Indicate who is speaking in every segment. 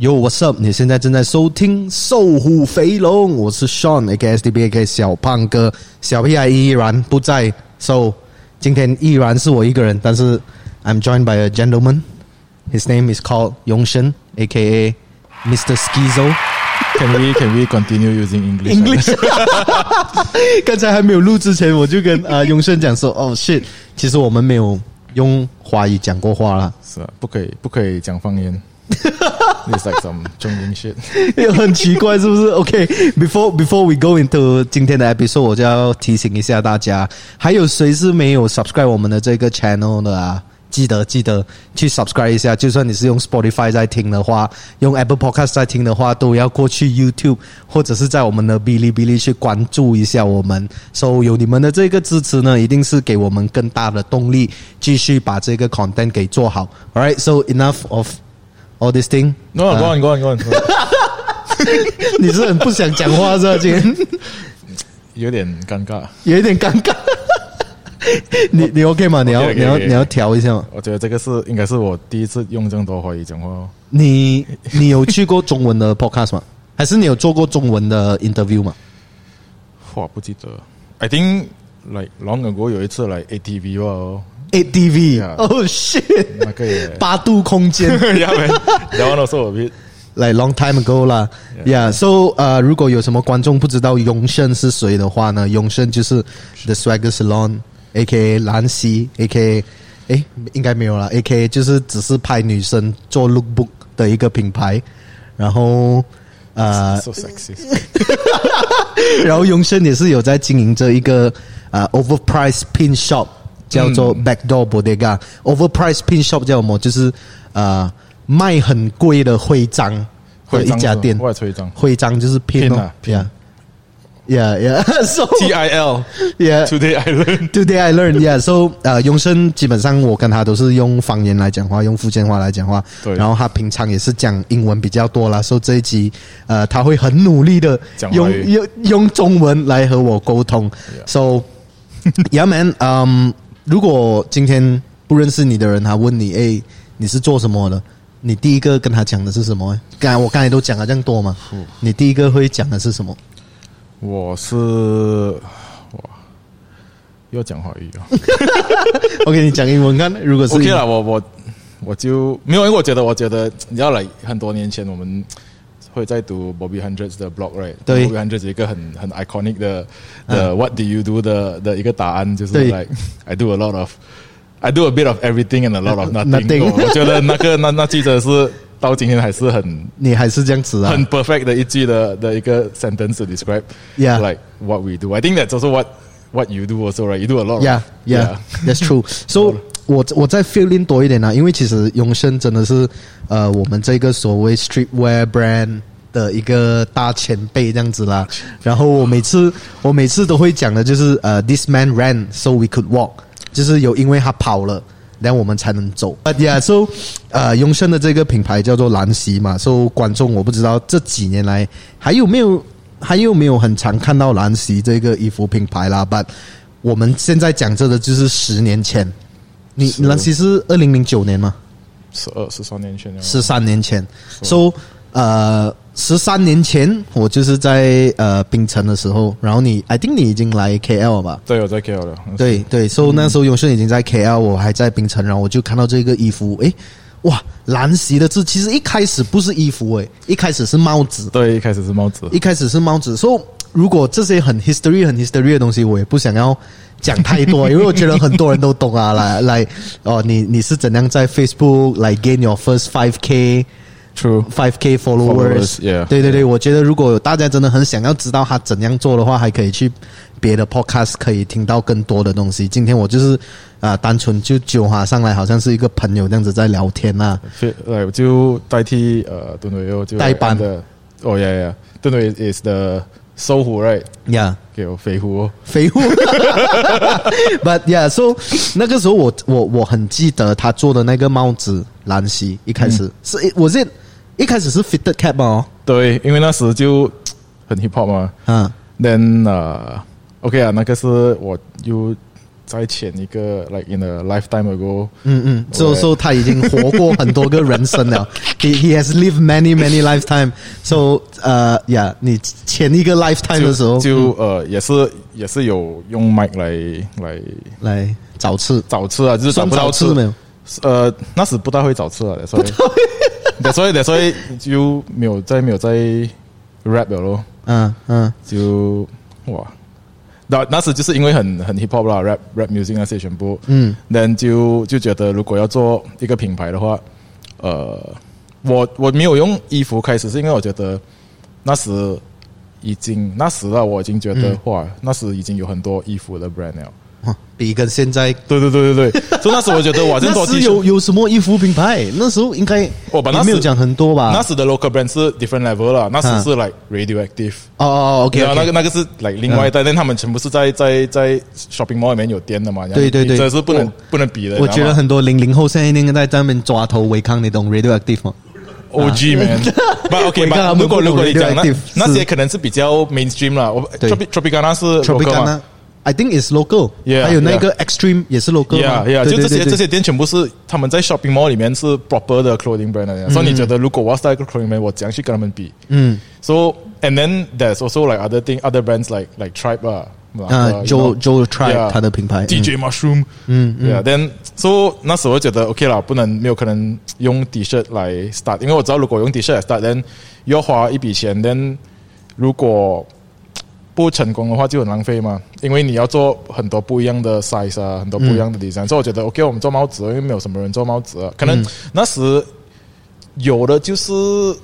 Speaker 1: Yo, what's up？你现在正在收听《瘦虎肥龙》，我是 Sean A K S D B A K 小胖哥，小屁孩依然不在，So 今天依然是我一个人，但是 I'm joined by a gentleman. His name is called Yong Shen, A K A Mr. Skizo.
Speaker 2: Can we can we continue using English?
Speaker 1: English 刚才还没有录之前，我就跟啊、呃、永生讲说，哦、shit，其实我们没有用华语讲过话啦，
Speaker 2: 是啊，不可以不可以讲方言。It's like some 中英 shit。
Speaker 1: 也很奇怪，是不 是？OK，before、before we go into 今天的 episode，我就要提醒一下大家，还有谁是没有 subscribe 我们的这个 channel 的啊？记得记得去 subscribe 一下，就算你是用 Spotify 在听的话，用 Apple Podcast 在听的话，都要过去 YouTube 或者是在我们的哔哩哔哩去关注一下我们。So 有你们的这个支持呢，一定是给我们更大的动力，继续把这个 content 给做好。Alright，so enough of all this thing。
Speaker 2: No, go on, go on, go on.
Speaker 1: 你是很不想讲话是吧？今天
Speaker 2: 有点尴尬，
Speaker 1: 有一点尴尬。 你你 OK 吗？你要
Speaker 2: OK，OK，OK
Speaker 1: 你要你要调一下吗？
Speaker 2: 我觉得这个是应该是我第一次用这么多华语讲话哦。
Speaker 1: 你你有去过中文的 podcast 吗？还是你有做过中文的 interview 吗？
Speaker 2: 话不记得，I think like long ago 有一次来 ATV 吧哦，
Speaker 1: ATV，
Speaker 2: Yeah.
Speaker 1: 哦、shit，
Speaker 2: 那个也
Speaker 1: 八度空间
Speaker 2: Yeah, man. That one also a bit.
Speaker 1: ，like long time ago 啦，yeah，so 呃，如果有什么观众不知道永胜是谁的话呢，永胜就是 The Swagger Salon，A.K.A 兰溪，A.K.A 哎，应该没有啦 a k a 就是只是拍女生做 lookbook 的一个品牌，然后呃
Speaker 2: So sexy.
Speaker 1: 然后永生也是有在经营着一个呃 overpriced pin shop，叫做
Speaker 2: 嗯
Speaker 1: Backdoor Bodega。overpriced pin shop 叫什么？就是呃卖很贵的徽章的
Speaker 2: 徽
Speaker 1: 一
Speaker 2: 章
Speaker 1: 家店。
Speaker 2: 外徽章
Speaker 1: 徽章就是 pin
Speaker 2: 拼
Speaker 1: 哦
Speaker 2: 啊拼
Speaker 1: ，yeah yeah yeah so
Speaker 2: T I L.
Speaker 1: yeah
Speaker 2: Today I learn.
Speaker 1: Today I learned, yeah. So，呃，永生基本上我跟他都是用方言来讲话，用福建话来讲话。
Speaker 2: 对
Speaker 1: 然后他平常也是讲英文比较多啦。所、以这一集，呃，他会很努力的
Speaker 2: 讲华
Speaker 1: 用
Speaker 2: 语
Speaker 1: 用用中文来和我沟通。So，yeah man，嗯、如果今天不认识你的人，他问你，哎，你是做什么的？你第一个跟他讲的是什么？刚才我刚才都讲了这样多嘛，你第一个会讲的是什么？
Speaker 2: 我是哇，要讲华语啊。
Speaker 1: 我给你讲英文看，如果是
Speaker 2: OK 了，我我我就没有，因为我觉得，我觉得你知道，来很多年前我们会在读 Bobby Hundreds 的 blog right？
Speaker 1: 对 Uh
Speaker 2: ，Bobby Hundreds 有一个很很 iconic 的的 What do you do 的的一个答案，就是
Speaker 1: 对
Speaker 2: like I do a lot of I do a bit of everything and a lot of
Speaker 1: Nothing
Speaker 2: nothing 我。我觉得那个那那句真的是到今天还是很
Speaker 1: 你还是这样子啊？
Speaker 2: 很 perfect 的一句的的一个 sentence to describe
Speaker 1: Yeah.
Speaker 2: like what we do. I think that's also what what you do also right? You do a lot. of-
Speaker 1: Yeah, yeah, that's true. So 我我再 fill in 多一点啊，因为其实永生真的是呃我们这个所谓 streetwear brand 的一个大前辈这样子啦。然后我每次我每次都会讲的就是呃，this man ran so we could walk，就是有因为他跑了。然后我们才能走。But yeah, so 呃，永生的这个品牌叫做兰溪嘛。So 观众我不知道这几年来还有没有还有没有很常看到兰溪这个衣服品牌啦。But 我们现在讲这的就是十年前，你
Speaker 2: 是
Speaker 1: 兰溪是二零零九年吗？
Speaker 2: 十二十三年前了。
Speaker 1: 十三年前，so 呃，十三年前我就是在呃槟城的时候，然后你，I think 你已经来 KL 了吧？
Speaker 2: 对，我在 KL 了。
Speaker 1: 对对，所、以那时候永顺已经在 KL，我还在槟城，然后我就看到这个衣服，诶，哇，蓝席的字，其实一开始不是衣服，诶，一开始是帽子，
Speaker 2: 对，一开始是帽子。
Speaker 1: 一开始是帽子。所、以如果这些很 history 很 history 的东西，我也不想要讲太多，啊因为我觉得很多人都懂啊， 来来，哦，你你是怎样在 Facebook 来 gain your first five k？
Speaker 2: True，
Speaker 1: five k followers，,
Speaker 2: Followers，yeah
Speaker 1: 对对对，我觉得如果大家真的很想要知道他怎样做的话，还可以去别的 podcast 可以听到更多的东西。今天我就是啊、呃单纯就酒哈上来，好像是一个朋友这样子在聊天啊啦、
Speaker 2: 所以来我就代替呃敦伟，我就
Speaker 1: 代班
Speaker 2: 的。哦呀呀，敦伟 is the 搜狐 right，
Speaker 1: 呀、
Speaker 2: 给我飞狐哦。
Speaker 1: 废物。But yeah, so 那个时候
Speaker 2: 嗯
Speaker 1: 我我我很记得他做的那个帽子兰溪，一开始、是我是一一开始是 fitted cap 嘛哦，
Speaker 2: 对，因为那时就很 hip hop 嘛。
Speaker 1: 啊
Speaker 2: Then 呃、o k 啊，那个是我又再前一个，like in a lifetime ago。
Speaker 1: 嗯嗯，so
Speaker 2: 我
Speaker 1: so 他已经活过很多个人生 了，he he has lived many many lifetime。so 呃呀，你前一个 lifetime 的时候嗯
Speaker 2: 就就呃也是也是有用 mic 来来
Speaker 1: 来找吃，
Speaker 2: 找吃啊，就是找
Speaker 1: 算
Speaker 2: 不
Speaker 1: 找
Speaker 2: 到
Speaker 1: 吃没有？
Speaker 2: 呃，那时不大会找吃啊，所以所以所以就没有再没有再 rap 了咯，
Speaker 1: 嗯嗯
Speaker 2: 就哇，那那时就是因为很很 hip hop 啦，rap rap music 那些全部，
Speaker 1: 嗯
Speaker 2: 但就就觉得如果要做一个品牌的话，呃，我我没有用衣服开始，是因为我觉得那时已经那时啊，我已经觉得、
Speaker 1: 嗯
Speaker 2: 哇，那时已经有很多衣服的 brand 了。
Speaker 1: 哇比跟现在。
Speaker 2: 对对对对对，所以那时我觉得哇，这么
Speaker 1: 那
Speaker 2: 多 T
Speaker 1: 时
Speaker 2: 恤
Speaker 1: 有，有什么衣服品牌？那时候应该
Speaker 2: 哦，but 那
Speaker 1: 也
Speaker 2: 时
Speaker 1: 没有讲很多吧？
Speaker 2: 那时的 local brand 是 different level 啦，那时是 like radioactive，
Speaker 1: 哦哦，OK，
Speaker 2: 然啊后那
Speaker 1: OK
Speaker 2: 个那个是 like 另外一代，但他们全部是在在在 shopping mall 里面有店的嘛，
Speaker 1: 对对对
Speaker 2: 这是不能
Speaker 1: 我
Speaker 2: 不能比的。
Speaker 1: 我觉得很多零零后现在应该在上面抓头违抗，你懂 radioactive 吗？
Speaker 2: OG man，不 OK
Speaker 1: 我看他
Speaker 2: 吧？
Speaker 1: 们
Speaker 2: 如果
Speaker 1: 不懂
Speaker 2: 如果你讲那
Speaker 1: radioactive，
Speaker 2: 那些
Speaker 1: 是
Speaker 2: 可能是比较 mainstream 啦，我
Speaker 1: 对
Speaker 2: Tropi- Tropicana 是 local 嘛
Speaker 1: Tropicana。I think is local，
Speaker 2: Yeah，
Speaker 1: 还有那个 Extreme 也是 local 嘛
Speaker 2: Yeah, yeah，
Speaker 1: 对
Speaker 2: 就这
Speaker 1: 对
Speaker 2: 些
Speaker 1: 对
Speaker 2: 这
Speaker 1: 对，
Speaker 2: 些店全部是他们在 shopping mall 里面是 proper 的 clothing brand 来的，所以你觉得如果我要 style 一个 clothing brand，我怎样去跟他们比？
Speaker 1: 嗯
Speaker 2: So and then there's also like other thing, other brands like like Tribe 啊，
Speaker 1: 啊
Speaker 2: 呃
Speaker 1: Joe
Speaker 2: you know,
Speaker 1: Joe Tribe
Speaker 2: yeah，
Speaker 1: 他的品牌，嗯
Speaker 2: DJ Mushroom，嗯，Yeah then so 那时候我觉得 OK 啦，不能没有可能用 T 恤来 start，因为我知道如果用 T 恤来 start，then 又要花一笔钱，then 如果不成功的话就很浪费嘛，因为你要做很多不一样的 size 啊，很多不一样的
Speaker 1: 嗯
Speaker 2: design，、所以我觉得 OK，我们做帽子，因为没有什么人做帽子、啊，可
Speaker 1: 嗯
Speaker 2: 能那时有的就是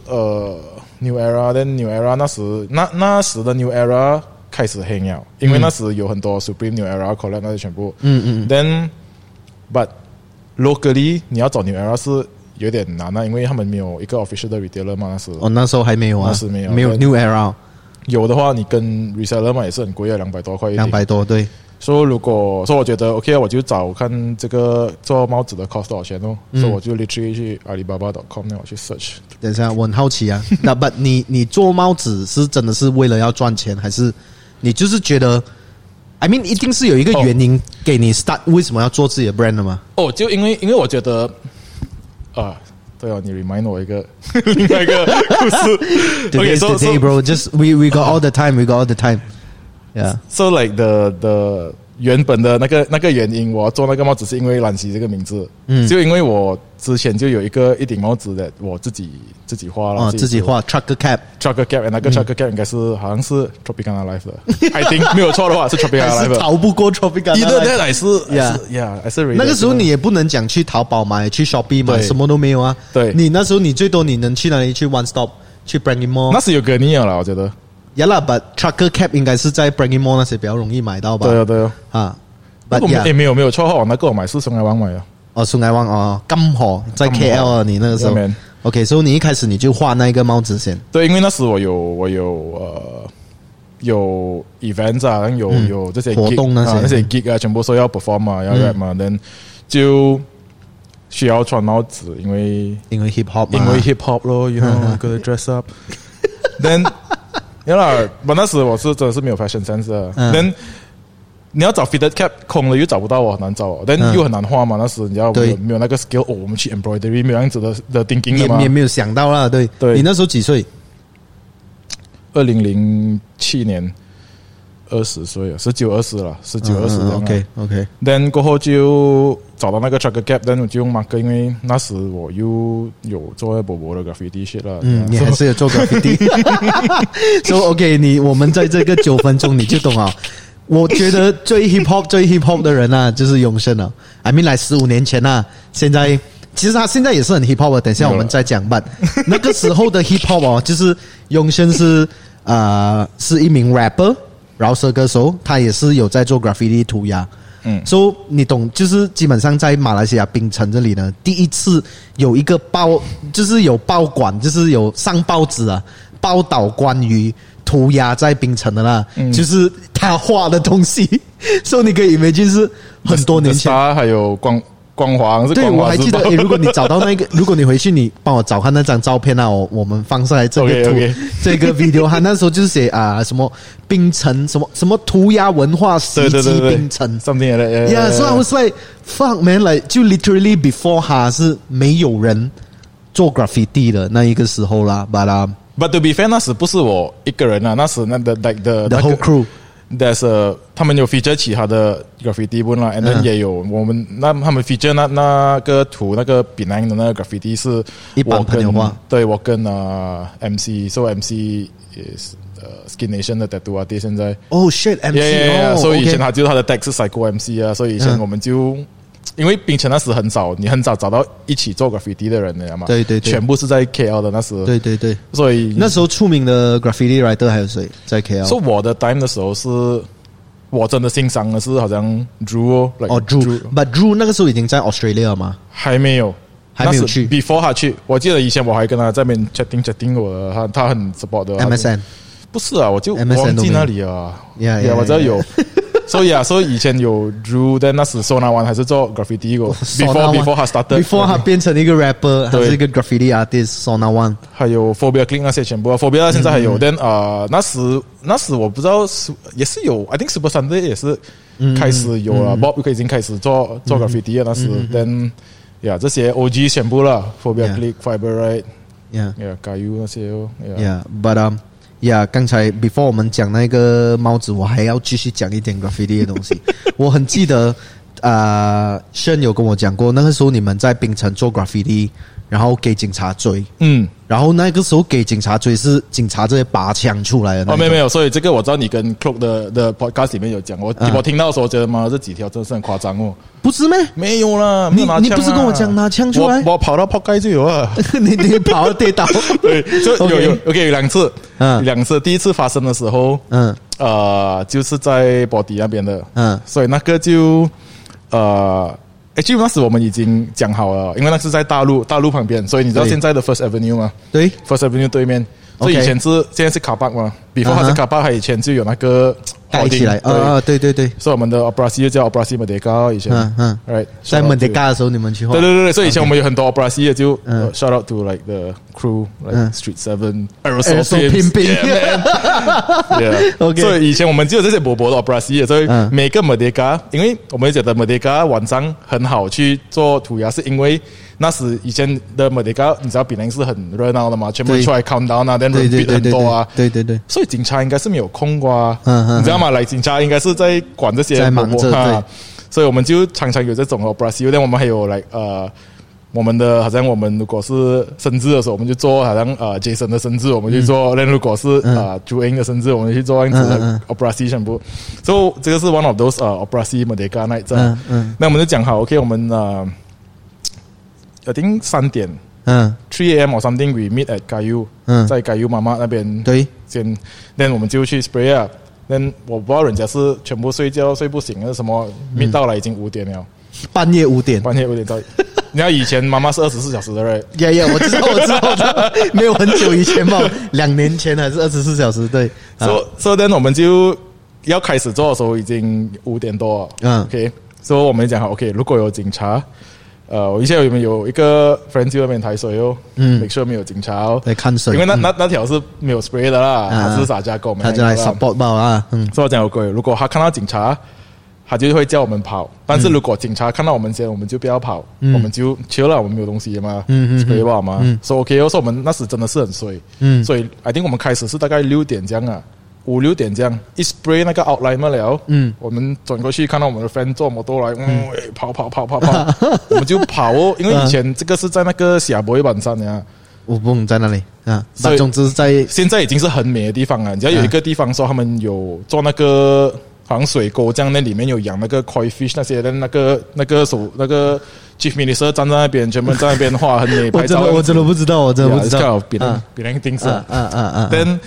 Speaker 2: 呃 New Era，但 New Era 那时那那时的 New Era 开始黑了，因为那时有很多 Supreme New Era collab 那些全部，
Speaker 1: 嗯嗯
Speaker 2: Then, but locally 你要找 New Era 是有点难啊，因为他们没有一个 official 的 retailer 嘛，那时
Speaker 1: 哦那时候还没有啊，
Speaker 2: 那时没有
Speaker 1: 没有
Speaker 2: 对
Speaker 1: New Era
Speaker 2: 有的话，你跟 reseller 嘛也是很贵啊，两百多块一
Speaker 1: 两
Speaker 2: 顶。
Speaker 1: 百多，对，
Speaker 2: 所以如果说我觉得 OK，啊我就找看这个做帽子的 cost 多少钱哦，
Speaker 1: 嗯
Speaker 2: 所以我就 literally 去 Alibaba.com 那我去 search。
Speaker 1: 等一下我很好奇 啊，那 but 你你做帽子是真的是为了要赚钱，还是你就是觉得？I mean，一定是有一个
Speaker 2: 哦
Speaker 1: 原因给你 start 为什么要做自己的 brand 的嘛？
Speaker 2: 哦，就因为因为我觉得啊。对哦，你 remind 我一个 另外一个故 事。OK，
Speaker 1: Today's
Speaker 2: so
Speaker 1: the
Speaker 2: so
Speaker 1: day, bro. Just we we got all the time. We got all the time. Yeah.
Speaker 2: So like the the 原本的那个那个原因，我要做那个帽子是因为兰溪这个名字，
Speaker 1: 嗯
Speaker 2: 就因为我之前就有一个一顶帽子的，我自己自己画了，
Speaker 1: 哦，自己画嗯 trucker cap
Speaker 2: trucker cap，那个 trucker cap 应该是好像是 Tropicana Life 的，I think 没有错的话是 Tropicana
Speaker 1: 还是
Speaker 2: Life 的。
Speaker 1: 逃不过 Tropicana
Speaker 2: Either that
Speaker 1: Life。
Speaker 2: 还是
Speaker 1: Yeah
Speaker 2: 还是 yeah 还是
Speaker 1: 那个时候
Speaker 2: Radiant
Speaker 1: 你也不能讲去淘宝买、去 Shopee 买，
Speaker 2: 对
Speaker 1: 什么都没有啊。
Speaker 2: 对
Speaker 1: 你那时候你最多你能去哪里？去 One Stop、去 Brandy
Speaker 2: 那
Speaker 1: Mall。
Speaker 2: 是有格尼亚了，我觉得。
Speaker 1: Yeah 啦，but trucker cap 应该是在 Brandy Mall 那些比较容易买到吧？
Speaker 2: 对啊对啊，
Speaker 1: 啊
Speaker 2: 那
Speaker 1: ，but
Speaker 2: 个我
Speaker 1: yeah，
Speaker 2: 诶没有没有错的话，我那个我买是从台湾买的。
Speaker 1: 哦，苏台湾哦，刚好在
Speaker 2: 金河
Speaker 1: KL 啊，你那个时候
Speaker 2: Yeah, man。
Speaker 1: OK，所以你一开始你就画那一个帽子先。
Speaker 2: 对，因为那时我有我有呃有 events 啊，然后有、有这些 gig,
Speaker 1: 嗯活动那些嗯
Speaker 2: 啊那些 gig 啊，全部说要 perform 啊，要 rap 嘛，then、就需要穿帽子，因为
Speaker 1: 因为 hip hop 嘛
Speaker 2: 因为 hip hop 咯，you know
Speaker 1: 嗯
Speaker 2: gotta dress up。then 原来我那时我是真的是没有 fashion sense 的、
Speaker 1: 嗯
Speaker 2: then 你要找 fitted cap 空了又找不到我，很难找我，then、
Speaker 1: 嗯
Speaker 2: 又很难画嘛。那时你要没
Speaker 1: 对
Speaker 2: 有没有那个 skill，哦，我们去 embroidery 没有这样子的的 thinking
Speaker 1: 也
Speaker 2: 的嘛
Speaker 1: 也。没有想到啦，对。
Speaker 2: 对
Speaker 1: 你那时候几岁？
Speaker 2: 二零零七年二十岁啊了，十九二十了，十九二十。啊
Speaker 1: 嗯嗯 OK OK，
Speaker 2: Then 过后就找到那个 tracker gap，then 我就用 marker，因为那时我又有做薄薄的 graffiti shit 啊了。
Speaker 1: 嗯，你
Speaker 2: 这
Speaker 1: 还
Speaker 2: 样
Speaker 1: 是有 做 graffiti。so OK，你我们在这个九分钟你就懂啊。我觉得最 hip hop 最 hip hop 的人啊，就是永生了。I mean，来十五年前啊，现在其实他现在也是很 hip hop 的。等一下我们再讲 吧。But 那个时候的 hip hop 哦，就是永生是呃是一名 rapper，饶舌歌手，他也是有在做 graffiti 涂鸦。
Speaker 2: 嗯
Speaker 1: 所、so, 你懂，就是基本上在马来西亚槟城这里呢，第一次有一个报，就是有报馆，就是有上报纸啊，报道关于涂鸦在槟城的啦，就是 他画的东西，所、以你可以 imagine 是很多年前
Speaker 2: The Star 还有光光华，是
Speaker 1: 对，
Speaker 2: 光
Speaker 1: 我
Speaker 2: 华
Speaker 1: 还
Speaker 2: 日
Speaker 1: 记得，
Speaker 2: 报
Speaker 1: 诶，如果你找到那个， 如果你回去，你帮我找看那张照片啊，我我们放上来这个图
Speaker 2: OK，OK
Speaker 1: 这个 video，他那时候就是写啊什么冰城，什么什么涂鸦文化袭
Speaker 2: 对对
Speaker 1: 击
Speaker 2: 对对
Speaker 1: 冰城
Speaker 2: ，something like that,
Speaker 1: ，Yeah，so I was like fuck man，like 就 literally before 哈是没有人做 graffiti 的那一个时候啦，but、um,
Speaker 2: But to be fair，那时不是我一个人啊，那时那的 like the
Speaker 1: the whole crew。
Speaker 2: there's a 他们有 feature 其他的 graffiti 文啦，and then
Speaker 1: 嗯
Speaker 2: 也有我们那他们 feature 那那个图那个 b e n a n 的那个 graffiti 是
Speaker 1: 一般
Speaker 2: 我
Speaker 1: 朋友
Speaker 2: 跟
Speaker 1: 画
Speaker 2: 对我跟啊 MC，so MC is 呃 Skin Nation 的 tattoo artist 现在。
Speaker 1: Oh shit, MC！
Speaker 2: Yeah, yeah, yeah.
Speaker 1: 哦
Speaker 2: 所以以
Speaker 1: OK
Speaker 2: 前他就是他的 deck 是 Psycho MC 啊，所以以前
Speaker 1: 嗯
Speaker 2: 我们就、因为槟城那时很少，你很少找到一起做 graffiti 的人，你知道吗？
Speaker 1: 对对对
Speaker 2: 全部是在 KL 的那时，
Speaker 1: 对对对，
Speaker 2: 所以
Speaker 1: 那时候出名的 graffiti writer 还有谁在 KL？
Speaker 2: 是我的 time 的时候是，我真的欣赏的是好像 Drew 哦，like
Speaker 1: 哦，Drew，but Drew 那个时候已经在 Australia 了嘛？
Speaker 2: 还没有，
Speaker 1: 还没有
Speaker 2: 那时
Speaker 1: 去
Speaker 2: Before 他去，我记得以前我还跟他在那边 chatting chatting 我的，他他很 support 的他就
Speaker 1: MSN
Speaker 2: 不是啊，我就
Speaker 1: MSN
Speaker 2: 忘
Speaker 1: 都没
Speaker 2: 记
Speaker 1: 有
Speaker 2: 那里啊。
Speaker 1: Yeah, yeah,
Speaker 2: 我知道
Speaker 1: yeah.
Speaker 2: 有。所以啊，所以以前有 Drew，但那时 Sona One 还是做 graffiti 过，before
Speaker 1: Sona
Speaker 2: before 他 started
Speaker 1: One，before 他变成一个 rapper，他
Speaker 2: 对
Speaker 1: 是一个 graffiti artist Sona One。
Speaker 2: 还有 Phobia Click 那些全部啊，Phobia 现在还
Speaker 1: 嗯
Speaker 2: 有，但啊、那时那时我不知道是也是有，I think Super Sunday 也是
Speaker 1: 嗯
Speaker 2: 开始有了、b o b 已经开始做做 graffiti 了，那时，但呀、这些 OG 全部了，Phobia
Speaker 1: 嗯 Yeah
Speaker 2: Click、Fiber
Speaker 1: Yeah,
Speaker 2: Right，呀、yeah,，Gayu 那些哦
Speaker 1: yeah,
Speaker 2: ，yeah，
Speaker 1: but um, yeah，刚才 before 我们讲那个帽子，我还要继续讲一点 graffiti 的东 西。我很记得，呃，轩有跟我讲过，那个时候你们在槟城做 graffiti，然后给警察追，
Speaker 2: 嗯，
Speaker 1: 然后那个时候给警察追是警察直接拔枪出来的那
Speaker 2: 哦，
Speaker 1: 一种。
Speaker 2: 没有没有，所以这个我知道你跟 Cloak 的的 podcast 里面有讲，我、
Speaker 1: 啊
Speaker 2: 我听到的时候觉得妈这几条真的是很夸张哦，
Speaker 1: 不是咩？
Speaker 2: 没有啦，
Speaker 1: 你
Speaker 2: 没有拿枪啊
Speaker 1: 你不是跟我讲拿枪出来
Speaker 2: 我我跑到破街就有啊。
Speaker 1: 你你跑跌 倒？
Speaker 2: 对，就有
Speaker 1: OK
Speaker 2: 有 OK 有两次，
Speaker 1: 嗯
Speaker 2: 有两次。第一次发生的时候，
Speaker 1: 嗯
Speaker 2: 呃，就是在保迪那边的，
Speaker 1: 嗯
Speaker 2: 所以那个就呃。哎，就那时我们已经讲好了，因为那是在大陆大陆旁边，所以你知道
Speaker 1: 对
Speaker 2: 现在的 First Avenue 吗
Speaker 1: 对，
Speaker 2: ？First Avenue 对面，所
Speaker 1: OK
Speaker 2: 以以前是现在是卡巴嘛，before 它
Speaker 1: 嗯
Speaker 2: 是
Speaker 1: 哼
Speaker 2: 卡巴，它以前就有那个
Speaker 1: 盖起来
Speaker 2: hoarding，对
Speaker 1: 啊啊！对对对，
Speaker 2: 所以我们的 Operasi 就叫 Operasi Merdeka，以前，
Speaker 1: 嗯嗯
Speaker 2: ，right，
Speaker 1: 在
Speaker 2: shout
Speaker 1: 蒙
Speaker 2: out to-
Speaker 1: 迪嘎的时候你们去画
Speaker 2: 对，对对对，所以以前我们有很多 opera 系列，就
Speaker 1: 嗯
Speaker 2: 呃 shout out to like the crew
Speaker 1: 嗯
Speaker 2: like Street Seven
Speaker 1: Aerosol
Speaker 2: Aerosol Pimps
Speaker 1: Pimpin
Speaker 2: yeah, man. Yeah.
Speaker 1: OK
Speaker 2: 所以以前我们只有这些薄薄的 opera 系列，所以
Speaker 1: 嗯
Speaker 2: 每个 m e d e g a 因为我们觉得 m e d e g a 晚上很好去做涂鸦，是因为那时以前的 m e d e g a 你知道比邻是很热闹的嘛，全部
Speaker 1: 对
Speaker 2: 出来 countdown 啊 ，then
Speaker 1: 对对
Speaker 2: repeat
Speaker 1: 对
Speaker 2: 很
Speaker 1: 对
Speaker 2: 多啊
Speaker 1: 对，对对对，
Speaker 2: 所以警察应该是没有空过啊，
Speaker 1: 嗯嗯
Speaker 2: 你知道吗？来，警察应该是在管这些
Speaker 1: 在忙
Speaker 2: 活
Speaker 1: 着
Speaker 2: 啊
Speaker 1: 对
Speaker 2: 所以我们就常常有这种哦 b r a s i l 但我们还有来呃。我们的好像我们如果是生字的时候，我们就做好像呃 Jason 的生字，我们就做；那、如果是呃 j u i n 的生字，我们去做这样子
Speaker 1: 嗯嗯嗯
Speaker 2: 的 opera C 全部。所以这个是 one of those 呃 opera C Merdeka night 这样。
Speaker 1: 嗯嗯
Speaker 2: 那我们就讲好，OK，我们呃，I think 三点
Speaker 1: 嗯
Speaker 2: three a.m. or something we meet at Gayu，
Speaker 1: 嗯
Speaker 2: 在 Gayu 妈妈那边
Speaker 1: 对，
Speaker 2: 先，then 我们就去 spray 啊。then 我不知道人家是全部睡觉睡不醒还是什么，
Speaker 1: 嗯
Speaker 2: 密到了已经五点了，
Speaker 1: 半夜五点。
Speaker 2: 半夜五点到。 你看以前妈妈是二十四小时的人，
Speaker 1: 呀呀，我知道，我知道，我知道， 没有很久以前吧，两年前还是二十四小时，对，啊
Speaker 2: so so then 我们就要开始做的时候已经五点多了，
Speaker 1: 嗯
Speaker 2: ，OK，所、以我们讲好，OK，如果有警察，呃，我以前有没有一个 friend 就在那边抬水哦，
Speaker 1: 嗯
Speaker 2: ，make sure 没有警察哦，
Speaker 1: 来看水，嗯
Speaker 2: 因为那那那条是没有 spray 的啦，
Speaker 1: 啊
Speaker 2: 它是洒家狗，
Speaker 1: 他就来 support 吧啊，嗯
Speaker 2: 所以我讲有鬼，如果他看到警察，他就会叫我们跑。但是如果警察看到我们先，我们就不要跑，
Speaker 1: 嗯
Speaker 2: 我们就 chill 了，我们没有东西嘛，
Speaker 1: 嗯嗯嗯
Speaker 2: 可以吧嘛
Speaker 1: 嗯。
Speaker 2: 所以 OK，我说我们那时真的是很衰，
Speaker 1: 嗯
Speaker 2: 所以 I think 我们开始是大概六点这样啊，五六点这样一 spray 那个 outline 嘛了，
Speaker 1: 嗯
Speaker 2: 我们转过去看到我们的 friend 坐摩托来，嗯，喂跑跑跑跑跑，我们就跑哦，因为以前这个是在那个下博一晚上呀。
Speaker 1: 我不懂在哪里啊，
Speaker 2: 所
Speaker 1: 但
Speaker 2: 以
Speaker 1: 总之是在
Speaker 2: 现在已经是很美的地方了。你知道有一个地方说他们有做那个好像水沟这样，那里面有养那个 koi fish 那些的，那个那个手那个 chief minister 站在那边，全部在那边画很美
Speaker 1: 我
Speaker 2: 拍
Speaker 1: 真
Speaker 2: 照。
Speaker 1: 的我真的不知道，我真的不知道，
Speaker 2: 比
Speaker 1: 啊
Speaker 2: 人比人定
Speaker 1: 啊啊啊啊，啊
Speaker 2: 但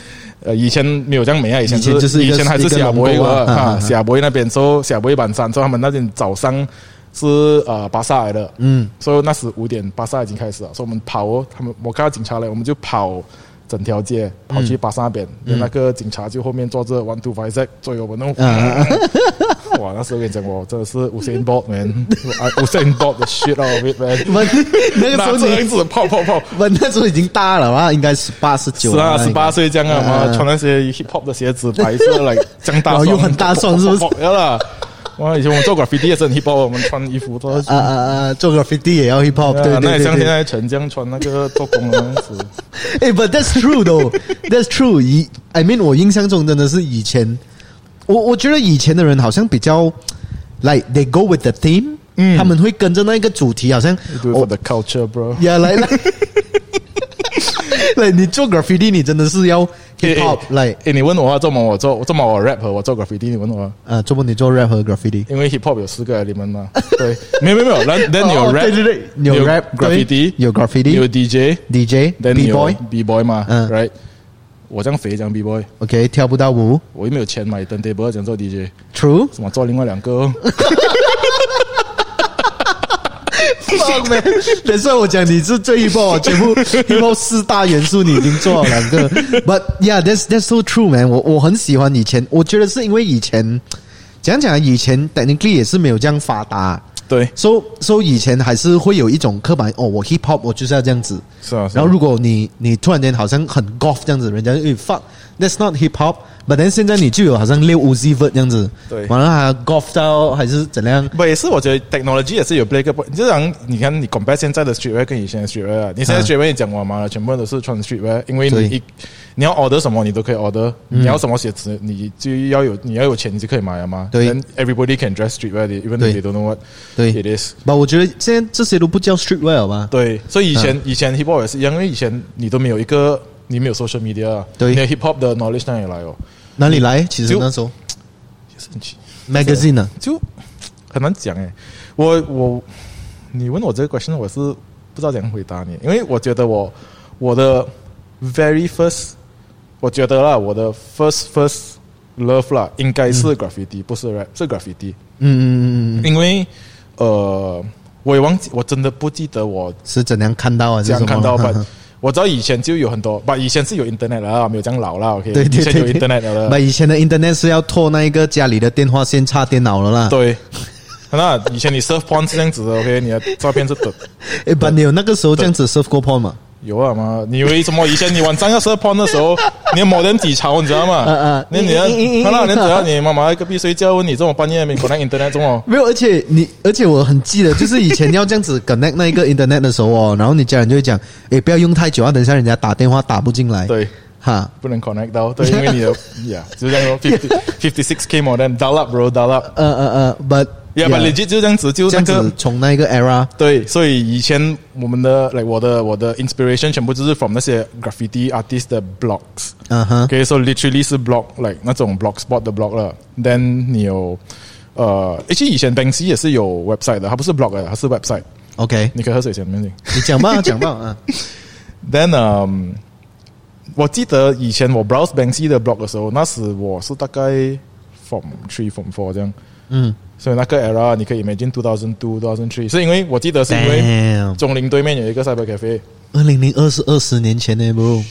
Speaker 2: 呃，以前没有这样美啊，以前
Speaker 1: 以前就是一
Speaker 2: 以
Speaker 1: 个
Speaker 2: 前还是小博
Speaker 1: 一个龙沟啊
Speaker 2: 的
Speaker 1: 啊啊啊
Speaker 2: 啊，小博那边说小博晚上说他们那边早上是呃巴萨来的，
Speaker 1: 嗯，
Speaker 2: 所以那时五点巴萨已经开始了，所以我们跑哦，他们我看到警察来，我们就跑整条街跑去巴萨那边，那个警察就后面坐着 one two five 在追我们，那种
Speaker 1: 啊啊啊
Speaker 2: 我 哇，那时候跟你讲，我真的是 Usain Bolt man，Usain Bolt 的 shit out of it man。
Speaker 1: 我 那个时
Speaker 2: 拿
Speaker 1: 候
Speaker 2: 着一
Speaker 1: 你，
Speaker 2: 直泡泡泡，
Speaker 1: 我那时候已经大了吧？应该十八十九
Speaker 2: 十
Speaker 1: 了
Speaker 2: 啊，
Speaker 1: 吧，
Speaker 2: 十八岁这样啊嘛，
Speaker 1: 嗯
Speaker 2: 穿那些 hip hop 的鞋子，白色来这样大
Speaker 1: 然后
Speaker 2: 双，
Speaker 1: 又很大双是不是
Speaker 2: 砰？砰砰砰要了，啊哇！以前我们做 graffiti 也是很 hip hop，我们穿衣服都 是
Speaker 1: 啊啊啊！做 graffiti 也要 hip hop，对
Speaker 2: 啊那
Speaker 1: 对
Speaker 2: 也像
Speaker 1: 对
Speaker 2: 现
Speaker 1: 对。
Speaker 2: 在陈这样穿那个做工啊的样 子，
Speaker 1: 哎，but that's true though. That's true. 以 I mean，我印象中真的是以前，我我觉得以前的人好像比较，like they go with the theme，
Speaker 2: 嗯
Speaker 1: 他们会跟着那个主题，好像
Speaker 2: do it for the culture bro。
Speaker 1: 呀，来来来，你做 graffiti，你真的是要 hip hop，来，
Speaker 2: 诶，你问我啊，这么我做这么我 rap 和我做 graffiti，你问我啊，
Speaker 1: 呃，做不你做 rap 和 graffiti，
Speaker 2: 因为 hip hop 有四个 element 嘛，对，没有没有没有，然然你有
Speaker 1: 哦
Speaker 2: rap，
Speaker 1: 对对对你有 rap，对
Speaker 2: graffiti，
Speaker 1: 有 graffiti
Speaker 2: 有 DJ，
Speaker 1: DJ、
Speaker 2: then 你
Speaker 1: B
Speaker 2: 有
Speaker 1: boy，
Speaker 2: b boy 嘛
Speaker 1: 嗯
Speaker 2: ，right，我这样肥这样 b boy，
Speaker 1: OK，跳不到舞
Speaker 2: 我又没有钱买 turntable 讲做 DJ，
Speaker 1: ，True，
Speaker 2: 怎么做另外两个 哦？
Speaker 1: fuck man，等一下我讲你是最 hip hop，全部 hip hop 四大元素你已经做好两个，But yeah that's that's so true man，我我很喜欢以前，我觉得是因为以前讲讲啊以前 technically 也是没有这样发达。
Speaker 2: 对，
Speaker 1: so so 以前还是会有一种刻板哦，我 hip hop 我就是要这样子。
Speaker 2: 是啊，是啊
Speaker 1: 然后如果你你突然间好像很 golf 这样子，人家就诶哎 fuck that's not hip hop，but then 现在你就有好像六五 Z v e r 这样子，
Speaker 2: 对
Speaker 1: 完了还 golf 到还是怎样？
Speaker 2: 不也是，我觉得 technology 也是有 play 一个 part。你就讲，你看你 compare 现在的 streetwear 跟以前的 streetwear，啊你现在
Speaker 1: 嗯
Speaker 2: streetwear 你讲我嘛，全部都是穿 streetwear，因为你
Speaker 1: 对
Speaker 2: 一你要 order 什么你都可以 order，、你要什么鞋子你就要有你要有钱你就可以买了嘛。
Speaker 1: 对
Speaker 2: Then everybody can dress streetwear，even though
Speaker 1: 对
Speaker 2: they don't know what
Speaker 1: 对
Speaker 2: it is。
Speaker 1: 不，我觉得现在这些都不叫 streetwear 了吧？
Speaker 2: 对，所以以前、以前 hip hop 也是一样，因为以前你都没有一个你没有 social media，啊
Speaker 1: 对
Speaker 2: 你的 hip hop 的 knowledge 哪里来哦？
Speaker 1: 哪里来？其实
Speaker 2: 就
Speaker 1: 那时候
Speaker 2: 也是很奇
Speaker 1: magazine 啊，
Speaker 2: 就很难讲哎。我我你问我这个 question，我是不知道怎样回答你，因为我觉得我我的 very first，我觉得啦，我的 first first love 啦，应该是 graffiti，、不是 rap，是 graffiti，、
Speaker 1: 嗯嗯嗯嗯嗯嗯，
Speaker 2: 因为呃，我也忘记，我真的不记得我
Speaker 1: 是怎样看到啊？
Speaker 2: 这样
Speaker 1: 是什
Speaker 2: 看
Speaker 1: 么
Speaker 2: 到吧。but 我知道以前就有很多，把以前是有 internet 了啦，没有这样老啦，OK，
Speaker 1: 对对
Speaker 2: 以前有
Speaker 1: 对对
Speaker 2: internet 了啦，
Speaker 1: 不，以前的 internet 是要拖那一个家里的电话线插电脑了啦。
Speaker 2: 对， 那以前你 surf porn 是这样子的，OK，你的照片是的。
Speaker 1: 诶，哎不，你有那个时候这样子 surf 过 porn 吗？
Speaker 2: 有啊嘛？你以为什么？以前你晚上要射炮的时 候，你的某人底潮，你知道吗？
Speaker 1: 嗯嗯
Speaker 2: 那啊你
Speaker 1: 嗯嗯嗯嗯
Speaker 2: 的，看到人只要你妈妈在隔壁睡觉，问你这么半夜没 connect internet 中哦，
Speaker 1: 没有，而且你，而且我很记得，就是以前要这样子 connect 那一个 internet 的时候哦，然后你家人就会讲，诶，不要用太久啊，等一下人家打电话打不进来。，
Speaker 2: 对，
Speaker 1: 哈，
Speaker 2: 不能 connect 到，对，因为你的 ，yeah，就是这 样咯，fifty fifty six k modem dial up bro dial up，yeah
Speaker 1: 呃呃呃，but
Speaker 2: but legit 就这样子，就
Speaker 1: 这
Speaker 2: 那
Speaker 1: 样
Speaker 2: 个
Speaker 1: 子从那一个 era，
Speaker 2: 对，所以以前我们的，like 我的我的 inspiration 全部就是 from 那些 graffiti artist 的 blogs。
Speaker 1: 嗯哼，
Speaker 2: OK，so literally 是 blog like 那种 blogspot 的 blog 了。Then 你有呃，其实以前 Banksy 也是有 website 的，它不是 blog 的，它是 website。
Speaker 1: ，OK，
Speaker 2: 你可以喝水先，没问题。
Speaker 1: 你讲吧，讲吧， 啊
Speaker 2: Then 嗯、我记得以前我 browse Banksy 的 blog 的时候，那时我是大概 from three from four 这样。
Speaker 1: 嗯
Speaker 2: 所以那个 era 你可以 imagine two thousand two thousand three，是因为我记得是因为
Speaker 1: ，Damn，
Speaker 2: 中林对面有一个 cyber cafe，
Speaker 1: 二零零二是二十年前呢，bro。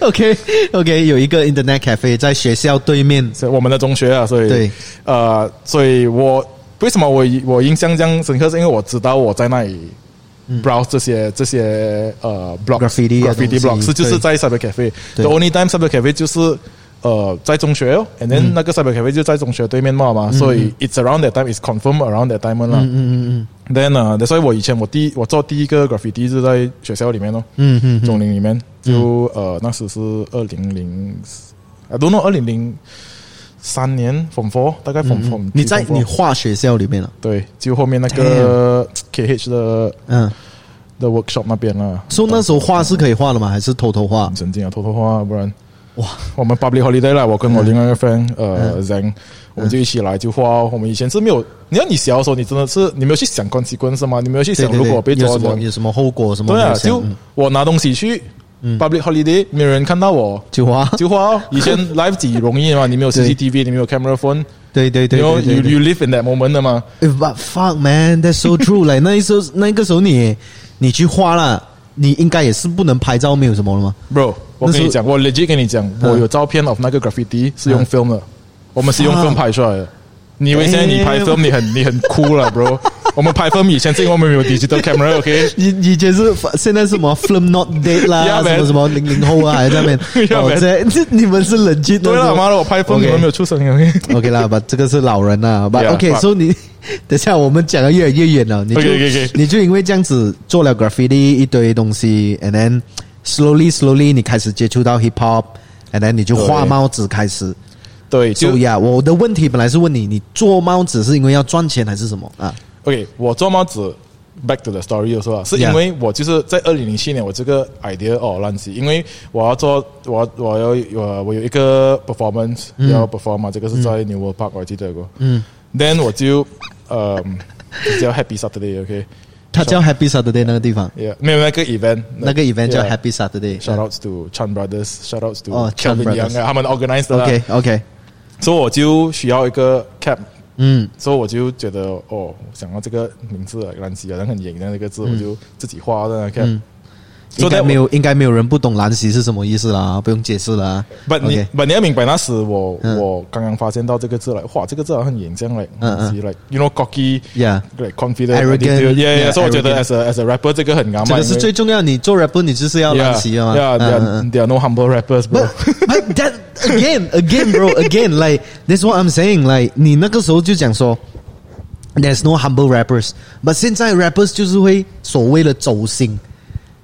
Speaker 1: OK OK，有一个 Internet Cafe 在学校对面，
Speaker 2: 是我们的中学啊，所以
Speaker 1: 对，
Speaker 2: 呃，所以我为什么我我印象这样深刻，是因为我知道我在那里 browse 这些这些呃 blog
Speaker 1: 嗯 Graffiti 啊东
Speaker 2: graffiti
Speaker 1: 西
Speaker 2: blog 是就是
Speaker 1: 对
Speaker 2: 在 cyber cafe。
Speaker 1: 对
Speaker 2: The only time cyber cafe 就是呃在中学哦，and
Speaker 1: 嗯
Speaker 2: then 那个 cyber cafe 就在中学对面嘛嘛，所以 it's around that time，it's confirm around that time 啦。
Speaker 1: 嗯嗯
Speaker 2: Then 啊，所以我以前我第一我做第一个 graffiti 是在学校里面哦。
Speaker 1: 嗯嗯嗯
Speaker 2: 中林里面，就呃那时是二零零，I don't know 二零零三年 from four 大概 from
Speaker 1: 嗯
Speaker 2: from
Speaker 1: 嗯，你在
Speaker 2: from four
Speaker 1: 你画学校里面了，啊
Speaker 2: 对，就后面那个 KH 的
Speaker 1: 嗯，
Speaker 2: 的 workshop 那边啦，
Speaker 1: 所以那时候画是可以画的吗？还是偷偷画
Speaker 2: 很？神经啊，偷偷画，不然
Speaker 1: 哇，嗯
Speaker 2: 我们 public holiday 啦，我跟我另外一个 friend 呃 Zeng，我们就一起来就画。哦我们以前是没有，你看你小的时候，你真的是你没有去想 consequence 吗？你没有去
Speaker 1: 对
Speaker 2: 想
Speaker 1: 对
Speaker 2: 如
Speaker 1: 对，
Speaker 2: 果被
Speaker 1: 有
Speaker 2: 抓
Speaker 1: 什么
Speaker 2: 的，
Speaker 1: 有什么后果什么
Speaker 2: 对
Speaker 1: 没
Speaker 2: 啊，
Speaker 1: 有想？
Speaker 2: 就
Speaker 1: 嗯
Speaker 2: 我拿东西去 public holiday，没有人看到我，
Speaker 1: 就画，
Speaker 2: 就话哦，以前 live 几容易嘛，你没 有
Speaker 1: 对
Speaker 2: CCTV，你没有 camera phone，
Speaker 1: 对对对
Speaker 2: 然后
Speaker 1: 对对
Speaker 2: you
Speaker 1: 对
Speaker 2: you live in that moment 的嘛。
Speaker 1: Eh, But fuck man, that's so true. 来那一时候那个时候你你去画了，你应该也是不能拍照，没有什么了吗？
Speaker 2: Bro，我
Speaker 1: 那时
Speaker 2: 跟
Speaker 1: 候
Speaker 2: 你讲，我 legit 跟你讲，我有照片 of 那个 graffiti 是用
Speaker 1: 嗯啊
Speaker 2: film 的，我们是用 film 拍出来的。你以为现在你拍 film 你很你很酷了，bro？我 们拍 film 以前是因为我们没有 digital camera，OK？
Speaker 1: 你你以前是现在是 什么 film not date 啦，什
Speaker 2: Yeah,
Speaker 1: 么
Speaker 2: man
Speaker 1: 什么零零后 啊，还在那边
Speaker 2: Yeah,
Speaker 1: 哦
Speaker 2: man
Speaker 1: 这这你们是冷静的
Speaker 2: 对了，妈的，我拍 film 你
Speaker 1: OK
Speaker 2: 们没有出声，OK？
Speaker 1: OK 啦，把这个是老人啦，把
Speaker 2: Yeah,
Speaker 1: OK，
Speaker 2: but-
Speaker 1: 所以你 等一下我们讲的越来越远了，你就
Speaker 2: OK，OK，OK
Speaker 1: 你就因为这样子做了 graffiti 一堆东西，and then slowly slowly 你开始接触到 hip hop，and then 你就画
Speaker 2: 对
Speaker 1: 帽子开始。
Speaker 2: 对，
Speaker 1: 就
Speaker 2: 就
Speaker 1: 呀，我的问题本来是问你，你做帽子是因为要赚钱还是什么啊？
Speaker 2: OK，我做帽子，back to the story 的时候啊，是
Speaker 1: Yeah
Speaker 2: 因为我就是在二零零七年，我这个 idea 哦乱起，因为我要做，我要我要我我有一个 performance
Speaker 1: 嗯
Speaker 2: 要 perform 啊嘛，这个是在 New World Park 我还记得过，嗯，then 我就呃叫 Happy Saturday，OK，、
Speaker 1: 它叫 Happy Saturday 那个地方，
Speaker 2: yeah，没有那个 event，
Speaker 1: 那个 event 叫
Speaker 2: yeah
Speaker 1: Happy Saturday。
Speaker 2: Shout outs to Chan Brothers, shout outs to
Speaker 1: 哦 Chan
Speaker 2: Kelvin
Speaker 1: Brothers
Speaker 2: Yang 啊，他们 organized 的啦
Speaker 1: OK OK，
Speaker 2: 所以我就需要一个 cap，
Speaker 1: 嗯，
Speaker 2: 所以我就觉得哦，想要这个名字啊，兰西啊，然后很型的那个字，我就自己画的那个 cap。
Speaker 1: 嗯应
Speaker 2: So that
Speaker 1: 该没
Speaker 2: 我。
Speaker 1: 有应该没有人不懂蓝旗是什么意思啦，不用解释啦。
Speaker 2: but 你
Speaker 1: OK
Speaker 2: but 你要明白，那时我、
Speaker 1: 嗯
Speaker 2: 我刚刚发现到这个字来，哇，这个字好像很严这样来，
Speaker 1: 嗯嗯
Speaker 2: like you know cocky。
Speaker 1: Yeah，
Speaker 2: Like confident,
Speaker 1: Arrogant,
Speaker 2: attitude. yeah,
Speaker 1: yeah,
Speaker 2: yeah. 所以我觉得
Speaker 1: arrogant
Speaker 2: as a as a rapper 这个很啊难嘛，
Speaker 1: 这个是最重要。你做 rapper 你就是要
Speaker 2: y e
Speaker 1: 蓝
Speaker 2: a
Speaker 1: 旗
Speaker 2: h
Speaker 1: 的嘛。嗯
Speaker 2: yeah, they
Speaker 1: 嗯
Speaker 2: are
Speaker 1: 嗯
Speaker 2: they are no humble rappers, bro.
Speaker 1: But but that again again bro again like that's what I'm saying like 你那个时候就讲说 there's no humble rappers but 现在 rappers 就是会所谓的走心，
Speaker 2: 嗯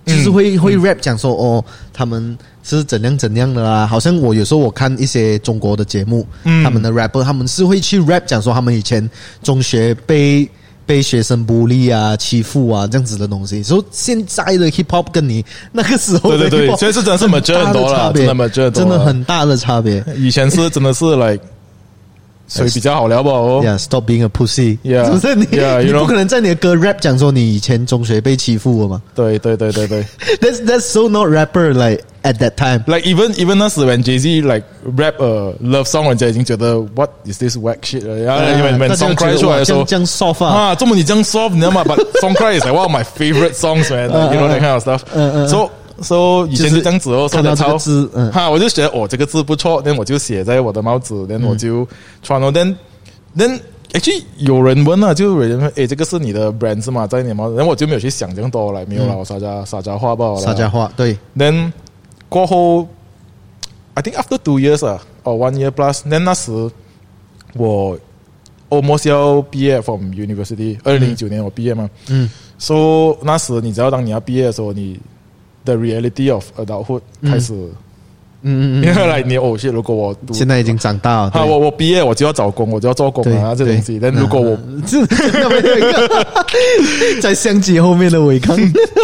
Speaker 1: 就是会、会 rap 讲说哦他们是怎样怎样的啦，好像我有时候我看一些中国的节目，
Speaker 2: 嗯
Speaker 1: 他们的 rapper 他们是会去 rap 讲说他们以前中学被。被学生孤立啊、欺负啊这样子的东西，所以现在的 hip hop 跟你那个时候的
Speaker 2: 对对
Speaker 1: hip
Speaker 2: 对
Speaker 1: hop
Speaker 2: 所以是真的是 mature 很多啦
Speaker 1: 大的差别
Speaker 2: 真的 mature 很多
Speaker 1: 真的
Speaker 2: 啦
Speaker 1: 很大的差别。
Speaker 2: 以前是真的是 like 水比较好聊吧哦。
Speaker 1: Yeah, stop being a pussy.
Speaker 2: Yeah.
Speaker 1: 是不是你
Speaker 2: Yeah, you
Speaker 1: 你
Speaker 2: know.
Speaker 1: 不可能在你的歌 rap 讲说你以前中学被欺负了嘛
Speaker 2: 对对对对对。
Speaker 1: ？That's that's so not rapper like at that time.
Speaker 2: Like even even 那时 when Jay Z like rap a love song，人家已经觉得 What is this whack shit？了然后
Speaker 1: 啊
Speaker 2: when
Speaker 1: 大
Speaker 2: when
Speaker 1: 家
Speaker 2: song
Speaker 1: 觉
Speaker 2: cry
Speaker 1: 得
Speaker 2: 出来
Speaker 1: 哇
Speaker 2: 的时
Speaker 1: 这
Speaker 2: 候
Speaker 1: 样，这样 soft 啊，
Speaker 2: 啊，这么你这样 soft，你知道吗？But song cry is like one of my favorite songs man，you know that kind of stuff
Speaker 1: 嗯嗯嗯。
Speaker 2: So so 以前是这样子哦，
Speaker 1: 看到这个
Speaker 2: 超
Speaker 1: 字嗯
Speaker 2: 哈，我就觉得哦这个字不错，then 我就写在我的帽子，then 我
Speaker 1: 嗯
Speaker 2: 就穿了，then then。actually 有人问啊，就有人问，诶，这个是你的 brand 是吗？在你的帽子，然后我就没有去想这样多了，没有了，我撒家撒家话罢了。
Speaker 1: 沙家嗯话对
Speaker 2: Then 过后，I think after two years 啊，or one year plus，then 那时我 almost 要毕业 from university，二零零九年我毕业嘛，
Speaker 1: 嗯
Speaker 2: ，so 那时你知道，当你要毕业的时候，你 the reality of adulthood 开始，
Speaker 1: 嗯嗯
Speaker 2: 因为来你偶像，如果我
Speaker 1: 嗯，
Speaker 2: 读
Speaker 1: 现在已经长大了。
Speaker 2: 啊，
Speaker 1: 对
Speaker 2: 我我毕业我就要找工，我就要做工
Speaker 1: 对
Speaker 2: 啊，这
Speaker 1: 对嗯
Speaker 2: 东西。但如果我
Speaker 1: 这那边有一个 在相机后面的伟康，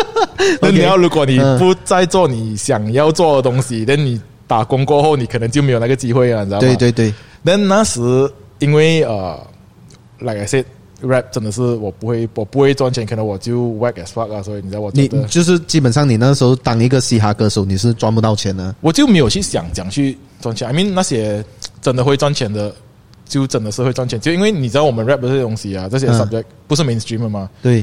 Speaker 2: 那
Speaker 1: OK
Speaker 2: 你要，如果你
Speaker 1: 嗯
Speaker 2: 不再做你想要做的东西，那你打工过后，你可能就没有那个机会了，你知道吗？
Speaker 1: 对对对，
Speaker 2: 但那时因为呃，like I said。rap 真的是我不会，我不会赚钱，可能我就 whack as fuck 啊，所以你知道我觉
Speaker 1: 你
Speaker 2: 得
Speaker 1: 就是基本上你那时候当一个嘻哈歌手，你是赚不到钱啊的。
Speaker 2: 我就没有去想讲去赚钱。I mean 那些真的会赚钱的，就真的是会赚钱，就因为你知道我们 rap 的这些东西啊，这些
Speaker 1: 嗯
Speaker 2: subject、不是 mainstream 的嘛，
Speaker 1: 对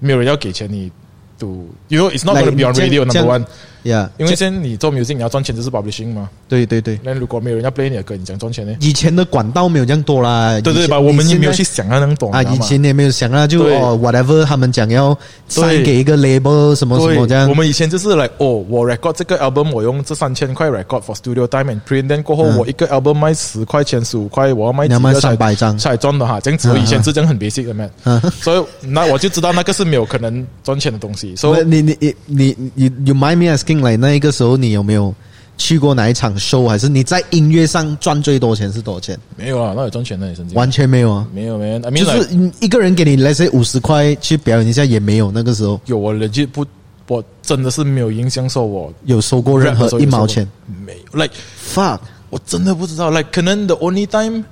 Speaker 2: 没有人要给钱你 to you know it's not gonna
Speaker 1: Like，
Speaker 2: be on
Speaker 1: 这样
Speaker 2: radio
Speaker 1: 这
Speaker 2: number
Speaker 1: 样
Speaker 2: one，
Speaker 1: ，Yeah，
Speaker 2: 因为嗯现在你做 music 你要赚钱就是 publishing 嘛，
Speaker 1: 对对对。
Speaker 2: 那如果没有人要 play 你的歌，你讲赚钱呢？
Speaker 1: 以前的管道没有这样多啦，
Speaker 2: 对对
Speaker 1: 以前
Speaker 2: 吧？我们
Speaker 1: 你
Speaker 2: 也
Speaker 1: 现在
Speaker 2: 没有去想要能懂
Speaker 1: 啊，
Speaker 2: 你知道
Speaker 1: 以
Speaker 2: 吗
Speaker 1: 前也没有想啊，就
Speaker 2: 对
Speaker 1: 哦 whatever 他们讲要塞
Speaker 2: 对
Speaker 1: 给一个 label 什么什
Speaker 2: 对，
Speaker 1: 么这样
Speaker 2: 我，们以前就是 like 哦，我 record 这个 album，我用这三千块 record for studio time and print，then 过后
Speaker 1: 嗯
Speaker 2: 我一个 album 卖十块钱、十五块，我要卖
Speaker 1: 你要卖
Speaker 2: 几个才
Speaker 1: 300张
Speaker 2: 才赚的哈。这样
Speaker 1: 嗯
Speaker 2: 子，我以前是这样很 basic 的 man，
Speaker 1: 嗯
Speaker 2: 所以那我就知道那个是没有可能赚钱的东西。所
Speaker 1: 不
Speaker 2: 以
Speaker 1: 你你你你你，you mind me asking like 那一个时候你有没有去过哪一场 show，还是你在音乐上赚最多钱是多少钱？
Speaker 2: 没有啊，那有赚钱的，你神经。
Speaker 1: 完全没有啊，
Speaker 2: 没有
Speaker 1: 就
Speaker 2: man，I mean
Speaker 1: 是
Speaker 2: like
Speaker 1: 你一个人给你来这五十块去表演一下也没有，那个时候
Speaker 2: 有我 legit 不，我真的是没有影响说我
Speaker 1: 有收过任
Speaker 2: rap 的时
Speaker 1: 何
Speaker 2: 候
Speaker 1: 一
Speaker 2: 啊有什么
Speaker 1: 毛钱
Speaker 2: 没有，like。
Speaker 1: ，fuck，
Speaker 2: 我真的不知道，like 可能 the only time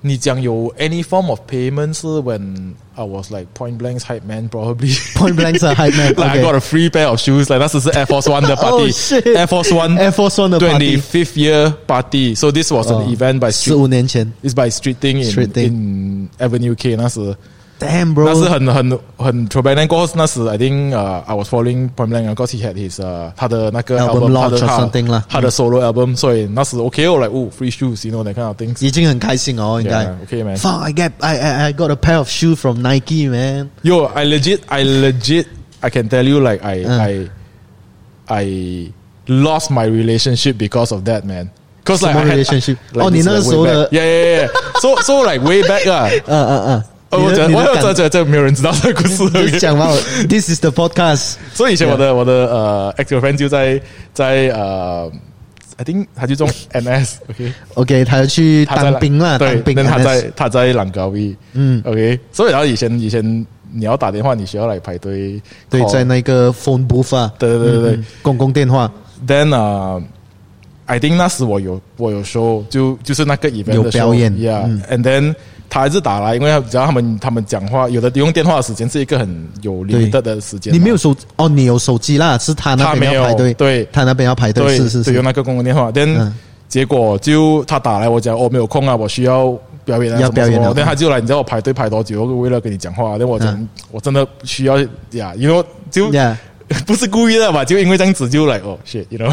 Speaker 2: 你讲有 any form of payment 是 when I was like point blank hype man probably。
Speaker 1: Point blank 是 hype man，
Speaker 2: Like I
Speaker 1: OK
Speaker 2: got a free pair of shoes. Like 那时是 Air Force One 的 party.
Speaker 1: Oh, shit.
Speaker 2: Air Force One
Speaker 1: Air Force One 的 party Oh.
Speaker 2: twenty fifth year party. So this was an event by
Speaker 1: 十
Speaker 2: street.
Speaker 1: 五年前
Speaker 2: It's by street thing in
Speaker 1: Street thing.
Speaker 2: in Avenue K 那时。
Speaker 1: damn bro，
Speaker 2: 那是很很很 t r o b a n 过后，那时 I think 呃、I was following Point Blank 然后 he had his 呃、他的那个
Speaker 1: Album
Speaker 2: album，他
Speaker 1: launch
Speaker 2: 的
Speaker 1: or
Speaker 2: 他
Speaker 1: something 啦
Speaker 2: 他的 solo album，所以那时 OK 我 like oh free shoes you know that kind of things。
Speaker 1: 已经很开心哦，应该。
Speaker 2: Yeah, okay, man.
Speaker 1: Fuck, I get I I I got a pair of shoe from Nike, man.
Speaker 2: Yo, I legit, I legit, I can tell you like I
Speaker 1: Uh.
Speaker 2: I I lost my relationship because of that man. Because
Speaker 1: 什
Speaker 2: like
Speaker 1: 么
Speaker 2: I had-
Speaker 1: relationship?
Speaker 2: like,
Speaker 1: 哦，
Speaker 2: this
Speaker 1: 你
Speaker 2: is,
Speaker 1: 那个时候
Speaker 2: like, way
Speaker 1: 的-
Speaker 2: back. yeah yeah yeah. So so like way back 啊，
Speaker 1: 嗯嗯
Speaker 2: 呃
Speaker 1: 嗯，
Speaker 2: 我
Speaker 1: 你
Speaker 2: 讲
Speaker 1: 的你
Speaker 2: 我
Speaker 1: 的
Speaker 2: 要这
Speaker 1: 感
Speaker 2: 这这没有人知道这个 故事。
Speaker 1: 就是讲到 This is the podcast，
Speaker 2: 所以以前我的我的呃 ex girlfriend 就在在呃，I think 他就中 MS，OK，、
Speaker 1: OK，他要去
Speaker 2: 他在
Speaker 1: 当兵啦，
Speaker 2: 对
Speaker 1: 当，兵。
Speaker 2: 但他
Speaker 1: NS
Speaker 2: 在他在朗高一，
Speaker 1: 嗯
Speaker 2: ，OK，所以然后以前以前你要打电话，你需要来排队 call，
Speaker 1: 对，在那个 phone booth 啊，
Speaker 2: 对对对对
Speaker 1: 嗯，公共电话
Speaker 2: then 啊、i think 那时我有我有 show，就就是那个 event
Speaker 1: 有
Speaker 2: 的 show,
Speaker 1: 表演嗯
Speaker 2: ，yeah，and、then 他还是打来，因为他只要他们他们讲话，有的用电话的时间是一个很有
Speaker 1: 对
Speaker 2: limit 的时间啊嘛，
Speaker 1: 你没有手哦，你有手机啦，是他那边要排队，
Speaker 2: 他没有对
Speaker 1: 他那边要排队，
Speaker 2: 对
Speaker 1: 是是
Speaker 2: 对，用
Speaker 1: 是，
Speaker 2: 那个公共电话，then、
Speaker 1: 嗯
Speaker 2: 结果就他打来我讲我、哦、没有空啊，我需要表演啊，
Speaker 1: 要
Speaker 2: 什么
Speaker 1: 表演嗯
Speaker 2: 什
Speaker 1: 了
Speaker 2: 么，但他就来，你知道我排队排多久？我为了跟你讲话，但我讲、
Speaker 1: 嗯
Speaker 2: 我真的需要呀，因为就。
Speaker 1: 呀，
Speaker 2: 不是故意的吧？就因为这样子就来哦，shit，you know，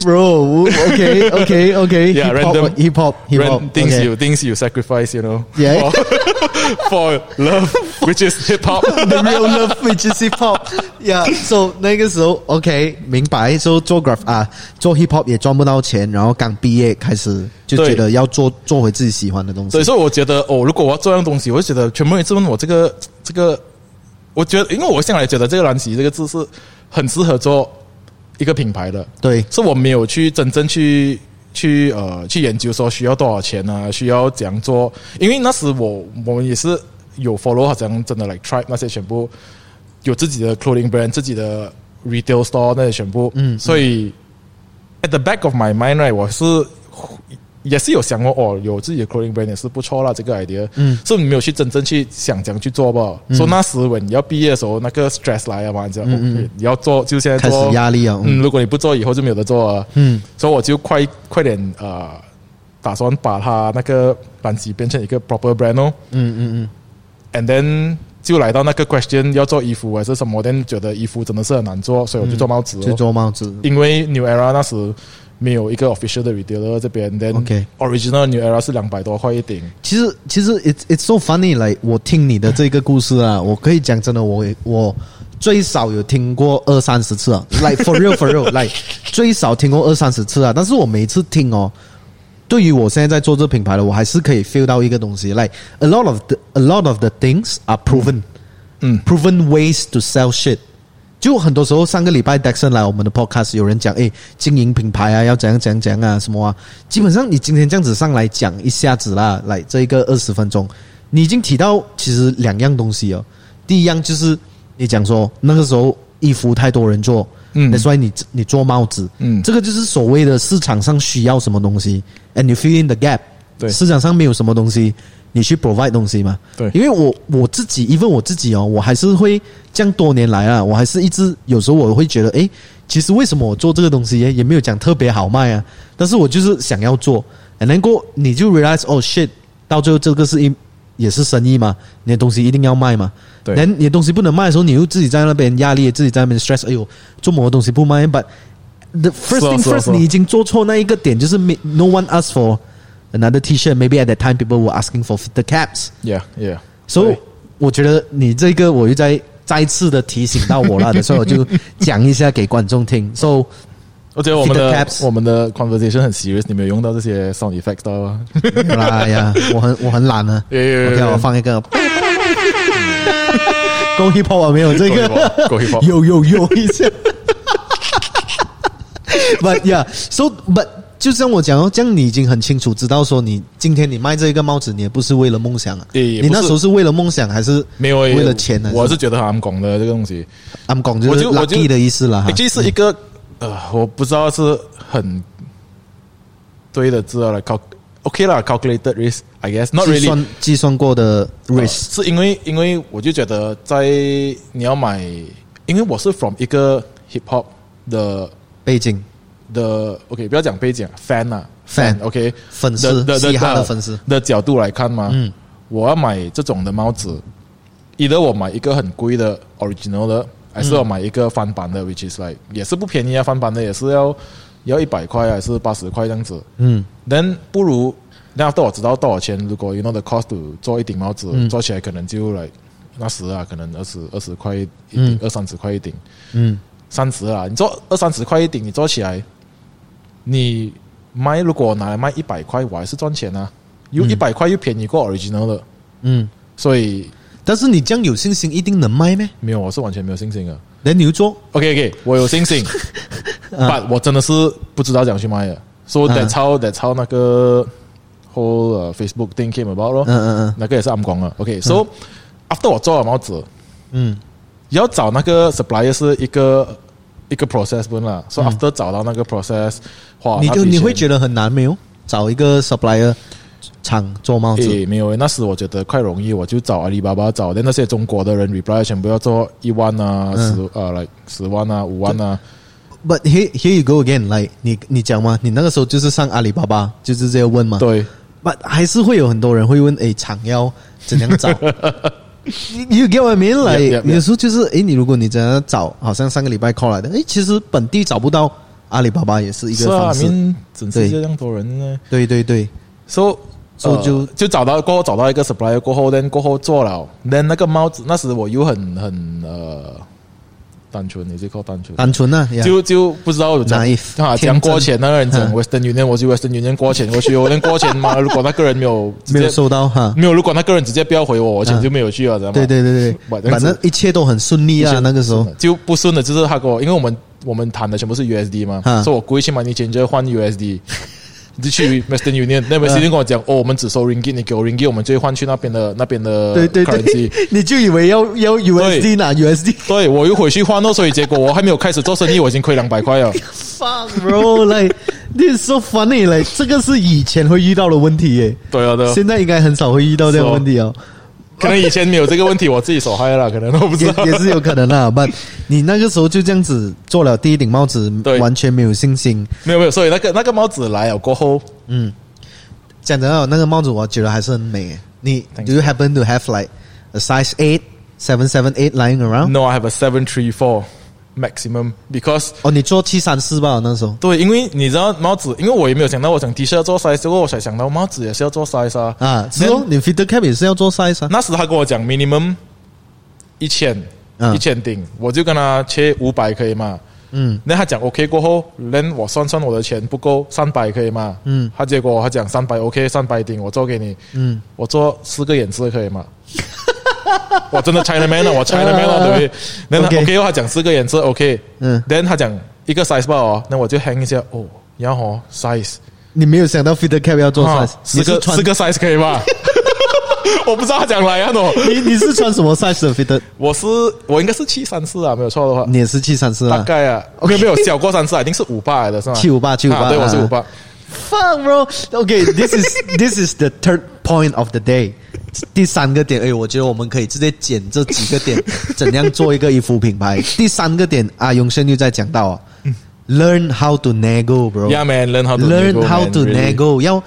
Speaker 1: Bro，OK OK OK，
Speaker 2: Yeah, random-
Speaker 1: hip hop hip hop
Speaker 2: Ren- things you things you sacrifice, you know,
Speaker 1: Yeah.
Speaker 2: for, for love, which is hip hop.
Speaker 1: The real love which is hip hop yeah，so 那个时候 OK 明白，so 做 graph 啊，做 hip hop 也赚不到钱，然后刚毕业开始就
Speaker 2: 对
Speaker 1: 觉得要做做回自己喜欢的东西
Speaker 2: 所以，说，我觉得哦，如果我要做这样东西，我会觉得全部人一直问我这个这个，我觉得，因为我向来觉得这个“蓝旗”这个字是很适合做一个品牌的，
Speaker 1: 对
Speaker 2: 是我没有去真正去去呃去研究说需要多少钱啊，需要怎样做，因为那时我我们也是有 follow 好像真的 like tribe 那些全部有自己的 clothing brand、自己的 retail store 那些全部，
Speaker 1: 嗯
Speaker 2: 所以 at the back of my mind right，我是也是有想过哦，有自己的 clothing brand 也是不错啦，这个 idea，
Speaker 1: 嗯
Speaker 2: 是你没有去真正去想怎样去做吧，所以、那时我你要毕业的时候，那个 stress 来了嘛，你知道，嗯你要做就现在
Speaker 1: 开
Speaker 2: 做
Speaker 1: 始压力啊，
Speaker 2: 嗯，
Speaker 1: 嗯
Speaker 2: 如果你不做，以后就没有得做了。
Speaker 1: 嗯
Speaker 2: 所以我就快快点呃，打算把它那个班级变成一个 proper brand 哦。
Speaker 1: 嗯嗯
Speaker 2: ，and then 就来到那个 question 要做衣服还是什么，then 觉得衣服真的是很难做，所以我就做帽子、哦
Speaker 1: 嗯，就做帽子
Speaker 2: 因为 New Era 那时没有一个 official 的 retailer 这边，then
Speaker 1: OK
Speaker 2: original New Era 是两百多块一顶。
Speaker 1: 其实其实 it's it's so funny，like 我听你的这个故事 啊，我可以讲真的，我也我最少有听过二三十次啊，like for real for real，like 最少听过二三十次啊，但是我每次听哦。对于我现在在做这品牌的，我还是可以 feel 到一个东西，like a lot of the a lot of the things are proven，
Speaker 2: 嗯
Speaker 1: proven ways to sell shit。就很多时候，上个礼拜 Dexon 来我们的 podcast，有人讲，诶，经营品牌啊，要怎样怎样怎样啊，什么啊，基本上你今天这样子上来讲一下子啦，来这一个二十分钟，你已经提到其实两样东西哦。第一样就是你讲说那个时候衣服太多人做，
Speaker 2: 嗯
Speaker 1: 所以你你做帽子，
Speaker 2: 嗯
Speaker 1: 这个就是所谓的市场上需要什么东西，and you fill in the gap，
Speaker 2: 对
Speaker 1: 市场上没有什么东西，你去 provide 东西嘛，
Speaker 2: 对
Speaker 1: 因为我我自己，even 我自己哦，我还是会这样多年来啊，我还是一直有时候我会觉得，诶，其实为什么我做这个东西也也没有讲特别好卖啊，但是我就是想要做，and then 过你就 realize 哦 shit，到最后这个是一也是生意嘛，你的东西一定要卖嘛，
Speaker 2: 对
Speaker 1: 连你的东西不能卖的时候，你又自己在那边压力，自己在那边 stress，哎呦，做某个东西不卖，but the first
Speaker 2: 是啊
Speaker 1: thing
Speaker 2: 是啊
Speaker 1: first，
Speaker 2: 是啊
Speaker 1: 你已经做错那一个点，就是 ma- no one asked for another T-shirt。Maybe at that time people were asking for the caps。
Speaker 2: Yeah, yeah.
Speaker 1: 所以
Speaker 2: 对
Speaker 1: 我觉得你这个，我又再再次的提醒到我了，所以我就讲一下给观众听。So
Speaker 2: 我觉得我们
Speaker 1: Fitted
Speaker 2: 的
Speaker 1: caps
Speaker 2: 我们的 conversation 很 serious，你没有用到这些 sound effects 到 啊。
Speaker 1: 哎呀，我很我很懒 啊。
Speaker 2: 有有有有
Speaker 1: OK，
Speaker 2: 有
Speaker 1: 我放一个。够 hip hop 啊没有这个
Speaker 2: 够 hip hop，够 hip hop
Speaker 1: 有有有一下。But yeah, so but 就像我讲哦，这样你已经很清楚知道说，你今天你卖这个帽子，你也不是为了梦想啊，
Speaker 2: 也也
Speaker 1: 你
Speaker 2: 不
Speaker 1: 那
Speaker 2: 是
Speaker 1: 时候是为了梦想还是
Speaker 2: 没有欸，
Speaker 1: 为了钱呢？
Speaker 2: 我是觉得很广的这个东西，
Speaker 1: I'm 讲就
Speaker 2: 我
Speaker 1: 是
Speaker 2: 就我就
Speaker 1: lucky 的意思了哈。
Speaker 2: 其实是哎一个
Speaker 1: 嗯
Speaker 2: 呃，我不知道是很对的字了，cal OK 啦，calculated risk，I guess，not
Speaker 1: 计
Speaker 2: really
Speaker 1: 算计算过的
Speaker 2: 呃。
Speaker 1: risk，
Speaker 2: 是因为因为我就觉得在你要买，因为我是 from 一个 hip hop 的
Speaker 1: 背景
Speaker 2: 的 OK，不要讲背景啊，fan 啊
Speaker 1: Fan
Speaker 2: OK
Speaker 1: 粉丝
Speaker 2: 的的
Speaker 1: 嘻哈的
Speaker 2: 的
Speaker 1: 粉丝
Speaker 2: 的角度来看嘛，
Speaker 1: 嗯，
Speaker 2: 我要买这种的帽子，either 我买一个很贵的 original 的，还是我买一个翻版的、w h i c h is like 也是不便宜啊，翻版的也是要要一百块啊还是八十块这样子。
Speaker 1: 嗯
Speaker 2: then 不如那 after 我知道多少钱，如果 you know the cost to 做一顶帽子，
Speaker 1: 嗯
Speaker 2: 做起来可能就 like 那时啊，可能二十二十块一顶
Speaker 1: 嗯，
Speaker 2: 二三十块一顶，
Speaker 1: 嗯
Speaker 2: 三十啊，你做二三十块一顶，你做起来，你卖如果拿来卖一百块，我还是赚钱啊，又一百块又便宜过 original 的，
Speaker 1: 嗯，
Speaker 2: 所以
Speaker 1: 但是你这样有信心一定能卖咩？
Speaker 2: 没有，我是完全没有 信心的。
Speaker 1: 那你就做
Speaker 2: OK OK，我有信 心，but 我真的是不知道怎样去卖的。So
Speaker 1: 啊
Speaker 2: that's how that's how 那个 whole 呃 Facebook thing came about 咯。
Speaker 1: 嗯嗯
Speaker 2: 那个也是暗光了。OK，so、after 我做了帽子，
Speaker 1: 嗯
Speaker 2: 要找那个 supplier 是一个一个 process 不啦。So after 找到那个 process，哇，
Speaker 1: 嗯嗯，你就你会觉
Speaker 2: 得
Speaker 1: 得很难没有？找一个 supplier 厂做帽子，
Speaker 2: 诶没有诶，那时我觉得快容易，我就找阿里巴巴找的那些中国的人 reply 全部要做一万啊，
Speaker 1: 嗯
Speaker 2: 十呃来十万啊，五万啊，
Speaker 1: But here here you go again，like 你你讲嘛，你那个时候就是上阿里巴巴，就直接问嘛。
Speaker 2: 对。
Speaker 1: ，But 还是会有很多人会问，诶，厂要怎样找 ？You you get what I mean？来、
Speaker 2: Yeah, yeah, yeah.
Speaker 1: 有时候就是，诶，你如果你怎样找，好像上个礼拜 call 来的，诶，其实本地找不到，阿里巴巴也是一个
Speaker 2: 是啊
Speaker 1: 方，式。
Speaker 2: 面整世界
Speaker 1: 对
Speaker 2: 这样多人呢，
Speaker 1: 对对对，
Speaker 2: so,
Speaker 1: So
Speaker 2: 呃
Speaker 1: 就
Speaker 2: 就找到过后找到一个 supplier 过后，then 过后做了，then 那个帽子那时我又很很呃单纯，你就靠单纯。
Speaker 1: 单纯啊，呀
Speaker 2: 就就不知道有讲
Speaker 1: Naive，
Speaker 2: 啊，
Speaker 1: 天真
Speaker 2: 讲过钱那个人讲
Speaker 1: 嗯
Speaker 2: Western Union，我去 Western Union 过钱过去，我连过钱嘛，如果那个人没有直接嗯
Speaker 1: 没有收到哈。
Speaker 2: 没有，如果那个人直接不要回我，我钱
Speaker 1: 嗯
Speaker 2: 就没有去了，知道吗？
Speaker 1: 对对对
Speaker 2: 哇
Speaker 1: 对，
Speaker 2: 这
Speaker 1: 反
Speaker 2: 样子
Speaker 1: 正一切都很顺利啊，那个时候。
Speaker 2: 就不顺的，就是他给我，因为我们我们谈的全部是 USD 嘛，
Speaker 1: 啊
Speaker 2: 所以我故意去 money changer 换 USD，就 去 Western Union，那 Western Union 跟我讲，哦，我们只收 ringgit，你给我 ringgit，我们就会换去那边的那边的
Speaker 1: 对对
Speaker 2: 呃 currency。
Speaker 1: 对， 你就以为要要 USD 拿 USD
Speaker 2: 对，我又回去换哦，所以结果我还没有开始做生意，我已经亏两百块 了。
Speaker 1: Fuck, bro! Like this is so funny. Like 这个是以前会遇到的问题耶，
Speaker 2: 对啊，对啊，
Speaker 1: 现在应该很少会遇到这样的问题哦，
Speaker 2: 可能以前没有这个问题，我自己手嗨了，可能我不 知
Speaker 1: 也
Speaker 2: 道。
Speaker 1: 也是有可能啦。但你那个时候就这样子做了第一顶帽子
Speaker 2: 对，
Speaker 1: 完全没有信心。
Speaker 2: 没有没有，所以那个那个帽子来了过后，
Speaker 1: 嗯，讲真的，那个帽子我觉得还是很美耶。你
Speaker 2: Thank
Speaker 1: do you happen to have like a size eight, seven, seven, eight lying around？
Speaker 2: No, I have a seven three four maximum because
Speaker 1: 哦，你做七三四吧，那时候。
Speaker 2: 对，因为你知道帽子，因为我也没有想到我想 T 恤要做 size，结果我才想到帽子也是要做 size 啊。
Speaker 1: 啊，是哦，你 feeder cap 也是要做 size 啊，
Speaker 2: 那时他跟我讲 minimum 一千、
Speaker 1: 嗯
Speaker 2: 一千顶，我就跟他切五百可以吗？
Speaker 1: 嗯，
Speaker 2: 那他讲 OK 过后，那我算算我的钱不够三百可以吗？
Speaker 1: 嗯，
Speaker 2: 他结果他讲三百 OK 三百顶我做给你，
Speaker 1: 嗯，
Speaker 2: 我做四个眼色可以 吗？我真的 China man 了，我 China man 了， 对不对？那
Speaker 1: OK
Speaker 2: OK 后他讲四个颜色 OK，
Speaker 1: 嗯
Speaker 2: ，then 他讲一个 size 吧哦，那我就 hang 一下哦，然后哦 size
Speaker 1: 你没有想到 feeder cap 要做
Speaker 2: 啊
Speaker 1: size，
Speaker 2: 四
Speaker 1: 你是
Speaker 2: 个
Speaker 1: 穿
Speaker 2: 四个 size 可以 吧？我不知道他讲哪样的哦，
Speaker 1: 你你是穿什么 size 的 feeder？
Speaker 2: 我是我应该是七三四啊，没有错的话，
Speaker 1: 你也是七三四
Speaker 2: 大
Speaker 1: 啊
Speaker 2: 概 啊，没有没有小过三四啊，一定是五八来的是吗？
Speaker 1: 758 758
Speaker 2: 啊对，我是
Speaker 1: 啊
Speaker 2: 五八。
Speaker 1: ？Fuck bro. Okay, this is this is the third point of the day. 第三个点，哎，我觉得我们可以直接剪这几个点，怎样做一个衣服品牌。第三个点啊，永生又在讲到啊，learn how to nego, bro.
Speaker 2: Yeah man, learn how to
Speaker 1: learn
Speaker 2: nego,
Speaker 1: how
Speaker 2: man,
Speaker 1: to
Speaker 2: really.
Speaker 1: nego，要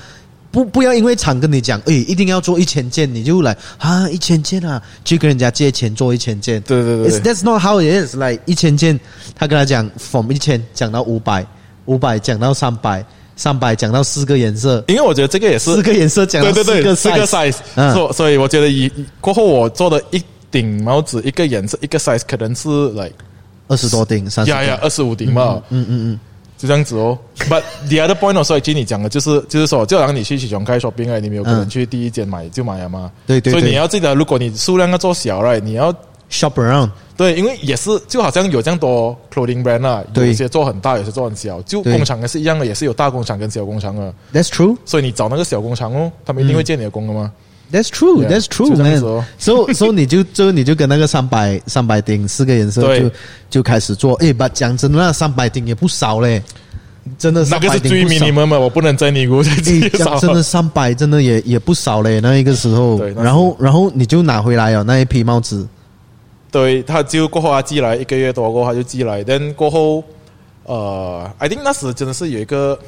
Speaker 1: 不不要因为厂跟你讲，诶，一定要做一千件，你就来啊一千件啊，去跟人家借钱做一千件。
Speaker 2: 对对对
Speaker 1: It's-，That's not how it is。like 一千件，他跟他讲 from 一千讲到五百，五百讲到三百，三百讲到四个颜色，
Speaker 2: 因为我觉得这个也是
Speaker 1: 四个颜色讲到
Speaker 2: 对对对，四个 size，嗯
Speaker 1: size，
Speaker 2: 所、所以我觉得以以过后我做的一顶帽子，一个颜色，一个 size，可能是 like
Speaker 1: 二十多顶，三十多
Speaker 2: 呀呀
Speaker 1: 顶，
Speaker 2: 二十五顶吧，嗯嗯嗯，就这样子哦。But the other point also，其实你讲的就是就是说，就让你去起床开 shopping 啊，你没有可能
Speaker 1: 嗯
Speaker 2: 去第一间买就买了嘛，
Speaker 1: 对对
Speaker 2: 所以
Speaker 1: 对
Speaker 2: 你要记得，如果你数量要做小了，你要
Speaker 1: shop around。
Speaker 2: 对，因为也是就好像有这样多 clothing brand 啊，有
Speaker 1: 对
Speaker 2: 些做很大，有些做很小，就
Speaker 1: 对
Speaker 2: 工厂也是一样的，也是有大工厂跟小工厂的。啊
Speaker 1: That's true.
Speaker 2: 所以你找那个小工厂哦，他们一定会借你的工的嘛。
Speaker 1: That's true.
Speaker 2: Yeah,
Speaker 1: that's true,
Speaker 2: 就这样
Speaker 1: man.
Speaker 2: 子哦
Speaker 1: So so 你就就你就跟那个三百三百顶四个颜色
Speaker 2: 对
Speaker 1: 就就开始做。诶，把讲真的，那三百顶也不少嘞，真的
Speaker 2: 那个是
Speaker 1: 300顶
Speaker 2: 最
Speaker 1: 不少
Speaker 2: minimum 的，我不能再尼姑再介
Speaker 1: 诶，
Speaker 2: 绍
Speaker 1: 讲。真的，三百真的也也不少嘞。那一个时候
Speaker 2: 对，那是
Speaker 1: 然后然后你就拿回来哦了那一批帽子，
Speaker 2: 对，他就过后他寄来一个月多过后他就寄来，但过后呃，I think 那时真的是有一个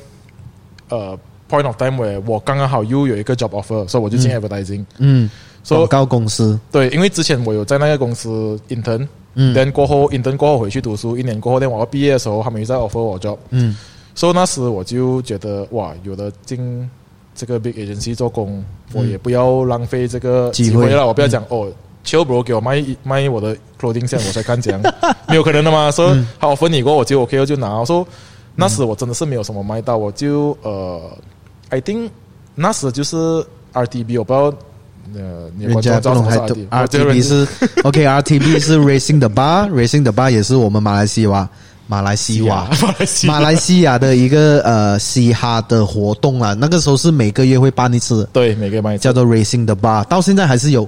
Speaker 2: 呃 project point of time where 我刚刚好又有一个 job offer，所以我就进 advertising。
Speaker 1: 嗯，广
Speaker 2: 所以
Speaker 1: 告公司，
Speaker 2: 对，因为之前我有在那个公司 intern，
Speaker 1: 嗯
Speaker 2: ，then 过后 intern 过后回去读书，一年过后，then 我要毕业的时候，他们又在 offer 我 job，
Speaker 1: 嗯
Speaker 2: 所以那时我就觉得哇，有的进这个 big agency 做工，我也不要浪费这个
Speaker 1: 机
Speaker 2: 机
Speaker 1: 会嗯
Speaker 2: 会了。我不要讲、哦，chill bro 给我卖一卖我的 clothing 线，我才看这样， 没有可能的嘛。所以
Speaker 1: 嗯
Speaker 2: 他 offer 你过后，我就 OK 我就拿。说那时我真的是没有什么卖到，我就呃，I think 那时就是 RTB，我不知道。呃，你的
Speaker 1: 人
Speaker 2: 观众
Speaker 1: 家
Speaker 2: 知道
Speaker 1: 不懂
Speaker 2: 什么是
Speaker 1: 还
Speaker 2: RTB？我觉得人
Speaker 1: ，RTB 是 OK，RTB 是 Racing the Bar，Racing the Bar 也是我们马来西亚马来西亚
Speaker 2: 马来西亚
Speaker 1: 马来西亚的一个呃嘻哈的活动啊，那个时候是每个月会办一次，
Speaker 2: 对每个卖
Speaker 1: 叫做 Racing the Bar，到现在还是有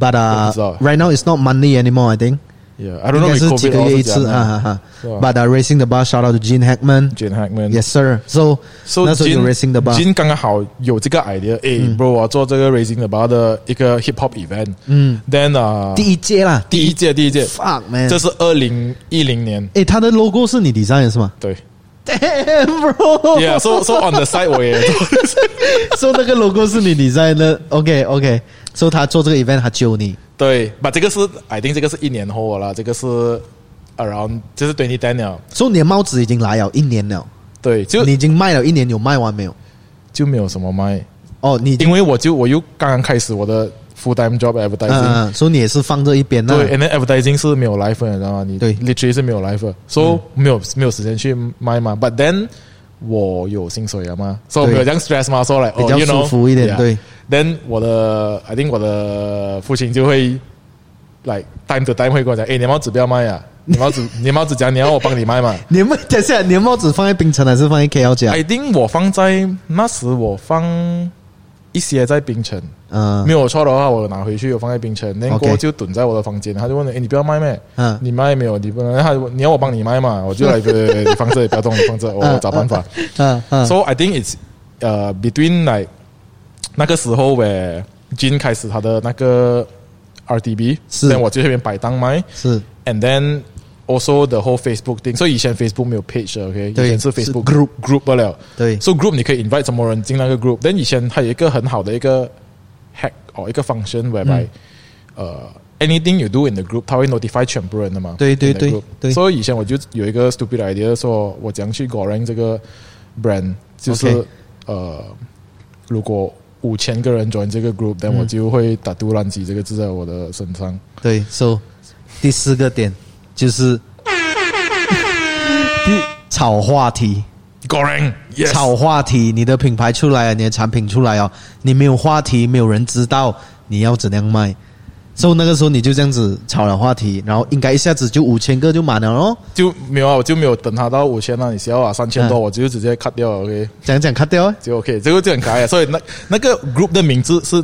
Speaker 1: ，but、uh,
Speaker 2: 我不知道
Speaker 1: right now it's not money anymore I think，
Speaker 2: ，Yeah，I don't
Speaker 1: 应
Speaker 2: know
Speaker 1: 该是
Speaker 2: with
Speaker 1: 几
Speaker 2: COVID
Speaker 1: 个
Speaker 2: or
Speaker 1: 月一
Speaker 2: 是怎
Speaker 1: 次
Speaker 2: 样
Speaker 1: 啊
Speaker 2: 啊
Speaker 1: 哈哈
Speaker 2: 是吧
Speaker 1: ，but、Racing the Bar shout out to Gene Hackman。
Speaker 2: Jane Hackman
Speaker 1: Yes, sir. So,
Speaker 2: So
Speaker 1: 那时候有
Speaker 2: Jin-
Speaker 1: Racing the Bar
Speaker 2: Jin 刚刚好有这个 idea，诶 b r o 我要做这个 Racing the Bar 的一个 hip hop event。
Speaker 1: 嗯
Speaker 2: ，Then 啊，
Speaker 1: 第一届啦，
Speaker 2: 第一届，第一届，
Speaker 1: fuck man，
Speaker 2: 这是二零一零年，
Speaker 1: 诶，他的 logo 是你 design 是吗
Speaker 2: 对
Speaker 1: ？Damn bro，
Speaker 2: ，Yeah，so so on the side 我也
Speaker 1: so
Speaker 2: 做
Speaker 1: 那个 logo 是你 design 的，OK OK，so 他做这个 event 他救你，
Speaker 2: 对，把这个是 I think 这个是一年后了啦，这个是 around 就是 twenty ten 了，
Speaker 1: so 你的帽子已经来了一年了，
Speaker 2: 对，就
Speaker 1: 你已经卖了一年，有卖完没有？
Speaker 2: 就没有什么卖，
Speaker 1: 哦，你已经
Speaker 2: 因为我就我又刚刚开始我的 full time job
Speaker 1: 嗯嗯
Speaker 2: advertising，
Speaker 1: 嗯，所以你也是放这一边啊
Speaker 2: 对
Speaker 1: 那
Speaker 2: ，and then advertising 是没有 life 的，你知道吗？你
Speaker 1: 对嗯
Speaker 2: ，literally 是没有 life，所、so, 没有没有时间去卖嘛。But then 我有薪水了嘛，所、so,
Speaker 1: 对
Speaker 2: 以没有这样 stress 嘛，所、so、以、like,
Speaker 1: 比较
Speaker 2: oh, you know,
Speaker 1: 舒服一点
Speaker 2: yeah.
Speaker 1: 对
Speaker 2: Then 我的，I think 我的父亲就会 like time to time 会跟我讲，诶，你帽子不要卖 啊，你帽子你帽子讲你要我帮你卖嘛。
Speaker 1: 你们等一下，你的帽子放在冰城还是放在 KL 家？
Speaker 2: I think 我放在那时我放一些在冰城。
Speaker 1: 嗯
Speaker 2: 没有错的话，我拿回去，我放在冰城，那
Speaker 1: OK
Speaker 2: 锅就蹲在我的房间。他就问：“哎，你不要卖咩？
Speaker 1: 嗯
Speaker 2: 你卖没有？你不能，他就问你要我帮你卖嘛？我就来， 对对对，你放这里不要动，你放这，我
Speaker 1: 嗯
Speaker 2: 我找办法。
Speaker 1: 嗯嗯
Speaker 2: So I think it's 呃、between like 那个时候喂 j i n 开始他的那个 RDB，
Speaker 1: 是
Speaker 2: 但我就这边摆档卖
Speaker 1: 是
Speaker 2: ，and then also the whole Facebook thing。所以以前 Facebook 没有 page，OK，、以
Speaker 1: 对
Speaker 2: 前是
Speaker 1: 是
Speaker 2: Facebook
Speaker 1: group
Speaker 2: group 不了。
Speaker 1: 对
Speaker 2: So group 你可以 invite 什么人进那个 group。但以前它有一个很好的一个 hack 哦，一个 function whereby、呃
Speaker 1: 嗯
Speaker 2: anything you do in the group，它会 notify 全部人的嘛。
Speaker 1: 对对
Speaker 2: in the
Speaker 1: 对
Speaker 2: group
Speaker 1: 对
Speaker 2: 所以以前我就有一个 stupid idea，说我怎样去 g o r a n g 这个 brand，就是
Speaker 1: OK
Speaker 2: 呃，如果五千个人 join 这个 group，但、我
Speaker 1: 嗯
Speaker 2: 就会打杜兰吉这个字在我的身上。
Speaker 1: 对，so 第四个点就是第炒话题。
Speaker 2: g o r a n g yes，
Speaker 1: 炒话题，你的品牌出来了，你的产品出来哦，你没有话题，没有人知道，你要怎样卖？所、so, 以那个时候你就这样子炒了话题，然后应该一下子就五千个就满了哦，
Speaker 2: 就没有啊，我就没有等它到五千那里，只要啊三千多，
Speaker 1: 嗯
Speaker 2: 我就直接 cut 掉了，OK。
Speaker 1: 讲讲 cut 掉哦，
Speaker 2: 就 OK，这个就很可爱。所以那那个 group 的名字是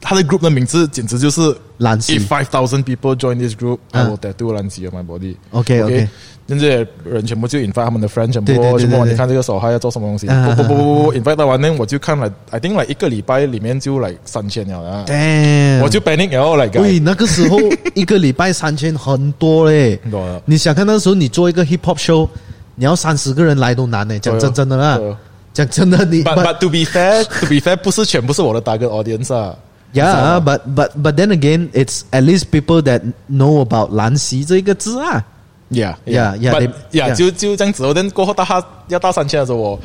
Speaker 2: 他的 group 的名字，简直就是
Speaker 1: 懒死
Speaker 2: If five thousand people join this group, I
Speaker 1: 嗯
Speaker 2: will tattoo 兰吉 on my body.
Speaker 1: OK，OK
Speaker 2: 那这些人全部就 invite 他们的 friend，全
Speaker 1: 对对对
Speaker 2: 部全部
Speaker 1: 对
Speaker 2: 往
Speaker 1: 对
Speaker 2: 你看这个手还要做什么东西？
Speaker 1: 嗯
Speaker 2: 不不不不不，invite 到完呢，我就看了，I think 来一个礼拜里面就来三千了啊，
Speaker 1: ，damn，
Speaker 2: 我就 panic 然后来改，
Speaker 1: 喂，那个时候一个礼拜三千很多嘞
Speaker 2: 你，懂了？
Speaker 1: 你想看那时候你做一个 hip hop show，你要三十个人来都难呢，讲
Speaker 2: 对哦
Speaker 1: 真真的啦
Speaker 2: 对哦，
Speaker 1: 讲真的你
Speaker 2: But but to be fair, to be fair，不是全部是我的 target audience 啊。
Speaker 1: Yeah, but but but then again, it's at least people that know about 兰溪这个字啊。
Speaker 2: Yeah,
Speaker 1: Yeah, yeah,
Speaker 2: But-
Speaker 1: they-
Speaker 2: yeah，
Speaker 1: yeah.
Speaker 2: 就就这样子哦。但过后到他要到三千的时候，我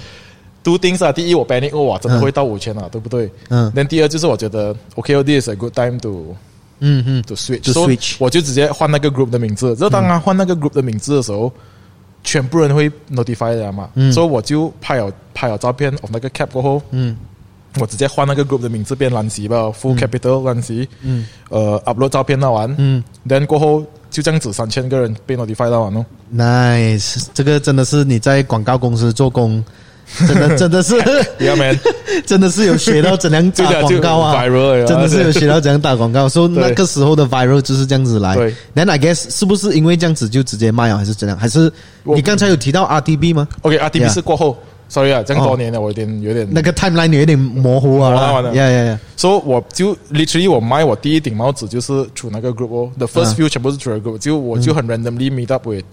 Speaker 2: do things 啊，第一我 panic，哦哇，真的会到五千啊，对不对？
Speaker 1: 嗯
Speaker 2: 但第二就是我觉得 OK，哦 this is a good time to
Speaker 1: 嗯嗯，
Speaker 2: to switch，
Speaker 1: To
Speaker 2: So，
Speaker 1: switch Mm.
Speaker 2: 我就直接换那个 group 的名字。这当然换那个 group 的名字的时候，全部人会 notify 的嘛，
Speaker 1: Mm.
Speaker 2: 所以我就拍了拍了照片我那个 cap 过后，
Speaker 1: Mm.
Speaker 2: 嗯。我直接换那个 group 的名字变兰溪吧，Full Capital 兰溪。
Speaker 1: Mm.
Speaker 2: 嗯，呃，upload 照片那完，嗯，then 过后就这样子三千个人被 notify 到完咯。
Speaker 1: Nice，这个真的是你在广告公司做工，真 的真的是
Speaker 2: Yeah man，
Speaker 1: 真的是有学到怎样 打广告啊，
Speaker 2: 对的就 viral 呀
Speaker 1: 真的是有学到怎样打广告。所以那个时候的 viral 就是这样子来
Speaker 2: 对。
Speaker 1: Then I guess 是不是因为这样子就直接卖了，还是怎样？还是你刚才有提到 RDB 吗？
Speaker 2: OK r t b
Speaker 1: Yeah 哦
Speaker 2: 是过后，sorry 啊，这样多年了，我有点有点
Speaker 1: 那个 timeline 有点模糊啊
Speaker 2: 完
Speaker 1: 啦。
Speaker 2: 了完了
Speaker 1: Yeah yeah yeah。
Speaker 2: 所以我就 literally 我买我第一顶帽子就是出那个 group 哦，the
Speaker 1: 嗯
Speaker 2: first few 全部是出那个 group，就我就很 randomly meet up with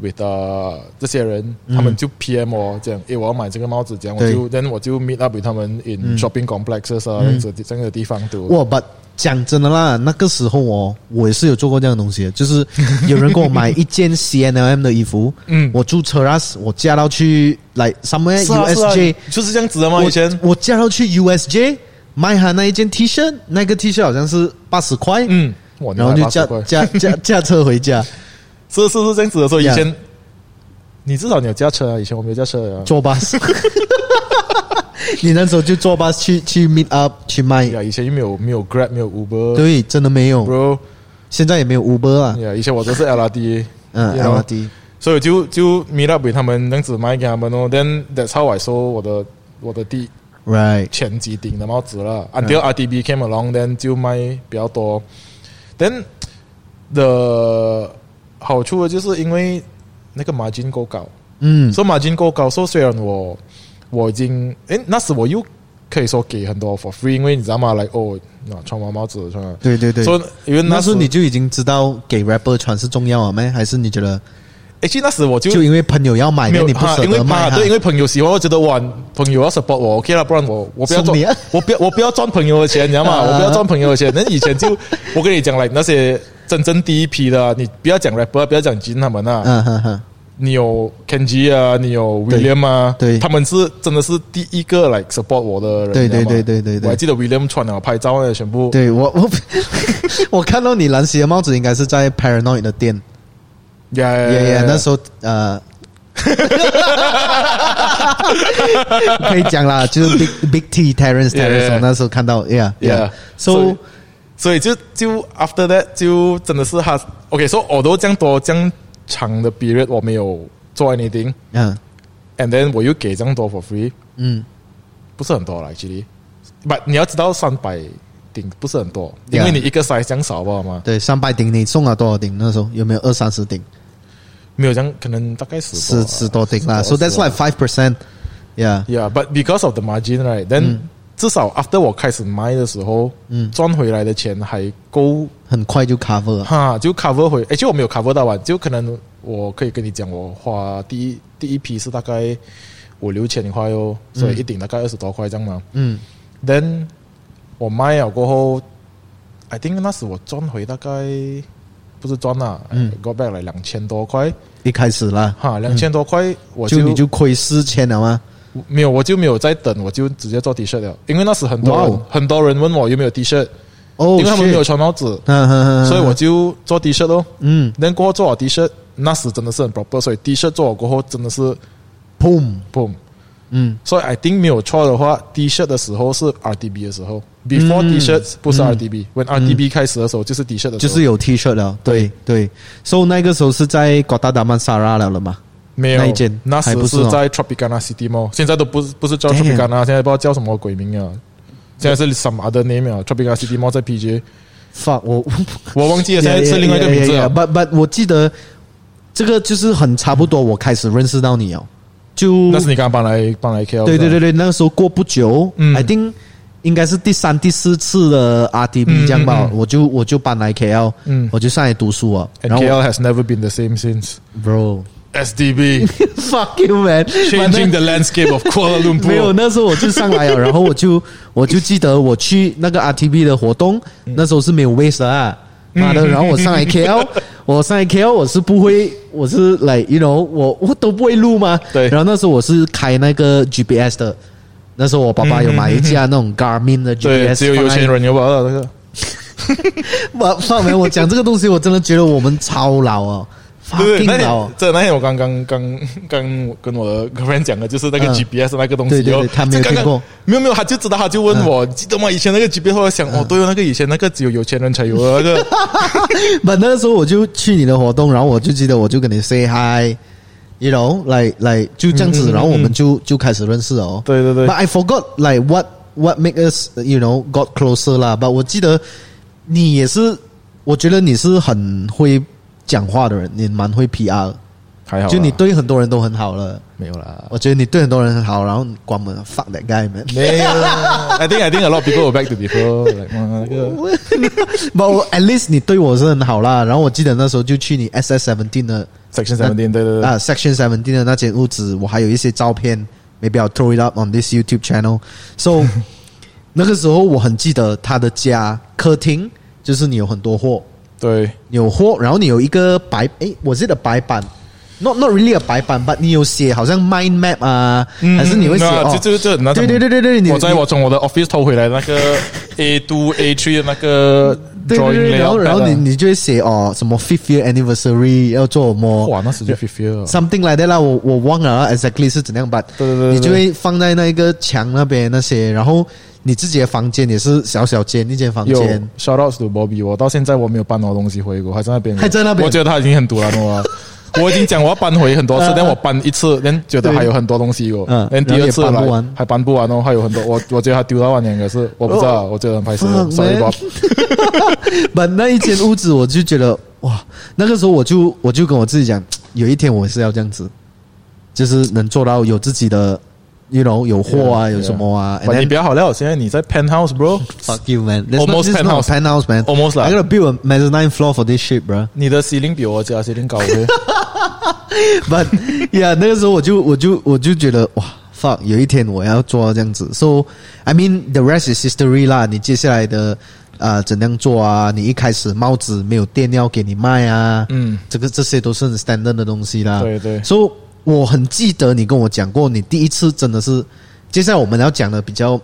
Speaker 2: with 呃这些人，他们就 PM 我这样，诶，我要买这个帽子，这样我
Speaker 1: 嗯对嗯
Speaker 2: 就，then 我就 meet up with 他们 in shopping complexes 啊，这样子这样的地方都。
Speaker 1: 哇，but 讲真的啦，那个时候哦，我也是有做过这样的东西的，就是有人给我买一件 C N L M 的衣服，
Speaker 2: 嗯
Speaker 1: 我住 Terrace，我嫁到去来 somewhere
Speaker 2: 是啊
Speaker 1: U
Speaker 2: 是
Speaker 1: S
Speaker 2: 啊
Speaker 1: J，
Speaker 2: 就是这样子的吗？以前
Speaker 1: 我我嫁到去 U S J 买他那一件 T 恤，那个 T 恤好像是八十块，
Speaker 2: 嗯，哇，你
Speaker 1: 然后
Speaker 2: 买
Speaker 1: 就
Speaker 2: 80
Speaker 1: 驾
Speaker 2: 块
Speaker 1: 驾驾驾车回家，
Speaker 2: 是是是这样子的，所以以
Speaker 1: Yeah
Speaker 2: 前你至少你有驾车啊，以前我没有驾车啊。
Speaker 1: 坐 bus。你那时候就坐 bus 去去 meet up 去卖，
Speaker 2: 呀，以前又没有没有 Grab，没有 Uber，
Speaker 1: 对，真的没有，
Speaker 2: ，bro，
Speaker 1: 现在也没有 Uber 啊，
Speaker 2: 呀，以前我都是 LRT，
Speaker 1: 嗯
Speaker 2: you know
Speaker 1: ，LRT，
Speaker 2: 所以我就就 meet up with 他们，这样子卖给他们哦。Then that's how I sold 我的我的第
Speaker 1: right，
Speaker 2: 前几顶的帽子了。Until
Speaker 1: 嗯
Speaker 2: RDB came along，then 就卖比较多。Then the 好处就是因为那个 margin 够高，
Speaker 1: 嗯
Speaker 2: 所以 margin 够高，所以虽然我我已经诶那时我又可以说给很多 for free，因为你知道吗？来、哦，那穿完帽子穿完，
Speaker 1: 对对对，
Speaker 2: 所以因为
Speaker 1: 那时
Speaker 2: 时
Speaker 1: 候你就已经知道给 rapper 穿是重要了吗？还是你觉得
Speaker 2: 诶，其实那时我就
Speaker 1: 就因为朋友要买，
Speaker 2: 没有
Speaker 1: 你不
Speaker 2: 啊
Speaker 1: 舍
Speaker 2: 因为
Speaker 1: 得卖
Speaker 2: 啊
Speaker 1: 它？
Speaker 2: 对，因为朋友喜欢，我觉得哇，朋友要 support 我，OK 啦，不然我我不要
Speaker 1: 送
Speaker 2: 赚
Speaker 1: 你啊，
Speaker 2: 我不要我不要赚朋友的钱，你知 道吗？
Speaker 1: 啊
Speaker 2: 我不要赚朋友的钱。那以前就 我跟你讲来那些真正第一批的啊，你不要讲 rapper，不要讲金他们 啊，
Speaker 1: 嗯哼哼，
Speaker 2: 你有 Kenji 啊，你有
Speaker 1: 对
Speaker 2: William 啊，
Speaker 1: 对
Speaker 2: 他们是真的是第一个来 support 我的人，
Speaker 1: 对
Speaker 2: 你知道吗
Speaker 1: 对对对对对
Speaker 2: 我还记得 William 穿了拍照那全部，
Speaker 1: 对我 我我看到你蓝色的帽子应该是在 Paranoid 的店，
Speaker 2: 呀呀
Speaker 1: 耶耶，
Speaker 2: 呀
Speaker 1: 那时候呃。可以讲啦，就是 Big Big T Terrence
Speaker 2: Yeah, yeah,
Speaker 1: Terrence，
Speaker 2: yeah.
Speaker 1: 我那时候看到，Yeah
Speaker 2: Yeah.
Speaker 1: Yeah，So
Speaker 2: 所以就就 after that 就真的是他，OK，说、so、although 这样多这样长的 period 我没有做 anything。
Speaker 1: 嗯
Speaker 2: and then 我又给这样多 for free，
Speaker 1: 嗯，
Speaker 2: 不是很多了，actually。But 你要知道三百顶不是很多，
Speaker 1: Yeah
Speaker 2: 因为你一个 size 这样少吧嘛，
Speaker 1: 对，三百顶你送了多少顶？那时候有没有二三十顶？
Speaker 2: 没有这样，可能大概十啊
Speaker 1: 十十多顶啦。So that's like five percent，Yeah。
Speaker 2: yeah。But because of the margin right，then、至少 after 我开始卖的时候，
Speaker 1: 嗯
Speaker 2: 赚回来的钱还够
Speaker 1: 很快就 cover 了。
Speaker 2: 哈，就 cover 回。哎，就我没有 cover 到完，就可能我可以跟你讲，我花第一第一批是大概五六千块哦，所以一顶大概二十多块这样嘛。
Speaker 1: 嗯
Speaker 2: Then 我卖了过后，I think 那时我赚回大概不是赚啦，
Speaker 1: 嗯
Speaker 2: 嗯，go back 来两千多块，
Speaker 1: 一开始啦，
Speaker 2: 哈，两千多块我
Speaker 1: 就你就亏四千了吗？
Speaker 2: 没有，我就没有再等，我就直接做 T 恤了，因为那时很多人、
Speaker 1: 哇哦
Speaker 2: 很多人问我有没有 T 恤，
Speaker 1: 哦，
Speaker 2: 因为他们
Speaker 1: shit
Speaker 2: 没有，穿帽子，
Speaker 1: 嗯嗯嗯，
Speaker 2: 所以我就做 T 恤咯。
Speaker 1: 嗯
Speaker 2: Then 过后做好 T 恤，那时真的是很 proper，所以 T 恤做好过后真的是
Speaker 1: boom，
Speaker 2: boom。
Speaker 1: 嗯
Speaker 2: 所以 I think 没有错的话，T 恤的时候是 RDB 的时候，before
Speaker 1: 嗯
Speaker 2: T 恤不是
Speaker 1: 嗯
Speaker 2: RDB，when RDB 开始的时候就是 T 恤的时候，
Speaker 1: 就是有 T 恤了，对对，所以那个时候是在瓜达达曼萨拉了了嘛，
Speaker 2: 没有
Speaker 1: 那一件
Speaker 2: 那
Speaker 1: 还
Speaker 2: 时
Speaker 1: 不是
Speaker 2: 是
Speaker 1: 哦
Speaker 2: 在 Tropicana City Mall，现在都不是不是叫
Speaker 1: Damn
Speaker 2: Tropicana，现在不知道叫什么鬼名啊，现在是 some other name 啊，Tropicana City Mall 在 PJ，
Speaker 1: fuck 我，
Speaker 2: 我忘记了，现在是另外一个名字啊。
Speaker 1: ，but but 我记得这个就是很差不多，我开始认识到你哦，就
Speaker 2: 那是你刚刚搬来搬来 KL，
Speaker 1: 对对对对，那个时候过不久、
Speaker 2: 啊嗯
Speaker 1: i think 应该是第三、第四次的 RDB
Speaker 2: 嗯
Speaker 1: 这样吧，
Speaker 2: 嗯嗯
Speaker 1: 我就我就搬来 KL，、
Speaker 2: 嗯
Speaker 1: 我就上来读书啊，
Speaker 2: ，and
Speaker 1: 然后我
Speaker 2: KL has never been the same since
Speaker 1: bro。
Speaker 2: SDB
Speaker 1: Fuck you, man！
Speaker 2: changing the landscape of Kuala
Speaker 1: 反正没有，
Speaker 2: Lumpur。
Speaker 1: 那时候我就上来了，然后我 就我就记得我去那个 RTB 的活动，那时候是没有 waste 的啊，妈
Speaker 2: 嗯
Speaker 1: 的！然后我上 来 KL，我上来 KL 我是不会，我是 like you know，我我都不会录嘛。
Speaker 2: 对
Speaker 1: 然后那时候我是开那个 GPS 的，那时候我爸爸有买一架那种 Garmin 的
Speaker 2: 嗯对，
Speaker 1: GPS，
Speaker 2: 只有有钱
Speaker 1: 放在
Speaker 2: 人有吧？那个
Speaker 1: 我放没，我讲这个东西，我真的觉得我们超老哦
Speaker 2: 对，那
Speaker 1: ，fucking 老哦
Speaker 2: 天。这那天我刚刚刚刚跟我的 girlfriend 讲的，就是那个
Speaker 1: 嗯
Speaker 2: GPS 那个东西
Speaker 1: 对
Speaker 2: 哦，
Speaker 1: 对对他没有
Speaker 2: 就刚
Speaker 1: 听
Speaker 2: 刚
Speaker 1: 过，嗯
Speaker 2: 没有没有，他就知道，他就问我，记得吗？以前那个 GPS，我想哦，对哦，那个以前那个只有有钱人才有的那个，
Speaker 1: 不，那个时候我就去你的活动，然后我就记得我就跟你 say hi，you know，来来就这样子，
Speaker 2: 嗯嗯嗯
Speaker 1: 然后我们就就开始认识了哦。
Speaker 2: 对对对
Speaker 1: But I forgot like what what make us you know got closer 啦。But 我记得你也是，我觉得你是很会讲话的人，你蛮会 PR，的
Speaker 2: 还好 啦，啊
Speaker 1: 就你对很多人都很好了。
Speaker 2: 没有啦，
Speaker 1: 我觉得你对很多人很好，然后关门 fuck that guy man。
Speaker 2: 没有啦。I think I think a lot of people were back to before，like, 哇那个
Speaker 1: 不，我 at least 你对我是很好啦。然后我记得那时候就去你 SS Seventeen 的
Speaker 2: Section Seventeen，对对对，
Speaker 1: 啊，Section Seventeen 的那间屋子，我还有一些照片，maybe I'll throw it up on this YouTube channel。So 那个时候我很记得他的家客厅，就是你有很多货，
Speaker 2: 对
Speaker 1: 你有货，然后你有一个白，诶，我记得白板。Not not really a 白板，but 你有写好像 mind map 啊，还是你会写
Speaker 2: 嗯
Speaker 1: 哦
Speaker 2: 那？就就就那种
Speaker 1: 对对对对对，你
Speaker 2: 我在
Speaker 1: 你
Speaker 2: 我从我的 office 偷回来那个 A two A three 的那个
Speaker 1: 对
Speaker 2: drawing
Speaker 1: 对对，然后
Speaker 2: layout
Speaker 1: 然后
Speaker 2: pad 啊
Speaker 1: 你你就会写哦，什么 fifth year anniversary 要做什么
Speaker 2: 哇，那时就 fifty 了。
Speaker 1: ，something like that 啦，我我忘了啊 exactly 是怎样吧，
Speaker 2: 对对对对
Speaker 1: 你就会放在那个墙那边那些，然后你自己的房间也是小小间一间房
Speaker 2: 有
Speaker 1: 间，
Speaker 2: shout out to Bobby，我到现在我没有搬我的东西回国，还在那边，
Speaker 1: 还在那边
Speaker 2: 我觉得他已经很堵了，懂吗？我已经讲我要搬回很多次
Speaker 1: 啊，
Speaker 2: 但我搬一次，人觉得
Speaker 1: 对
Speaker 2: 还有很多东西哦
Speaker 1: 嗯，
Speaker 2: 人第二次
Speaker 1: 然后也搬不
Speaker 2: 来
Speaker 1: 完
Speaker 2: 还搬不完哦，还有很多，我我觉得他丢到万年可是我不知道，我觉得很拍死
Speaker 1: Fuck,
Speaker 2: ，sorry
Speaker 1: man
Speaker 2: Bob，
Speaker 1: 把那一间屋子我就觉得哇，那个时候我就我就跟我自己讲，有一天我是要这样子，就是能做到有自己的，you know 有货啊，有什么啊
Speaker 2: But 你
Speaker 1: and then-
Speaker 2: 比较好料，现在你在 penthouse bro，
Speaker 1: Fuck you, man. That's
Speaker 2: Almost
Speaker 1: not, this is not a penthouse, man.
Speaker 2: Almost lah.
Speaker 1: I gotta build a mezzanine floor for this shit, bro.
Speaker 2: 你的 ceiling 比我家 ceiling 高，OK，
Speaker 1: But yeah，那个时候我就我就我就觉得哇，fuck，有一天我要做到这样子。So I mean the rest is history 啦。你接下来的啊、呃怎样做啊？你一开始帽子没有店要给你卖啊，
Speaker 2: 嗯，
Speaker 1: 这个这些都是很 standard 的东西啦。
Speaker 2: 对对
Speaker 1: So 我很记得你跟我讲过，你第一次真的是，接下来我们要讲的比较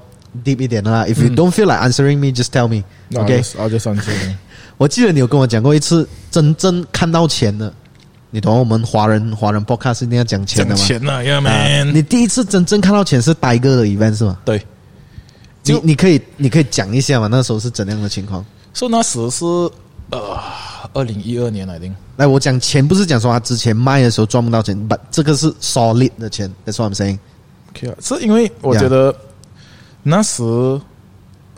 Speaker 1: deep 一点的啦。If
Speaker 2: 嗯
Speaker 1: you don't feel like answering me, just tell me. OK，、
Speaker 2: 我就算是
Speaker 1: 我记得你有跟我讲过一次，真正看到钱的，你懂我们华人华人 podcast 一定要讲钱
Speaker 2: 讲
Speaker 1: 的吗？
Speaker 2: 钱了，Yeah
Speaker 1: 啊
Speaker 2: man，
Speaker 1: 你第一次真正看到钱是呆哥的 event 是吗？
Speaker 2: 对，
Speaker 1: 你
Speaker 2: 就
Speaker 1: 你可以你可以讲一下嘛，那时候是怎样的情况？
Speaker 2: 所以那时是呃二零一二年来定。
Speaker 1: 来，我讲钱不是讲说他之前卖的时候赚不到钱，不，这个是 solid 的钱，That's what I'm saying。
Speaker 2: OK 啊，是因为我觉得那时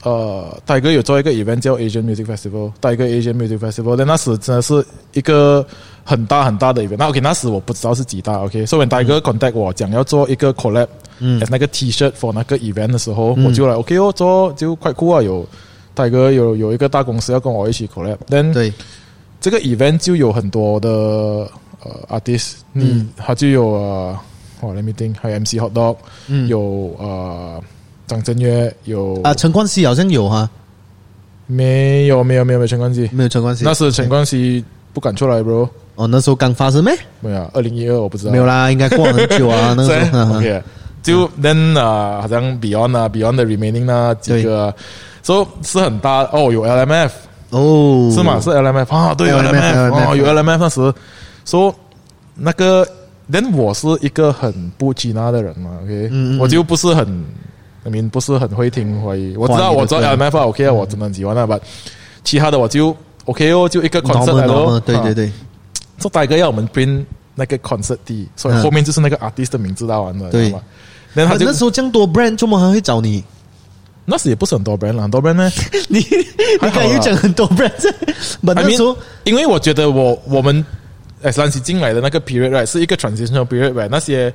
Speaker 2: 呃，戴哥有做一个 event 叫 Asian Music Festival，戴哥 Asian Music Festival，但那时真的是一个很大很大的 event。那 OK，那时我不知道是几大 OK，所以戴哥 contact 我讲要做一个 collab，嗯，那个 T-shirt for 那个 event 的时候，我就来 OK 哦，做就快酷啊，有戴哥有有一个大公司要跟我一起 collab，但
Speaker 1: 对，
Speaker 2: 这个 event 就有很多的呃 artist，嗯，他就有呃，哇，let me think，还有 MC Hot Dog，
Speaker 1: 嗯
Speaker 2: 有呃张震岳，有
Speaker 1: 啊，陈冠希好像有哈，
Speaker 2: 没有没有没有没有陈冠希，
Speaker 1: 没有陈冠希？
Speaker 2: 那时陈冠希不敢出来，bro，
Speaker 1: 哦，那时候刚发生没？
Speaker 2: 没有，二零一二我不知道，
Speaker 1: 没有啦，应该过了很久 啊，那个
Speaker 2: 在
Speaker 1: 时候。哈哈
Speaker 2: OK，就 then 啊，好像 Beyond 啊，Beyond 的 Remaining 啊几个啊，so 是很大哦，有 LMF，
Speaker 1: 哦，
Speaker 2: 是吗？是 LMF 啊，对
Speaker 1: LMF
Speaker 2: LMF 啊，
Speaker 1: LMF
Speaker 2: 有 LMF 那时说那个，但我是一个很不接纳的人嘛，OK，
Speaker 1: 嗯嗯
Speaker 2: 我就不是很，I mean 不是很会听怀疑，我知
Speaker 1: 华
Speaker 2: 道
Speaker 1: 语的
Speaker 2: 我知道
Speaker 1: 歌
Speaker 2: LMF 啊 OK
Speaker 1: 嗯
Speaker 2: 啊，我真的很喜欢那版，其他的我就 OK 哦，就一个 concert 来
Speaker 1: normal
Speaker 2: 咯
Speaker 1: normal，，对对
Speaker 2: 啊，
Speaker 1: 对
Speaker 2: 这大哥要我们 print 那个 concert D，所以
Speaker 1: 嗯
Speaker 2: 后面就是那个 artist 的名字啦完了，
Speaker 1: 对
Speaker 2: 你知道吗？然后
Speaker 1: 啊
Speaker 2: 他就
Speaker 1: 那时候这样多 brand，周末还会找你？
Speaker 2: 那时也不是很多 brand 啦，很多 brand 呢。
Speaker 1: 你你
Speaker 2: 还
Speaker 1: 刚
Speaker 2: 好啦
Speaker 1: 才又讲很多 brand，but
Speaker 2: I
Speaker 1: 那时候
Speaker 2: mean，因为我觉得我我们 S 兰西进来的那个 period right 是一个 transitional period right，那些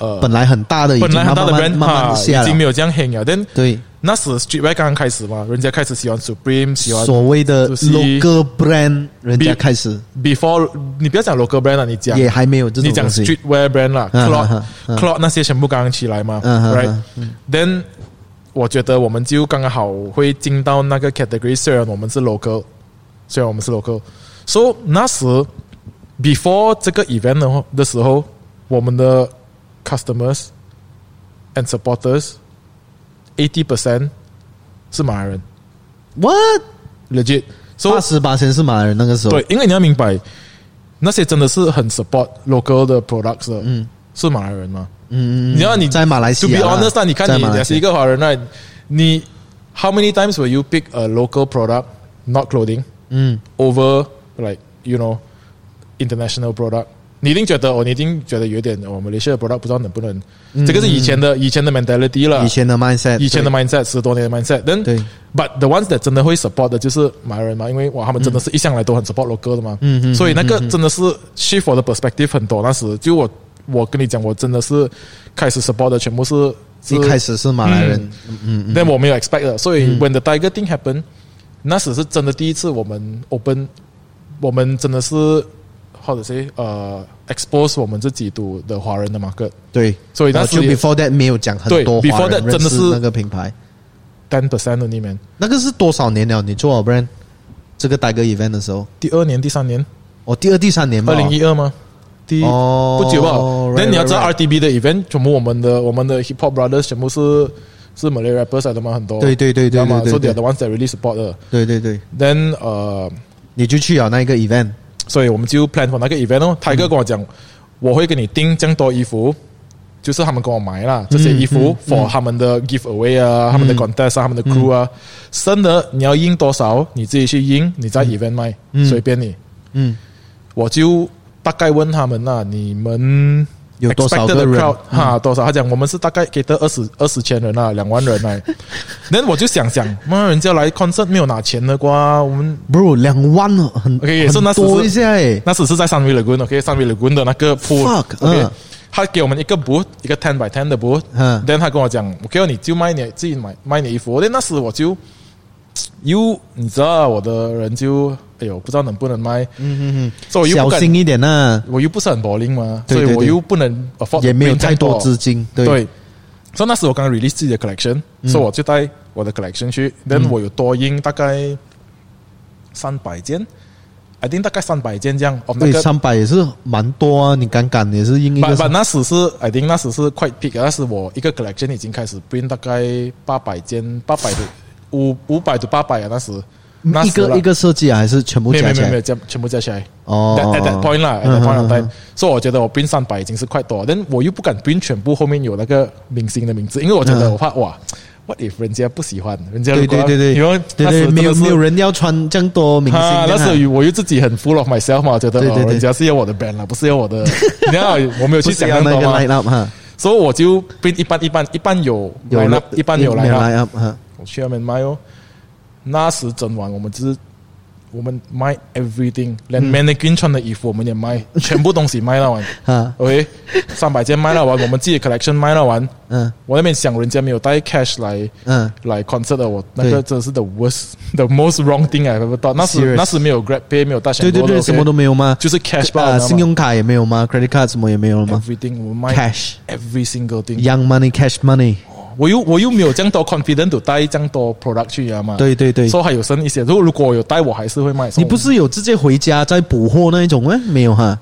Speaker 2: 呃
Speaker 1: 本来很大的，已经
Speaker 2: 本来很大的
Speaker 1: 慢慢
Speaker 2: brand
Speaker 1: 慢慢地
Speaker 2: 啊
Speaker 1: 下
Speaker 2: 已经没
Speaker 1: 了，
Speaker 2: 有这样 hang 了，但
Speaker 1: 对，
Speaker 2: 那时 street right 刚刚开始嘛，人家开始喜欢 Supreme，喜欢
Speaker 1: 所谓的
Speaker 2: 啊就是
Speaker 1: local brand，人家开始
Speaker 2: before，你不要讲 local brand 了，你讲
Speaker 1: 也还没有这种
Speaker 2: 你讲
Speaker 1: 东西
Speaker 2: streetwear brand 啦
Speaker 1: 嗯
Speaker 2: ，clot
Speaker 1: 嗯嗯
Speaker 2: clot 那些全部刚刚起来嘛
Speaker 1: 嗯嗯
Speaker 2: ，right
Speaker 1: 嗯
Speaker 2: then。我觉得我们就刚刚好会进到那个 category，虽然我们是 local，虽然我们是 local。So 那时 before 这个 event 的话的时候，我们的 customers and supporters eighty percent 是马来人
Speaker 1: what
Speaker 2: ，legit。So
Speaker 1: 八十八千是马来人那个时候，
Speaker 2: 对，因为你要明白，那些真的是很 support local 的 products 的，
Speaker 1: 嗯
Speaker 2: 是马来人嘛？
Speaker 1: 嗯，嗯嗯，
Speaker 2: 你要你
Speaker 1: 在马来西
Speaker 2: To be
Speaker 1: 亚啦
Speaker 2: honest，啊你看
Speaker 1: 在
Speaker 2: 你
Speaker 1: 马来
Speaker 2: 也
Speaker 1: 西
Speaker 2: 是
Speaker 1: 亚
Speaker 2: 一个华人啊，你 how many times will you pick a local product not clothing
Speaker 1: 嗯
Speaker 2: over like you know international product？你一定觉得哦，你一定觉得有点我们雷的 product 不知道能不能，这个是以前的以前的 mentality 了，
Speaker 1: 嗯以前的 mindset，
Speaker 2: 啊以前的 mindset 十多年的 mindset，但
Speaker 1: 对
Speaker 2: but the ones that 真的会 support 的就是马来人嘛，因为哇，他们真的是一向来都很 support local 的嘛，
Speaker 1: 嗯嗯
Speaker 2: 所以那个真的是 shift 我的 perspective 很多。那时就我我跟你讲，我真的是开始 support 的全部是
Speaker 1: 对一开，始是马来人，嗯嗯
Speaker 2: 但我没有 expect 的，所以 when the tiger thing happen，那时是真的第一次我们 open，我们真的是 how to say 呃 expose 我们自己 to 的华人的 market，
Speaker 1: 对，
Speaker 2: 所以
Speaker 1: 然
Speaker 2: 那
Speaker 1: 后
Speaker 2: 时
Speaker 1: 哦就 before that 没有讲很
Speaker 2: 对
Speaker 1: 多华
Speaker 2: before
Speaker 1: 人
Speaker 2: that 真的
Speaker 1: 认识
Speaker 2: 是
Speaker 1: 那个品牌，
Speaker 2: ten percent only man。
Speaker 1: 那个是多少年了？你做 brand 这个 Tiger event 的时候，
Speaker 2: 第二年、第三年，
Speaker 1: 哦，第二第三年吧，
Speaker 2: 二零一二吗？第
Speaker 1: 哦
Speaker 2: 不久吧。
Speaker 1: right,
Speaker 2: 但你要知道
Speaker 1: right,
Speaker 2: RTB 的 event，全部我们的我们的 hip hop brothers 全部是是 Malay rappers 来的嘛，很多。
Speaker 1: 对对对对
Speaker 2: 知道吗
Speaker 1: 对对
Speaker 2: ？So they are
Speaker 1: 对
Speaker 2: the ones that really support 的。
Speaker 1: 对对对，
Speaker 2: Then 呃，
Speaker 1: 你就去了那一个 event，
Speaker 2: 所以我们就 plan for 那个 event
Speaker 1: 嗯
Speaker 2: 哦。他一个跟我讲，我会给你订这样多衣服，就是他们给我买
Speaker 1: 嗯
Speaker 2: 啦，这些衣服 for 他们的 giveaway 啊，他们的 contest 啊，他们的
Speaker 1: 嗯
Speaker 2: crew 啊，剩的你要印多少，你自己去印，你在 event 卖，随便你。
Speaker 1: 嗯，
Speaker 2: 我就大概问他们啦，你们
Speaker 1: 有多少个
Speaker 2: expected
Speaker 1: 人
Speaker 2: the crowd，哈，多少？他讲我们是大概给的二十二十千人啊， 两万人来。那我就想想，妈，人家来 concert 没有拿钱的瓜，我们
Speaker 1: bro，两万哦，很
Speaker 2: OK，是那
Speaker 1: 很
Speaker 2: 时是
Speaker 1: 多一下哎诶。
Speaker 2: 那时是在三 V Lagoon，OK，、三 V Lagoon 的那个
Speaker 1: Fuck，
Speaker 2: pool，OK，、
Speaker 1: 嗯
Speaker 2: 他给我们一个 booth，一个 ten by ten 的 booth，
Speaker 1: 嗯
Speaker 2: ，then 他跟我讲，OK，哦你就卖你自己买卖你衣服，那那时我就，又你知道我的人就，哎呦，不知道能不能卖，
Speaker 1: 嗯嗯嗯，
Speaker 2: 所以哦我又
Speaker 1: 小
Speaker 2: 不敢，
Speaker 1: 心一点呐、
Speaker 2: 我又不是很 bowling 嘛，
Speaker 1: 对对
Speaker 2: 所以我
Speaker 1: 对
Speaker 2: 又不能 afford
Speaker 1: 也没有
Speaker 2: bring 这
Speaker 1: 太
Speaker 2: 样
Speaker 1: 多资金。对，嗯
Speaker 2: 对，所以那时我刚 release 自己的 collection，所以我就带我的 collection 去，then 我有多印大概三百件，I think 大概三百件这样，of 那
Speaker 1: 对，
Speaker 2: 个
Speaker 1: 三百也是蛮多啊，你敢敢也是印一
Speaker 2: 把
Speaker 1: 个
Speaker 2: 把那时是，I think 那时是快 peak，那啊时我一个 collection 已经开始 print 大概八百件，八百的五五百到八百啊，那时那
Speaker 1: 一
Speaker 2: 时啦
Speaker 1: 个一个设计啊，还是全部
Speaker 2: 没有
Speaker 1: 加
Speaker 2: 没有
Speaker 1: 起
Speaker 2: 没有没
Speaker 1: 来
Speaker 2: 有？加全部加起来。
Speaker 1: 哦
Speaker 2: That, at that point 啦，at
Speaker 1: 嗯
Speaker 2: that
Speaker 1: 嗯
Speaker 2: point
Speaker 1: 嗯
Speaker 2: of time，所以我觉得我 print 三百已经是快多了，但我又不敢 print 全部后面有那个明星的名字，因为我觉得
Speaker 1: 嗯
Speaker 2: 我怕哇，what if 人家不喜欢，人家
Speaker 1: 对
Speaker 2: 如果
Speaker 1: 对对对，
Speaker 2: 因为
Speaker 1: 对
Speaker 2: 那时
Speaker 1: 对，没有没有
Speaker 2: 人。
Speaker 1: 人要穿这样多明星的
Speaker 2: 啊
Speaker 1: 啊，，
Speaker 2: 那时候我又自己很 full of myself 嘛，觉得
Speaker 1: 对对
Speaker 2: 哦，
Speaker 1: 对
Speaker 2: 人家是要我的 band 啦，不是 要我的，你看我没
Speaker 1: 不
Speaker 2: 有去
Speaker 1: 是
Speaker 2: 想
Speaker 1: 要
Speaker 2: 那
Speaker 1: 那
Speaker 2: 么多
Speaker 1: 个
Speaker 2: 嘛
Speaker 1: line up 哈，
Speaker 2: 所以我就 print 一半一半，一半有
Speaker 1: 有
Speaker 2: line
Speaker 1: 了
Speaker 2: up，一半有 line up，
Speaker 1: line up 哈，
Speaker 2: 我去那边卖哦。那时整晚我们就是我们卖 everything，连
Speaker 1: 嗯
Speaker 2: mannequin 穿的衣服我们也卖，全部东西卖了完。
Speaker 1: 哈，
Speaker 2: OK，三百件卖了完，我们自己 collection 卖了完。
Speaker 1: 嗯
Speaker 2: 我那边想人家没有带 cash 来
Speaker 1: 嗯，
Speaker 2: 来 concert 的，我那
Speaker 1: 对
Speaker 2: 个真的是 the worst the most wrong thing I ever done。那时
Speaker 1: Serious
Speaker 2: 那时没有 grab pay，没有大钱
Speaker 1: 对对对，什么都没有吗？
Speaker 2: 就是 cash 吧，
Speaker 1: 啊，
Speaker 2: 你知
Speaker 1: 信
Speaker 2: 道吗
Speaker 1: 用卡也没有吗？credit card 什么也没有了吗
Speaker 2: everything 我们卖
Speaker 1: ？cash
Speaker 2: every single thing。
Speaker 1: young money cash money，
Speaker 2: 我又我又没有这样多 confident 有带这样多 product 去啊嘛，，
Speaker 1: 对对对，
Speaker 2: 所以还有剩一些。如果如果我有带，我还是会卖。
Speaker 1: 你不是有直接回家再补货那一种吗？没有哈。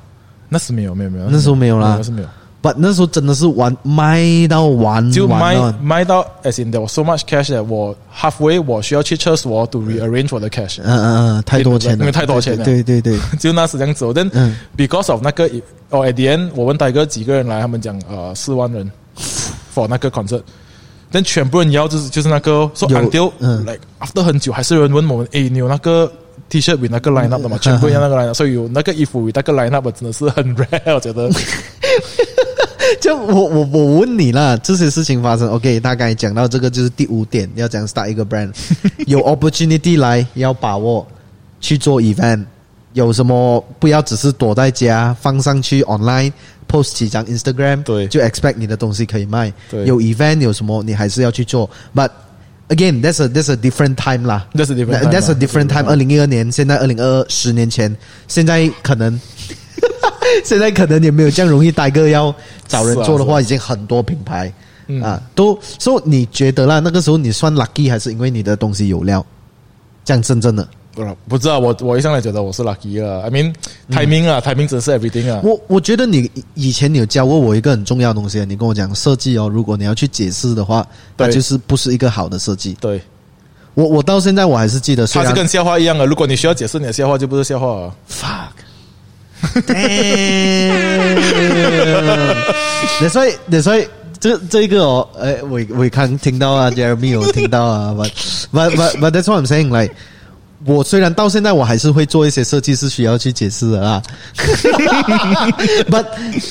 Speaker 2: 那时没有没有没有，
Speaker 1: 那时候没有啦
Speaker 2: 那时没有，
Speaker 1: 不，那时候真的是玩卖到玩
Speaker 2: 就卖
Speaker 1: 嗯完了，
Speaker 2: 卖到 as in there was so much cash that 我 halfway 我需要去厕所 to rearrange 我的 cash，
Speaker 1: 嗯嗯嗯，太多钱了，
Speaker 2: 因为太多钱了
Speaker 1: 对对对，
Speaker 2: 就那时这样子。但
Speaker 1: 嗯
Speaker 2: because of 那个哦 at the end 我问大哥几个人来，他们讲呃四 万人 for 那个 concert。但全部人要就是就是那个说
Speaker 1: 有
Speaker 2: until
Speaker 1: 嗯
Speaker 2: like after 很久，还是有人问我们，诶，你有那个 T 恤 with 那个 line up 的吗？
Speaker 1: 嗯
Speaker 2: 全部要那个 line up，所以有那个衣服 with 那个 line up 的真的是很 rare，我觉得。
Speaker 1: 就我我我问你啦，这些事情发生，OK，大概讲到这个就是第五点，要讲 start 一个 brand，有 opportunity 来要把握去做 event，有什么不要只是躲在家放上去 online post 几张 Instagram，
Speaker 2: 对
Speaker 1: 就 expect 你的东西可以卖，
Speaker 2: 对
Speaker 1: 有 event 有什么你还是要去做，but again that's a that's a different time 啦
Speaker 2: That's a different time
Speaker 1: that's a
Speaker 2: 啦
Speaker 1: different time，二零一二年现在二零二二十年前，现在可能。 现在可能也没有这样容易，呆哥要找人做的话，已经很多品牌
Speaker 2: 嗯
Speaker 1: 啊都。所以你觉得啦，那个时候你算 lucky 还是因为你的东西有料？这样真正的，
Speaker 2: 不知不知道，我我一上来觉得我是 lucky 啊，I mean timing 啊、t i m i n g 真的是 everything 啊。
Speaker 1: 嗯我我觉得你以前你有教过我一个很重要的东西，你跟我讲设计哦，如果你要去解释的话，那
Speaker 2: 对
Speaker 1: 就是不是一个好的设计。
Speaker 2: 对，
Speaker 1: 我我到现在我还是记得，虽
Speaker 2: 它是
Speaker 1: 然
Speaker 2: 跟笑话一样啊。如果你需要解释你的笑话，就不是笑话啊。
Speaker 1: fuck。Damn. 所以，所以这这一个哦，哎，伟伟康听到啊，Jeremy 有听到啊，but but but but that's what I'm saying like。我虽然到现在我还是会做一些设计是需要去解释的啦 ，but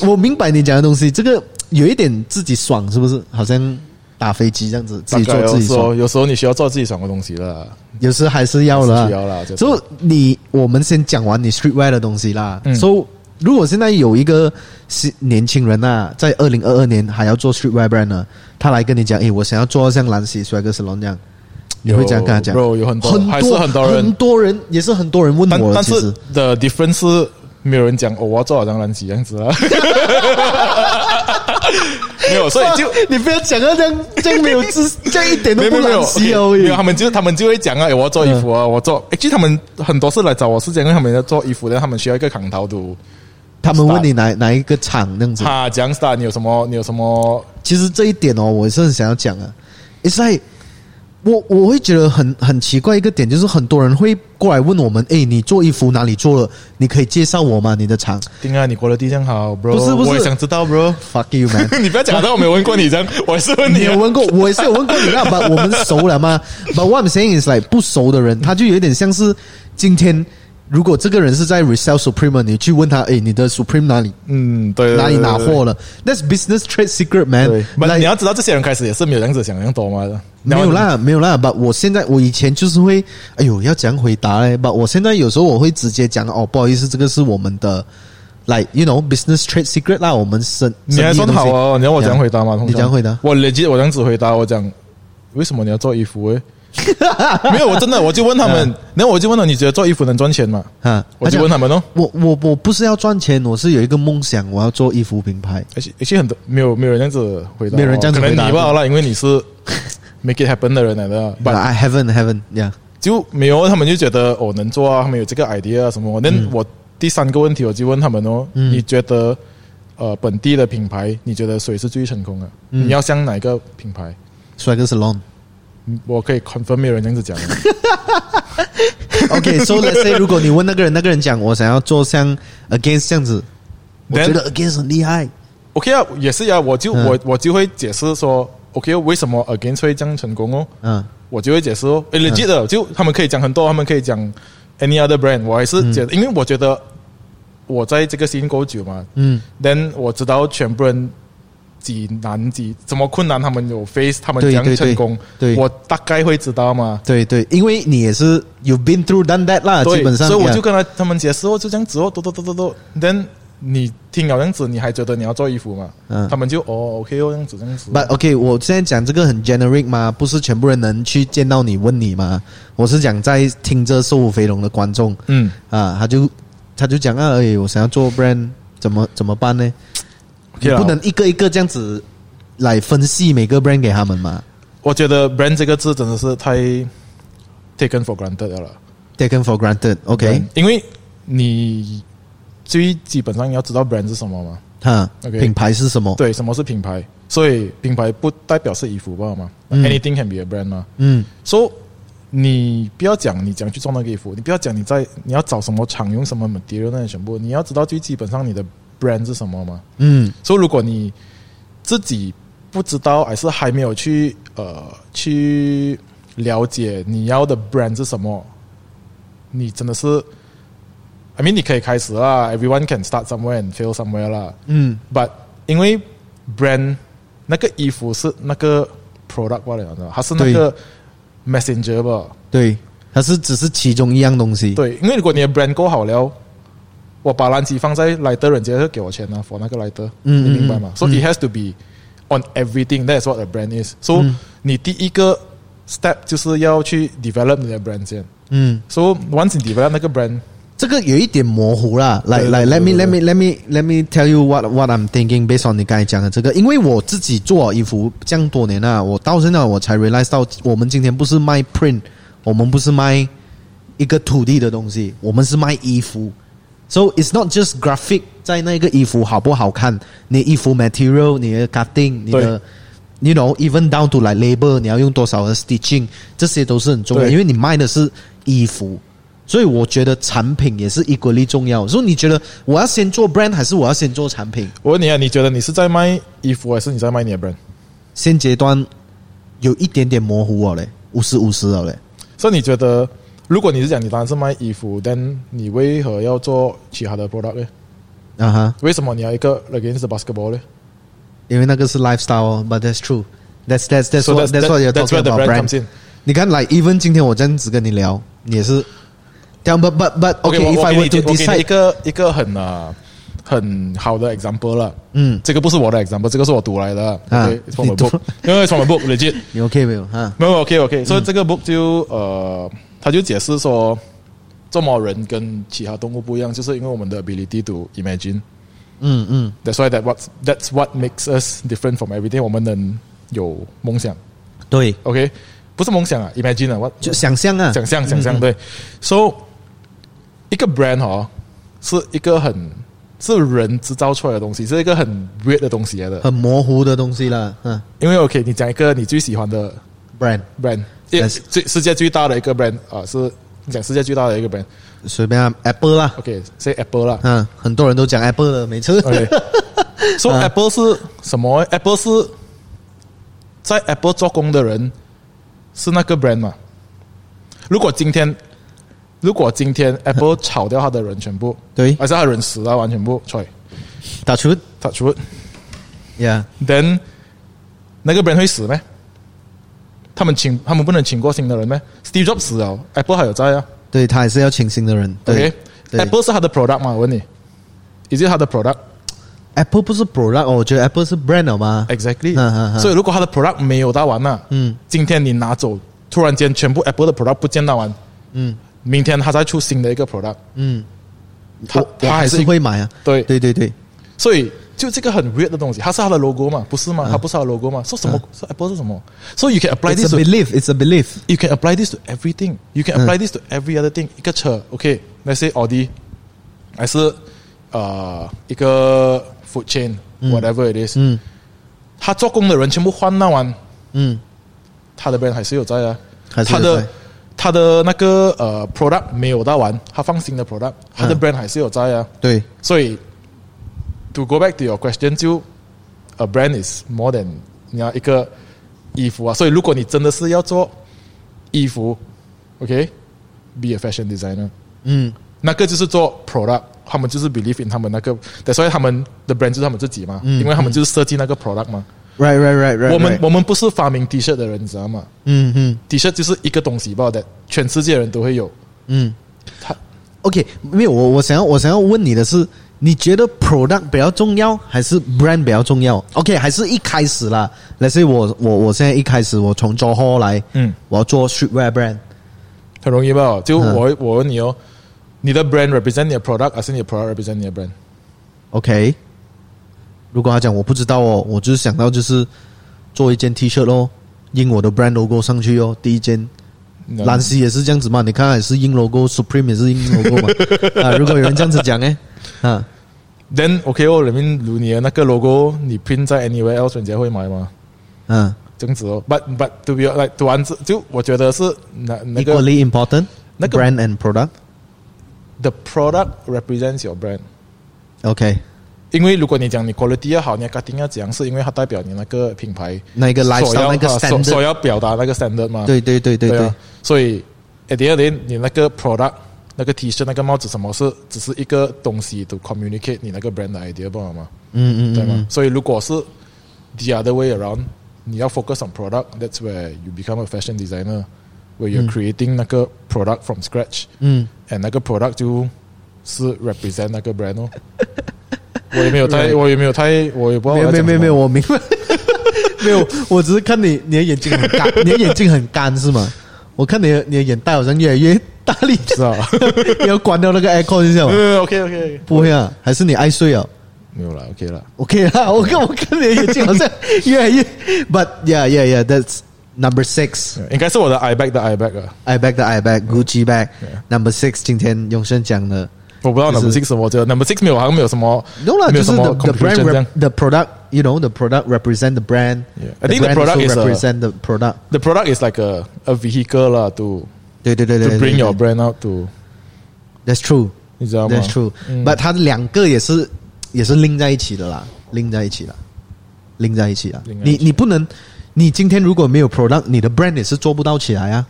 Speaker 1: 我明白你讲的东西，这个有一点自己爽是不是？好像打飞机这样子，自己
Speaker 2: 大
Speaker 1: 做
Speaker 2: 概
Speaker 1: 自己
Speaker 2: 有时
Speaker 1: 爽
Speaker 2: 候，有时候你需要做自己爽的东西了。
Speaker 1: 有时还是要了，
Speaker 2: 还是需要啦就是
Speaker 1: 所以你我们先讲完你 streetwear 的东西啦。
Speaker 2: 嗯
Speaker 1: 所以如果现在有一个是年轻人啊，在二零二二年还要做 streetwear brand 呢，他来跟你讲，诶，我想要做像兰溪 swagger salon 这样，你会这样跟他讲？
Speaker 2: 有，bro，有很多，
Speaker 1: 很
Speaker 2: 还是很多人。
Speaker 1: 很多人也是很多人问
Speaker 2: 但
Speaker 1: 我，
Speaker 2: 但
Speaker 1: 其
Speaker 2: 是
Speaker 1: 实
Speaker 2: the difference 是没有人讲哦，我要做好像兰奇这样子 啊。没有，所以就
Speaker 1: 你不要讲到这样，这样没有 知，这样一点都
Speaker 2: 没有
Speaker 1: 不
Speaker 2: 没有没有
Speaker 1: 难吸而
Speaker 2: OK，没
Speaker 1: 已嗯
Speaker 2: 有，。他们就他们就会讲啊，哎我要做衣服啊，我做。哎，其实他们很多是来找我是讲，因为他们要做衣服的，他们需要一个扛头度。
Speaker 1: 他们问你哪哪一个厂那样子，
Speaker 2: 他讲 star，你有什么？你有什么？
Speaker 1: 其实这一点哦，我是很想要讲啊。It's like 我我会觉得很很奇怪一个点，就是很多人会过来问我们，诶，你做衣服哪里做了？你可以介绍我吗？你的厂
Speaker 2: 丁啊，你过得地上好，bro。
Speaker 1: 不是不是
Speaker 2: 我也想知道，bro。
Speaker 1: ？Fuck you man！
Speaker 2: 你不要讲到我没有问过你这样，我也是 问
Speaker 1: 你
Speaker 2: 你
Speaker 1: 有
Speaker 2: 啊。
Speaker 1: 问过，我也是有问过你 那，把我们熟了吗？But what I'm saying is like 不熟的人，他就有点像是今天，如果这个人是在 resell Supreme，你去问他，诶，你的 Supreme 哪里
Speaker 2: 嗯，对，对
Speaker 1: 哪里拿？
Speaker 2: 对对对
Speaker 1: 货了？That's business trade secret
Speaker 2: 对
Speaker 1: man。
Speaker 2: 不
Speaker 1: 来
Speaker 2: 你要知道，这些人开始也是没有这样子想象多嘛的，
Speaker 1: 没有啦，没有啦，把我现在我以前就是会，哎呦，要怎样回答嘞？把我现在有时候我会直接讲哦，不好意思，这个是我们的，like you know business trade secret 啦，我们生
Speaker 2: 你还算好，哦，你要我怎样回答吗？通常
Speaker 1: 你怎样回答
Speaker 2: 我累计我这样子回答，我讲为什么你要做衣服、欸？ 没有，我真的我就问他
Speaker 1: 啊
Speaker 2: 们，然后我就问了，你觉得做衣服能赚钱吗？
Speaker 1: 生意啊，
Speaker 2: 我就
Speaker 1: 他
Speaker 2: 问
Speaker 1: 讲
Speaker 2: 他们哦，
Speaker 1: 我我我不是要赚钱，我是有一个梦想，我要做衣服品牌。
Speaker 2: 而且而且很多没有没有人这样子回答我，哦
Speaker 1: 没有人这样子
Speaker 2: 可能
Speaker 1: 回答
Speaker 2: 你罢了，因为你是 make it happen 的人啊来 的，
Speaker 1: But I haven't haven't yeah，
Speaker 2: 就没有他们就觉得哦能做啊，他们有这个 idea 啊什么。那、我第三个问题我就问他们哦，
Speaker 1: 嗯
Speaker 2: 你觉得呃本地的品牌，你觉得谁是最成功的？
Speaker 1: 嗯
Speaker 2: 你要像哪一个品牌？
Speaker 1: 帅哥 salon。
Speaker 2: 嗯我可以 confirm 没有人这样子讲啊的。
Speaker 1: OK，so、let's say 如果你问那个人，那个人讲我想要做像 against 这样子，我觉
Speaker 2: Then-
Speaker 1: 得 against 很厉害。
Speaker 2: OK 啊，也是呀、我就、
Speaker 1: 嗯
Speaker 2: 我我就会解释说，OK，为什么 against 会这样成功哦？
Speaker 1: 嗯
Speaker 2: 我就会解释哦，诶 legit 的，就他们可以讲很多，他们可以讲 any other brand，我还是觉得，因为我觉得我在这个新够久嘛，
Speaker 1: 嗯，
Speaker 2: then 我知道全部人几难几怎么困难，他们有 face，他们
Speaker 1: 对
Speaker 2: 怎样
Speaker 1: 对
Speaker 2: 成功，
Speaker 1: 对对
Speaker 2: 我大概会知道嘛。
Speaker 1: 对对，因为你也是 you've been through done that 啦，
Speaker 2: 对
Speaker 1: 啊基，本上
Speaker 2: 所以我
Speaker 1: yeah
Speaker 2: 就跟他他们解释哦，就这样子哦，嘟嘟嘟嘟嘟，then 你听了这样子，你还觉得你要做衣服嘛？
Speaker 1: 嗯
Speaker 2: 他们就哦，OK 哦，这样子这样子。
Speaker 1: But OK，我现在讲这个很 generic 嘛，不是全部人能去见到你问你嘛。我是讲在听着《瘦虎肥龙》的观众
Speaker 2: 嗯
Speaker 1: 啊，他就他就讲啊，哎，我想要做 brand，怎么怎么办呢？
Speaker 2: ，OK
Speaker 1: 你
Speaker 2: 啦
Speaker 1: 不能一个一个这样子来分析每个 brand 给他们嘛。
Speaker 2: 我觉得 brand 这个字真的是太 taken for granted 了啦。
Speaker 1: Taken for granted，OK，、
Speaker 2: Brand，因为你最基本上你要知道 brand 是什么嘛，
Speaker 1: 哈
Speaker 2: OK
Speaker 1: 品牌是什么？
Speaker 2: 对，什么是品牌，所以品牌不代表是衣服罢了嘛、
Speaker 1: 嗯
Speaker 2: a n y t h i n g can be a brand 嘛。
Speaker 1: 嗯
Speaker 2: So 你不要讲你怎样去做那个衣服，你不要讲你在你要找什么厂用什么 material 那些全部，你要知道最基本上你的 brand 是什么嘛。
Speaker 1: 嗯
Speaker 2: 所以如果你自己不知道，还是还没有去呃去了解你要的 brand 是什么，你真的是，I mean 你可以开始啦，everyone can start somewhere and fail somewhere 啦
Speaker 1: 嗯
Speaker 2: ，but 因为 brand 那个衣服是那个 product 罢了，它是那个 messenger 吧？
Speaker 1: 对，它是只是其中一样东西。
Speaker 2: 对，因为如果你的 brand 够好了。我把蓝旗放在 lighter，人家就给我钱了、啊、，for 那个 lighter。
Speaker 1: 嗯，
Speaker 2: 你
Speaker 1: 嗯
Speaker 2: 明白吗？？所以、it has to be on everything. That's what a brand is. So、你
Speaker 1: Mm.
Speaker 2: 第一个 step 就是要去 develop 你的 brand 先。
Speaker 1: 嗯。嗯
Speaker 2: So once 你 develop 那个 brand，
Speaker 1: 这个有一点模糊啦，来
Speaker 2: 对
Speaker 1: 来
Speaker 2: 对
Speaker 1: ，let me let
Speaker 2: 对对
Speaker 1: me let me let me tell you what what I'm thinking based on 你刚才讲的这个，因为我自己做衣服这样多年啊，我到现在我才 realize 到，我们今天不是卖 print，我们不是卖一个土地的东西，我们是卖衣服，so it's not just graphic 在那个衣服好不好看，你衣服 material，你的 cutting，你的。You know, even down to like labor，你要用多少的 stitching，这些都是很重要，
Speaker 2: 对
Speaker 1: 因为你卖的是衣服，所以我觉得产品也是 equally 重要。所以你觉得我要先做 brand 还是我要先做产品？
Speaker 2: 我问你啊，你觉得你是在卖衣服还是你在卖你的 brand？
Speaker 1: 现阶段有一点点模糊了嘞，五十五十了嘞。
Speaker 2: 所以你觉得，如果你是讲你当然是卖衣服，但你为何要做其他的 product 呢？
Speaker 1: 啊哈，
Speaker 2: 为什么你要一个 against the basketball 呢
Speaker 1: 因为那个是 lifestyle，but 哦 that's true。That's that's that's
Speaker 2: So
Speaker 1: what that's what you're
Speaker 2: that's
Speaker 1: talking
Speaker 2: where the
Speaker 1: about
Speaker 2: brand comes
Speaker 1: brand。
Speaker 2: in.
Speaker 1: 你看，like even 今天我这样子跟你聊，你也是。但 but but but
Speaker 2: OK，
Speaker 1: okay,
Speaker 2: 我
Speaker 1: if
Speaker 2: 我
Speaker 1: I
Speaker 2: 给
Speaker 1: were
Speaker 2: 你
Speaker 1: to
Speaker 2: 我给你一
Speaker 1: decide，
Speaker 2: 个一个很啊很好的 example 了。
Speaker 1: 嗯，
Speaker 2: 这个不是我的 example，这个是我读来的。
Speaker 1: 啊
Speaker 2: OK，it's from a
Speaker 1: 你读
Speaker 2: book，因为 it's from a book，legit。
Speaker 1: 你 OK 没有哈？Mm
Speaker 2: 没有 OK OK，所以这个 book 就呃，他就解释说，做毛人跟其他动物不一样，就是因为我们的 ability to imagine。
Speaker 1: 嗯嗯
Speaker 2: That's why that what that's what makes us different from everything。我们能有梦想
Speaker 1: 对，
Speaker 2: ，OK？不是梦想啊，imagine 啊，what
Speaker 1: 就想象啊，
Speaker 2: 想象想象对。So 一个 brand 哦，是一个很是人制造出来的东西，是一个很 weird 的东西来的。
Speaker 1: 很模糊的东西啦，嗯
Speaker 2: 因为 OK，你讲一个你最喜欢的
Speaker 1: ，brand
Speaker 2: brand，
Speaker 1: Yes
Speaker 2: 最世界最大的一个 brand 啊，是你讲世界最大的一个 brand，OK，、
Speaker 1: 随便啊，Apple 啦，
Speaker 2: 是 Apple 啦。
Speaker 1: 嗯，很多人都讲 Apple 的，每次
Speaker 2: OK，so、Apple
Speaker 1: 啊
Speaker 2: 是什么？Apple 是在 Apple 做工的人是那个 brand 嘛？如果今天如果今天 Apple 炒掉他的人全部，
Speaker 1: 对
Speaker 2: 还是他人死了完全部，sorry，
Speaker 1: 打球
Speaker 2: 他除
Speaker 1: ，Yeah，
Speaker 2: ，then 那个 brand 会死咩？他们请他们不能请过新的人咩？Steve Jobs 死了，Apple 还有在啊
Speaker 1: 对他也是要请新的人，对对
Speaker 2: ？OK，Apple 是他的 product 嘛？我问你，is it 他的 product？
Speaker 1: ，Apple 不是 product，哦我觉得 Apple 是 brand 了吗？
Speaker 2: Exactly，、
Speaker 1: 嗯嗯嗯
Speaker 2: 所以如果他的 product 没有到完呢、
Speaker 1: 嗯
Speaker 2: 今天你拿走，突然间全部 Apple 的 product 不见到完，
Speaker 1: 嗯
Speaker 2: 明天他再出新的一个 product，
Speaker 1: 嗯，
Speaker 2: 他
Speaker 1: 我
Speaker 2: 他还是
Speaker 1: 是会买啊，
Speaker 2: 对
Speaker 1: 对对对，
Speaker 2: 所以就这个很 weird 的东西，它是它的 logo 嘛，不是吗？它不是它的 logo 嘛？说什么？说 Apple 是什么？So you can
Speaker 1: 嗯
Speaker 2: apply
Speaker 1: It's
Speaker 2: this
Speaker 1: a
Speaker 2: to
Speaker 1: belief，it's a belief。
Speaker 2: you can apply this to everything. You
Speaker 1: Mm.
Speaker 2: can apply this to every other thing. 一个车，OK，let's、say Audi，还是呃一个 food chain、whatever it is，
Speaker 1: 嗯
Speaker 2: 他做工的人全部换到完，
Speaker 1: 嗯，
Speaker 2: 他的 brand 还是有在啊，
Speaker 1: 还是
Speaker 2: 他
Speaker 1: 有
Speaker 2: 的
Speaker 1: 在
Speaker 2: 他的那个呃 product 没有到完，他放新的 product，他的
Speaker 1: 嗯
Speaker 2: brand 还是有在啊。
Speaker 1: 对
Speaker 2: 所以，to go back to your question，就 a brand is more than 你要一个衣服啊。所以，如果你真的是要做衣服，OK，be、a fashion designer，
Speaker 1: 嗯
Speaker 2: 那个就是做 product，他们就是 believe in 他们那个，所以他们的 brand 就是他们自己嘛，因为他们就是设计那个 product 嘛。
Speaker 1: ，right right right 嗯 right，
Speaker 2: 我们
Speaker 1: right
Speaker 2: 我们不是发明 T 恤的人，你知道吗
Speaker 1: 嗯嗯
Speaker 2: ？T 恤就是一个东西吧的，全世界人都会有。
Speaker 1: 嗯
Speaker 2: 它
Speaker 1: ，OK，没有我我想要我想要问你的是，你觉得 product 比较重要还是 brand 比较重要？OK，还是一开始啦，let's say 我我我现在一开始我从 Johor 来，
Speaker 2: 嗯，
Speaker 1: 我要做 streetwear brand，
Speaker 2: 很容易吧？就
Speaker 1: 嗯
Speaker 2: 我、我问你哦，你的 brand represent 你的 product，还是你的 product represent 你的 brand？
Speaker 1: OK，如果他讲我不知道哦，我就是想到就是做一件 T 恤咯，印我的 brand logo 上去哦。第一件
Speaker 2: 那
Speaker 1: 兰溪也是这样子嘛，你看也是印 logo，Supreme 也是印 logo 嘛。啊，如果有人这样子讲诶，啊，
Speaker 2: Then OK 哦，里面如你的那个 logo，你 print 在 anywhere else，人家会买吗？
Speaker 1: 嗯、
Speaker 2: 这样子哦，but but to be like 读完之就我觉得是那那
Speaker 1: e q u a l
Speaker 2: 个
Speaker 1: l y important，
Speaker 2: 那个
Speaker 1: brand and product。
Speaker 2: the product represents your brand。
Speaker 1: OK，
Speaker 2: 因为如果你讲你 quality 要好，你要 cutting 要怎样，是因为它代表你那个品牌
Speaker 1: 那一个
Speaker 2: 所
Speaker 1: lifestyle
Speaker 2: 要
Speaker 1: 那个
Speaker 2: 啊所所
Speaker 1: standard，
Speaker 2: 要表达那个 standard 嘛。
Speaker 1: 对对对对对，
Speaker 2: 啊，所以 at the end of the day，你那个 product、那个 T 恤、那个帽子，什么是只是一个东西，to communicate 你那个 brand 的 idea，不好吗？
Speaker 1: 嗯嗯
Speaker 2: 对
Speaker 1: 嗯
Speaker 2: 吗？
Speaker 1: 嗯
Speaker 2: 所以如果是 the other way around，你要 focus on product，that's where you become a fashion designer，where you're creating 那个 product from scratch，and
Speaker 1: 嗯，
Speaker 2: 那个 product 就是 represent 那 个 brand 哦。我也没有太，我也没有太，我也不知道
Speaker 1: 没有
Speaker 2: 我要
Speaker 1: 没有
Speaker 2: 讲
Speaker 1: 没有
Speaker 2: 什么
Speaker 1: 没有，我明白， 没有，我只是看你你的眼睛很 干，你的眼睛很干是吗？我看你的你的眼袋好像越来越大力，
Speaker 2: 是 啊。
Speaker 1: 你要关掉那个 aircon 一下吗？
Speaker 2: 嗯，OK OK，
Speaker 1: 不会啊，还是你爱睡啊
Speaker 2: 没有啦 o k 啦。
Speaker 1: ？OK 啊， 我看我看你的眼睛好像越来越，But yeah yeah yeah that's number six。
Speaker 2: 应该是我的 i bag 的 i bag 啊。
Speaker 1: I bag 的 I bag Gucci bag number six，今天永生讲的
Speaker 2: 我不知道
Speaker 1: 就是
Speaker 2: number six 什么，我觉得 number six 没有，好像没有什么
Speaker 1: ，no 啦，
Speaker 2: 没
Speaker 1: 就
Speaker 2: 有
Speaker 1: 是
Speaker 2: 什么
Speaker 1: the the brand
Speaker 2: confusion 这
Speaker 1: rep,
Speaker 2: 样。
Speaker 1: the product you know the product represent the brand
Speaker 2: Yeah. I think the
Speaker 1: brand
Speaker 2: product
Speaker 1: also
Speaker 2: is a-
Speaker 1: represent the product
Speaker 2: The product is like a a vehicle 啦，to
Speaker 1: 对对对
Speaker 2: to
Speaker 1: 对
Speaker 2: bring
Speaker 1: 对
Speaker 2: your
Speaker 1: 对
Speaker 2: brand out to，
Speaker 1: That's true,
Speaker 2: 你知道吗
Speaker 1: that's true.
Speaker 2: 嗯
Speaker 1: But 它两个也是也是拎在一起的啦，拎在一起啦，拎在一起啦。
Speaker 2: 拎在一
Speaker 1: 你
Speaker 2: 起
Speaker 1: 你不能，你今天如果没有 product，你的 brand 也是做不到起来啊。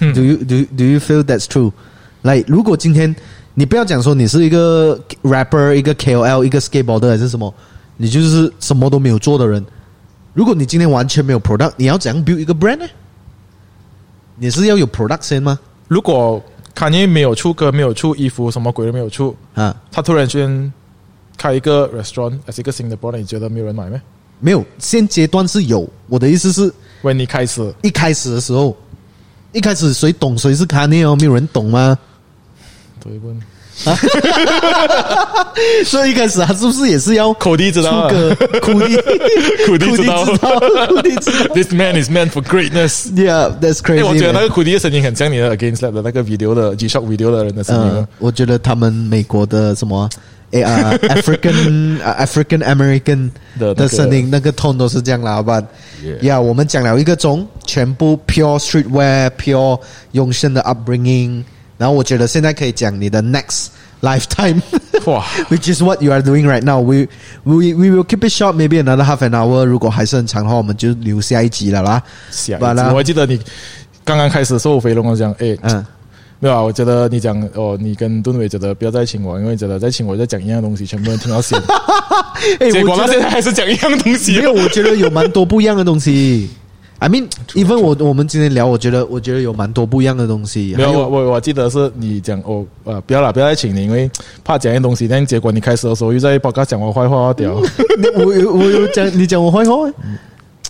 Speaker 2: 嗯
Speaker 1: Do you do you- do you feel that's true? Like 如果今天你不要讲说你是一个 rapper、一个 KOL、一个 skateboarder 还是什么，你就是什么都没有做的人。如果你今天完全没有 product，你要怎样 build 一个 brand 呢？你是要有 product 先吗？
Speaker 2: 如果 Kanye 没有出歌，没有出衣服，什么鬼都没有出，
Speaker 1: 啊，
Speaker 2: 他突然间开一个 restaurant，还是一个新的 brand，你觉得没有人买咩？
Speaker 1: 没有，现阶段是有。我的意思是，
Speaker 2: when 你开始
Speaker 1: 一开始的时候，一开始谁懂谁是卡内哦，没有人懂吗？
Speaker 2: 对不？
Speaker 1: 所以一开始他是不是也是 要
Speaker 2: 口弟知
Speaker 1: 出
Speaker 2: 道啊
Speaker 1: 歌苦力？
Speaker 2: 苦
Speaker 1: 苦
Speaker 2: 力
Speaker 1: 力
Speaker 2: 知道
Speaker 1: 知道，苦力知道。
Speaker 2: ，This man is meant for greatness。
Speaker 1: Yeah，that's
Speaker 2: 哎、
Speaker 1: crazy。
Speaker 2: 我觉得那
Speaker 1: man
Speaker 2: 个苦力的声音很像你的 Against Lab 的那个 video 的 G Shock video 的人的声音
Speaker 1: 嗯
Speaker 2: 啊。，
Speaker 1: 我觉得他们美国的什么。 哎啊、a f r i c a n 啊、African American
Speaker 2: 的那个
Speaker 1: 的声音，那个 tone 都是这样啦，好吧？
Speaker 2: Yeah
Speaker 1: 呀，我们讲了一个钟，全部 pure streetwear、pure 永生的 upbringing，然后我觉得现在可以讲你的 next lifetime。
Speaker 2: 哇
Speaker 1: Which is what you are doing right now. We we we will keep it short, maybe another half an hour. 如果还是很长的话，我们就留下一集了啦。
Speaker 2: 下一
Speaker 1: 完
Speaker 2: 次
Speaker 1: 了
Speaker 2: 我还记得你刚刚开始的时候，飞龙跟我讲，哎、
Speaker 1: 嗯，
Speaker 2: 没有啊，我觉得你讲哦，你跟盾伟觉得不要再请我，因为觉得再请我再讲一样东西，全部人听到死。
Speaker 1: 哎
Speaker 2: 结果
Speaker 1: 我觉
Speaker 2: 到
Speaker 1: 得
Speaker 2: 现在还是讲一样东西
Speaker 1: 没。有，我觉得有蛮多不一样的东西。I mean，even 我我们今天聊，我觉得我觉得有蛮多不一样的东西。
Speaker 2: 没有，
Speaker 1: 还
Speaker 2: 我我我记得是你讲哦，呃，不要了，不要再请你，因为怕讲一样东西，但结果你开始的时候又在报告讲我坏话， 屌，
Speaker 1: 你我有我有讲你讲我啊坏话吗，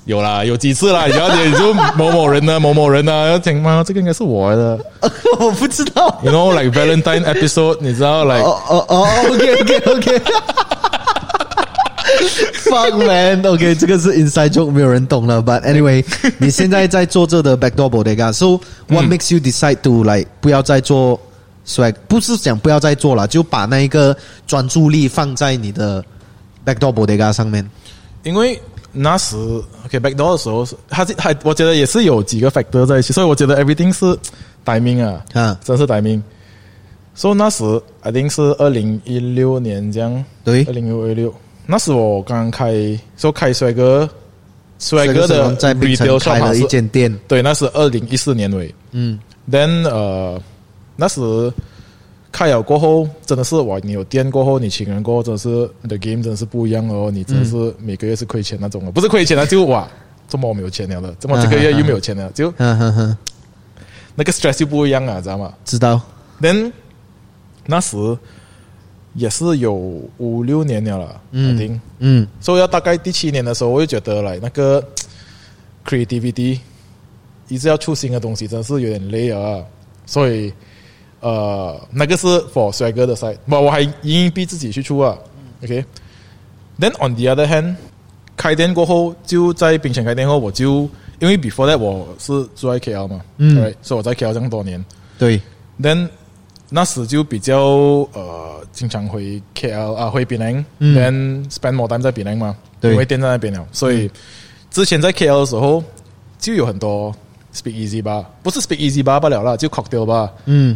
Speaker 2: 有啦，有几次啦，你了解你就某某人呢、某某人呢、要讲吗？这个应该是我的
Speaker 1: 我不知道。
Speaker 2: ，you know like Valentine episode，你知道
Speaker 1: 哦
Speaker 2: like
Speaker 1: 哦哦，OK OK OK。Fuck man，OK，、这个是 inside joke，没有人懂了。But anyway，你现在在做这的 backdoor bodega，so what makes you decide to like 不要再做 swag？不是讲不要再做了，就把那一个专注力放在你的 backdoor bodega 上面。
Speaker 2: 因为那时 OK backdoor 的时候是，他是还我觉得也是有几个 factor 在一起，所以我觉得 everything 是 timing 啊，
Speaker 1: 啊
Speaker 2: 真是 timing。所、so, 以那时 I think 是二零一六年这样，
Speaker 1: 对
Speaker 2: 二零一六，那时我刚刚开，说开帅哥，帅
Speaker 1: 这个
Speaker 2: 哥
Speaker 1: 是我
Speaker 2: 的
Speaker 1: 们在槟
Speaker 2: retail
Speaker 1: 城开
Speaker 2: shop 好
Speaker 1: 了一
Speaker 2: 像是，
Speaker 1: 间店，
Speaker 2: 对，那是二零一四年尾，
Speaker 1: 嗯，
Speaker 2: then 呃，那时开了过后，真的是哇，你有店过后，你请人过后，真的是你的 game 真的是不一样哦，你真的是每个月是亏钱那种的，不是亏钱啊，就哇，这么我没有钱了的，这么这个月又没有钱了，就
Speaker 1: 嗯哼哼，
Speaker 2: 那个 stress 就不一样啊，知道吗
Speaker 1: 知道，
Speaker 2: ？then 那时也是有五六年了啦，
Speaker 1: 嗯
Speaker 2: 嗯，定，
Speaker 1: 嗯
Speaker 2: 所以要大概第七年的时候，我就觉得来那个 creativity 一直要出新的东西，真的是有点累啊。所以呃，那个是 for 帅哥的 side，不，我还硬逼自己去出啊。OK。Then on the other hand，开店过后就在槟城开店后，我就因为 before that 我是住在 KL 嘛，
Speaker 1: 嗯
Speaker 2: 对，所以我在 KL 这样多年。
Speaker 1: 对，
Speaker 2: Then 那时就比较呃，经常回 KL 啊，回槟城、
Speaker 1: 嗯
Speaker 2: t h e n spend more time 在槟城嘛，
Speaker 1: 对嗯
Speaker 2: 因为店在那边了，所以之前在 KL 的时候就有很多 speak easy 吧，不是 speak easy 吧不了啦，就 cocktail 吧，
Speaker 1: 嗯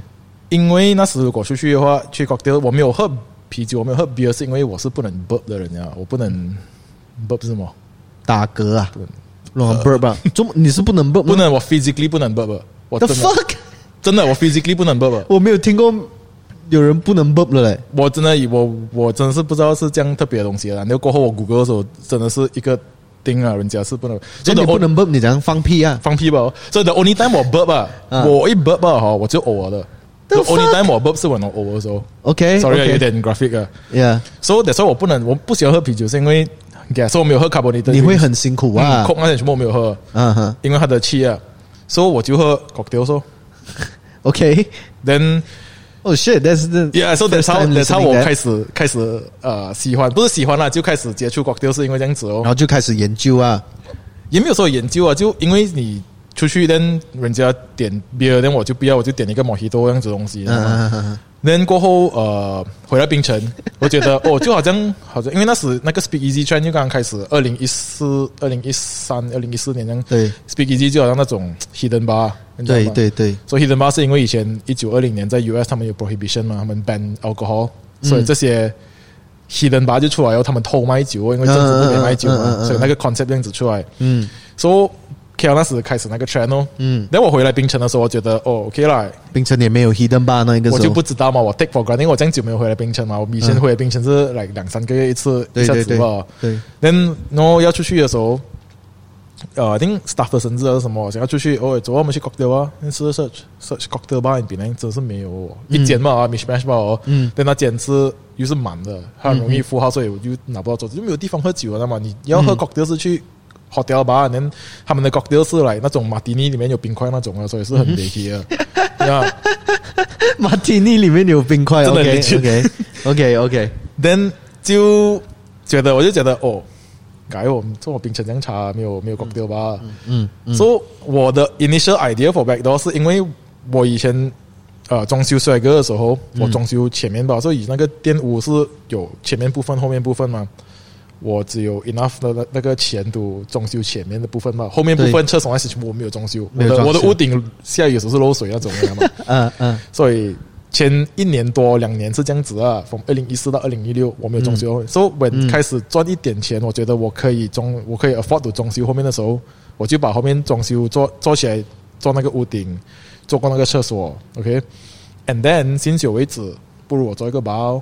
Speaker 2: 因为那时如果出去的话，去 cocktail 我没有喝啤酒，我没有喝 beer，是因为我是不能 burp 的人呀，我不能 burp 是什么？
Speaker 1: 打嗝啊，乱 burp 吧，中你是不能 burp，
Speaker 2: 呃不能，我 physically 不能 burp，的我
Speaker 1: the
Speaker 2: 真的
Speaker 1: fuck，
Speaker 2: 真的我 physically 不能 burp 的。
Speaker 1: 我没有听过有人不能 burp 了嘞，
Speaker 2: 我真的以我我真的是不知道是这样特别的东西啦。然后过后我谷歌的时候真的是一个钉啊，人家是不能，
Speaker 1: 所
Speaker 2: 真
Speaker 1: 以
Speaker 2: 的
Speaker 1: 哎你不能 burp，你怎样放屁啊？
Speaker 2: 放屁吧。所以 the only time 我 burp 啊，
Speaker 1: 啊
Speaker 2: 我一 burp 啊哈，我就偶尔的。
Speaker 1: The
Speaker 2: The only
Speaker 1: fuck？哎
Speaker 2: time 我 burp 是我能偶尔的时候。
Speaker 1: OK，
Speaker 2: Sorry，啊有点 graphic 啊。
Speaker 1: ，Yeah，
Speaker 2: 所以 that's why 我不能，我不喜欢喝啤酒，是因为 yeah，所以我没有喝 carbonated。
Speaker 1: 你会很辛苦
Speaker 2: 嗯
Speaker 1: 啊，
Speaker 2: ，coke 那些全部我没有喝，
Speaker 1: 嗯哼
Speaker 2: 因为它的气啊，所以我就喝 cocktail 说
Speaker 1: ，OK，Oh
Speaker 2: ，then
Speaker 1: Oh shit，that's the
Speaker 2: Yeah, so that's how
Speaker 1: time
Speaker 2: that's how
Speaker 1: listening
Speaker 2: 我
Speaker 1: that
Speaker 2: 开始开始呃喜欢，不是喜欢啦，就开始接触 cocktail 是因为这样子
Speaker 1: 然
Speaker 2: 哦，
Speaker 1: 后就开始研究啊，
Speaker 2: 也没有说研究啊，就因为你出去跟人家点 beer，然后我就不要，我就点一个 mojito 这样子的东西。
Speaker 1: 嗯嗯嗯
Speaker 2: 然后过后呃回到槟城，我觉得哦就好像好像因为那时那个 speak easy trend 就刚刚开始，二零一四、二零一三、二零一四年这样，
Speaker 1: 对
Speaker 2: ，speak easy 就好像那种 hidden bar，
Speaker 1: 嗯，
Speaker 2: 你知道
Speaker 1: 对
Speaker 2: 吗
Speaker 1: 对对，
Speaker 2: 所以 Hidden Bar 是因为以前一九二零年在 US 他们有 prohibition 嘛，他们 ban alcohol，、所以
Speaker 1: 嗯
Speaker 2: 这些 Hidden Bar 就出来哦然后，他们偷卖酒，因为政府不给卖酒嘛，
Speaker 1: 嗯嗯嗯嗯嗯
Speaker 2: 所以那个 concept 这样子出来。
Speaker 1: 嗯
Speaker 2: So KL 那时开始那个 channel，
Speaker 1: 嗯，
Speaker 2: 等我回来槟城的时候，我觉得哦 OK 啦，
Speaker 1: 冰城也没有 hidden bar 那一个时
Speaker 2: 我
Speaker 1: 候，
Speaker 2: 就不知道嘛，我 take for granted，因为我这样久没有回来槟城嘛，我以前
Speaker 1: 哦嗯
Speaker 2: 回来槟城是来两三个月一次，
Speaker 1: 对对
Speaker 2: 一下子
Speaker 1: 对
Speaker 2: 吧。
Speaker 1: 对，
Speaker 2: Then 然后要出去的时候，呃，I think staff 的生日还是什么，想要出去，哦，走啊，我们去 cocktail 啊，是 search search cocktail bar，比那真的是没有哦、一间嘛啊，mish mash bar 哦，
Speaker 1: 嗯
Speaker 2: 但那间是又啊是满的，它很容易负号，所以我就拿不到桌子，就没有地方喝酒了嘛。你要喝 cocktail 是去 hotel bar，然后他们的 cocktail 是来那种马提尼里面有冰块那种啊，所以 是很 dirty 的。yeah,
Speaker 1: 马提尼里面有冰块
Speaker 2: 真的
Speaker 1: ，OK
Speaker 2: 很
Speaker 1: OK OK OK，
Speaker 2: then 就觉得我就觉得哦，改我们做我冰城凉茶没有没有 cocktail bar，
Speaker 1: 嗯，
Speaker 2: so 我的 initial idea for back door 是因为我以前呃装修帅哥的时候，
Speaker 1: 嗯
Speaker 2: 我装修前面吧，所以那个电屋是有前面部分、后面部分嘛。我只有 enough 的那那个钱都装修前面的部分嘛，后面部分
Speaker 1: 对
Speaker 2: 厕所那些全部我没有装修，我
Speaker 1: 没有
Speaker 2: 的
Speaker 1: 装
Speaker 2: 我的
Speaker 1: 修
Speaker 2: 屋顶下雨有时候是漏水那种，你知道吗？
Speaker 1: 嗯嗯
Speaker 2: 所以前一年多两年是这样子啊，从二零一四到二零一六我没有装修，所以我
Speaker 1: 嗯
Speaker 2: 开始赚一点钱，我觉得我可以装，我可以 afford to 装修后面的时候，我就把后面装修做做起来，做那个屋顶，做过那个厕所，OK，and、then 先久为止，不如我做一个包，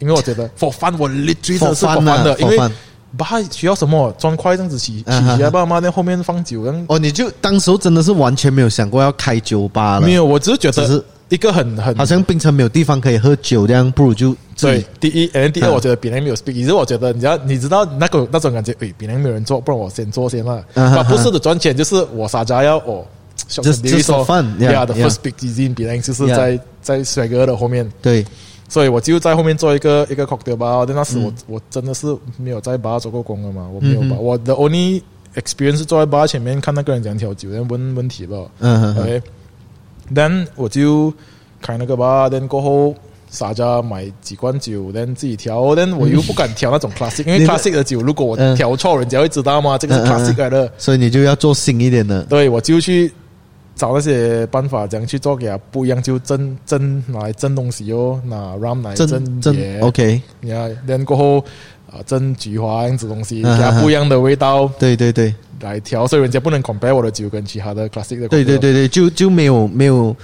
Speaker 2: 因为我觉得 for fun 我 literally 真的是 for
Speaker 1: fun 啊
Speaker 2: fun 的，因
Speaker 1: for
Speaker 2: 为
Speaker 1: fun
Speaker 2: 吧需要什么砖块这样子起起
Speaker 1: 嗯哼
Speaker 2: 起来吧嘛，那后面放酒，然后
Speaker 1: 哦，你就当时候真的是完全没有想过要开酒吧了，
Speaker 2: 没，有，我只是觉
Speaker 1: 啊只
Speaker 2: 得
Speaker 1: 是
Speaker 2: 一个很很
Speaker 1: 好像槟城没有地方可以喝酒，这样不如就自
Speaker 2: 对
Speaker 1: 己，
Speaker 2: 第一，然后第二，
Speaker 1: 嗯
Speaker 2: 我觉得比邻没有 speak，也是我觉得你要你知道那个那种感觉，诶，比邻没有人做，不然我先做先啦。
Speaker 1: 嗯
Speaker 2: 啊，
Speaker 1: 哼
Speaker 2: 不是的赚钱，就是我撒家要哦
Speaker 1: Just- just for fun, yeah,
Speaker 2: the
Speaker 1: yeah.
Speaker 2: first big easy in 比邻就是
Speaker 1: Yeah.
Speaker 2: 在在帅哥的后面，
Speaker 1: 对，
Speaker 2: 所以我就在后面做一个一个 cocktail bar。但那时我我真的是没有在 bar 做过工的嘛，我没有
Speaker 1: 嗯
Speaker 2: bar，我的 only experience 是坐在 bar 前面看那个人讲调酒，然后问问题了。
Speaker 1: 嗯嗯嗯
Speaker 2: OK，then 我就开那个吧，then 过后傻家买几罐酒，then 自己调，then 我又不敢调那种 classic，因为
Speaker 1: 嗯你的
Speaker 2: classic 的酒如果我
Speaker 1: 嗯
Speaker 2: 调错，人家会知道吗？这个是
Speaker 1: 嗯嗯嗯
Speaker 2: classic 来的，
Speaker 1: 所以你就要做新一点的，
Speaker 2: 对我就去找那些办法，怎样去做给它不一样，就蒸蒸拿来蒸东西哦，拿 rum 来
Speaker 1: 真
Speaker 2: 蒸
Speaker 1: 真
Speaker 2: 椰，
Speaker 1: OK，
Speaker 2: 你看，then 过后啊蒸菊花这样子东西，
Speaker 1: 嗯
Speaker 2: 给它
Speaker 1: 嗯嗯
Speaker 2: 不一样的味道
Speaker 1: 对对对
Speaker 2: 来调，所以人家不能 compare 我的酒跟其他的 classic 的，
Speaker 1: 对对。对对，就就没有嗯没有。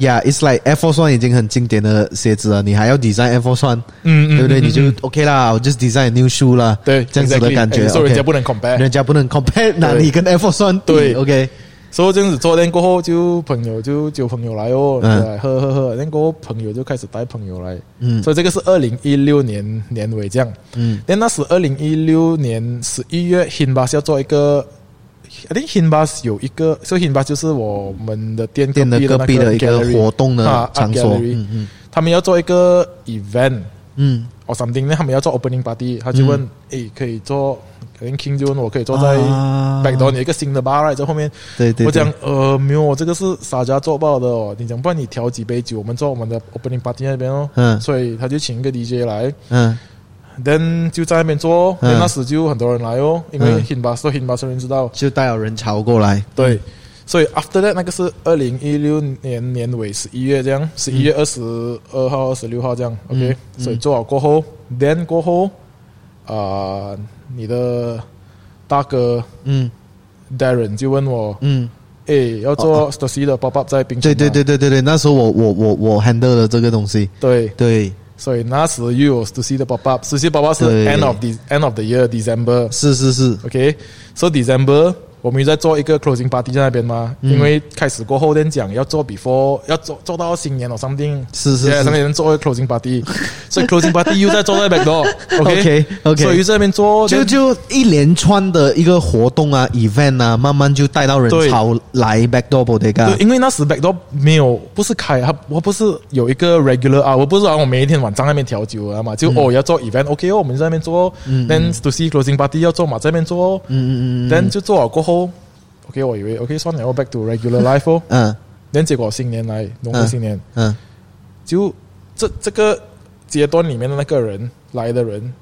Speaker 1: Yeah，it's like Air Force One 已经很经典的鞋子了，你还要 design Air Force One，
Speaker 2: 嗯嗯，
Speaker 1: 对不对？
Speaker 2: 嗯
Speaker 1: 你就
Speaker 2: 嗯
Speaker 1: OK 啦，我 just design a new shoe 啦，
Speaker 2: 对，
Speaker 1: 这样子的
Speaker 2: exactly，
Speaker 1: 感觉
Speaker 2: 哎所以人家
Speaker 1: OK。
Speaker 2: 不能 compare。
Speaker 1: 人家不能 compare 哪里跟 Air Force One 比
Speaker 2: 对
Speaker 1: ，OK，
Speaker 2: 所以这样子做练过后，就朋友就就朋友来哦，
Speaker 1: 嗯
Speaker 2: 对，喝喝喝，练过后朋友就开始带朋友来，
Speaker 1: 嗯
Speaker 2: 所以这个是二零一六年年尾这样。
Speaker 1: 嗯
Speaker 2: 但那时二零一六年十一月，Hinbas 要做一个。I think Hinbas 有一个，所以 Hinbas 就是我们的店
Speaker 1: 店的隔壁
Speaker 2: 那
Speaker 1: 的一个
Speaker 2: gallery
Speaker 1: 活动
Speaker 2: 啊
Speaker 1: 的
Speaker 2: ，art
Speaker 1: 场所，
Speaker 2: gallery
Speaker 1: 嗯嗯
Speaker 2: 他们要做一个 event，
Speaker 1: 嗯，
Speaker 2: or something，那他们要做 opening party，他就问，诶，可以做，可能 King 就问我可以坐在
Speaker 1: 啊
Speaker 2: back door 你有一个新的 bar right 在后面，
Speaker 1: 对对，
Speaker 2: 我讲
Speaker 1: 对，
Speaker 2: 呃没有，我这个是洒家做爆的哦，你讲不然你调几杯酒，我们做我们的 opening party 那边哦，
Speaker 1: 嗯
Speaker 2: 所以他就请一个 DJ 来
Speaker 1: 嗯
Speaker 2: ，then 就在那边做、哦，
Speaker 1: 嗯
Speaker 2: then 那时就很多人来哦，因为
Speaker 1: 嗯
Speaker 2: Hinba 做 Hinba 生人知道，
Speaker 1: 就带有人潮过来，
Speaker 2: 对，所以 after that 那个是二零一六年年尾十一月这样，十一月二十二号、二十六号这样、
Speaker 1: 嗯
Speaker 2: o k
Speaker 1: 嗯
Speaker 2: 所以做好过后，then 过后，啊、你的大哥
Speaker 1: 嗯
Speaker 2: Darren 就问我，
Speaker 1: 嗯，哦
Speaker 2: 诶，要做 Stacy 的 pop up 在冰城
Speaker 1: 对
Speaker 2: 吗，
Speaker 1: 对对对对对，那时候我我我我 handle 了这个东西，
Speaker 2: 对，
Speaker 1: 对，
Speaker 2: 所以那时又有 Stacy 的 pop up，Stacy pop up 是
Speaker 1: 对
Speaker 2: end of the end of the year December，
Speaker 1: 是是是，
Speaker 2: OK，so、December 我们又在做一个 closing party 在那边嘛，
Speaker 1: 嗯
Speaker 2: 因为开始过后then 讲要做 before 要做做到新年 or something，
Speaker 1: 是是
Speaker 2: yeah,
Speaker 1: 是
Speaker 2: 那边做一个 closing party，所以 closing party 又在做 在 back door，OK
Speaker 1: OK，OK
Speaker 2: 所以又在那边做
Speaker 1: 就就一连串的一个活动啊，event 啊，慢慢就带到人
Speaker 2: 对
Speaker 1: 潮来 backdoor bodega，
Speaker 2: 对，因为那时 back door 没有不是开，它我不是有一个 regular 啊，我不是啊，我每一天晚上那边调酒啊嘛，
Speaker 1: 嗯
Speaker 2: 就、哦要做 event，OK、哦，我们在那边做、嗯、，then to see closing party 要做嘛，在那边做、哦，
Speaker 1: 嗯嗯嗯
Speaker 2: t h e n 就做好过后，OK，我以为 OK 算了，我 back to regular life 哦。
Speaker 1: 嗯
Speaker 2: 但结果新年来，农历
Speaker 1: 嗯
Speaker 2: 新年，
Speaker 1: 嗯，
Speaker 2: 就这这个阶段里面的那个人来的人，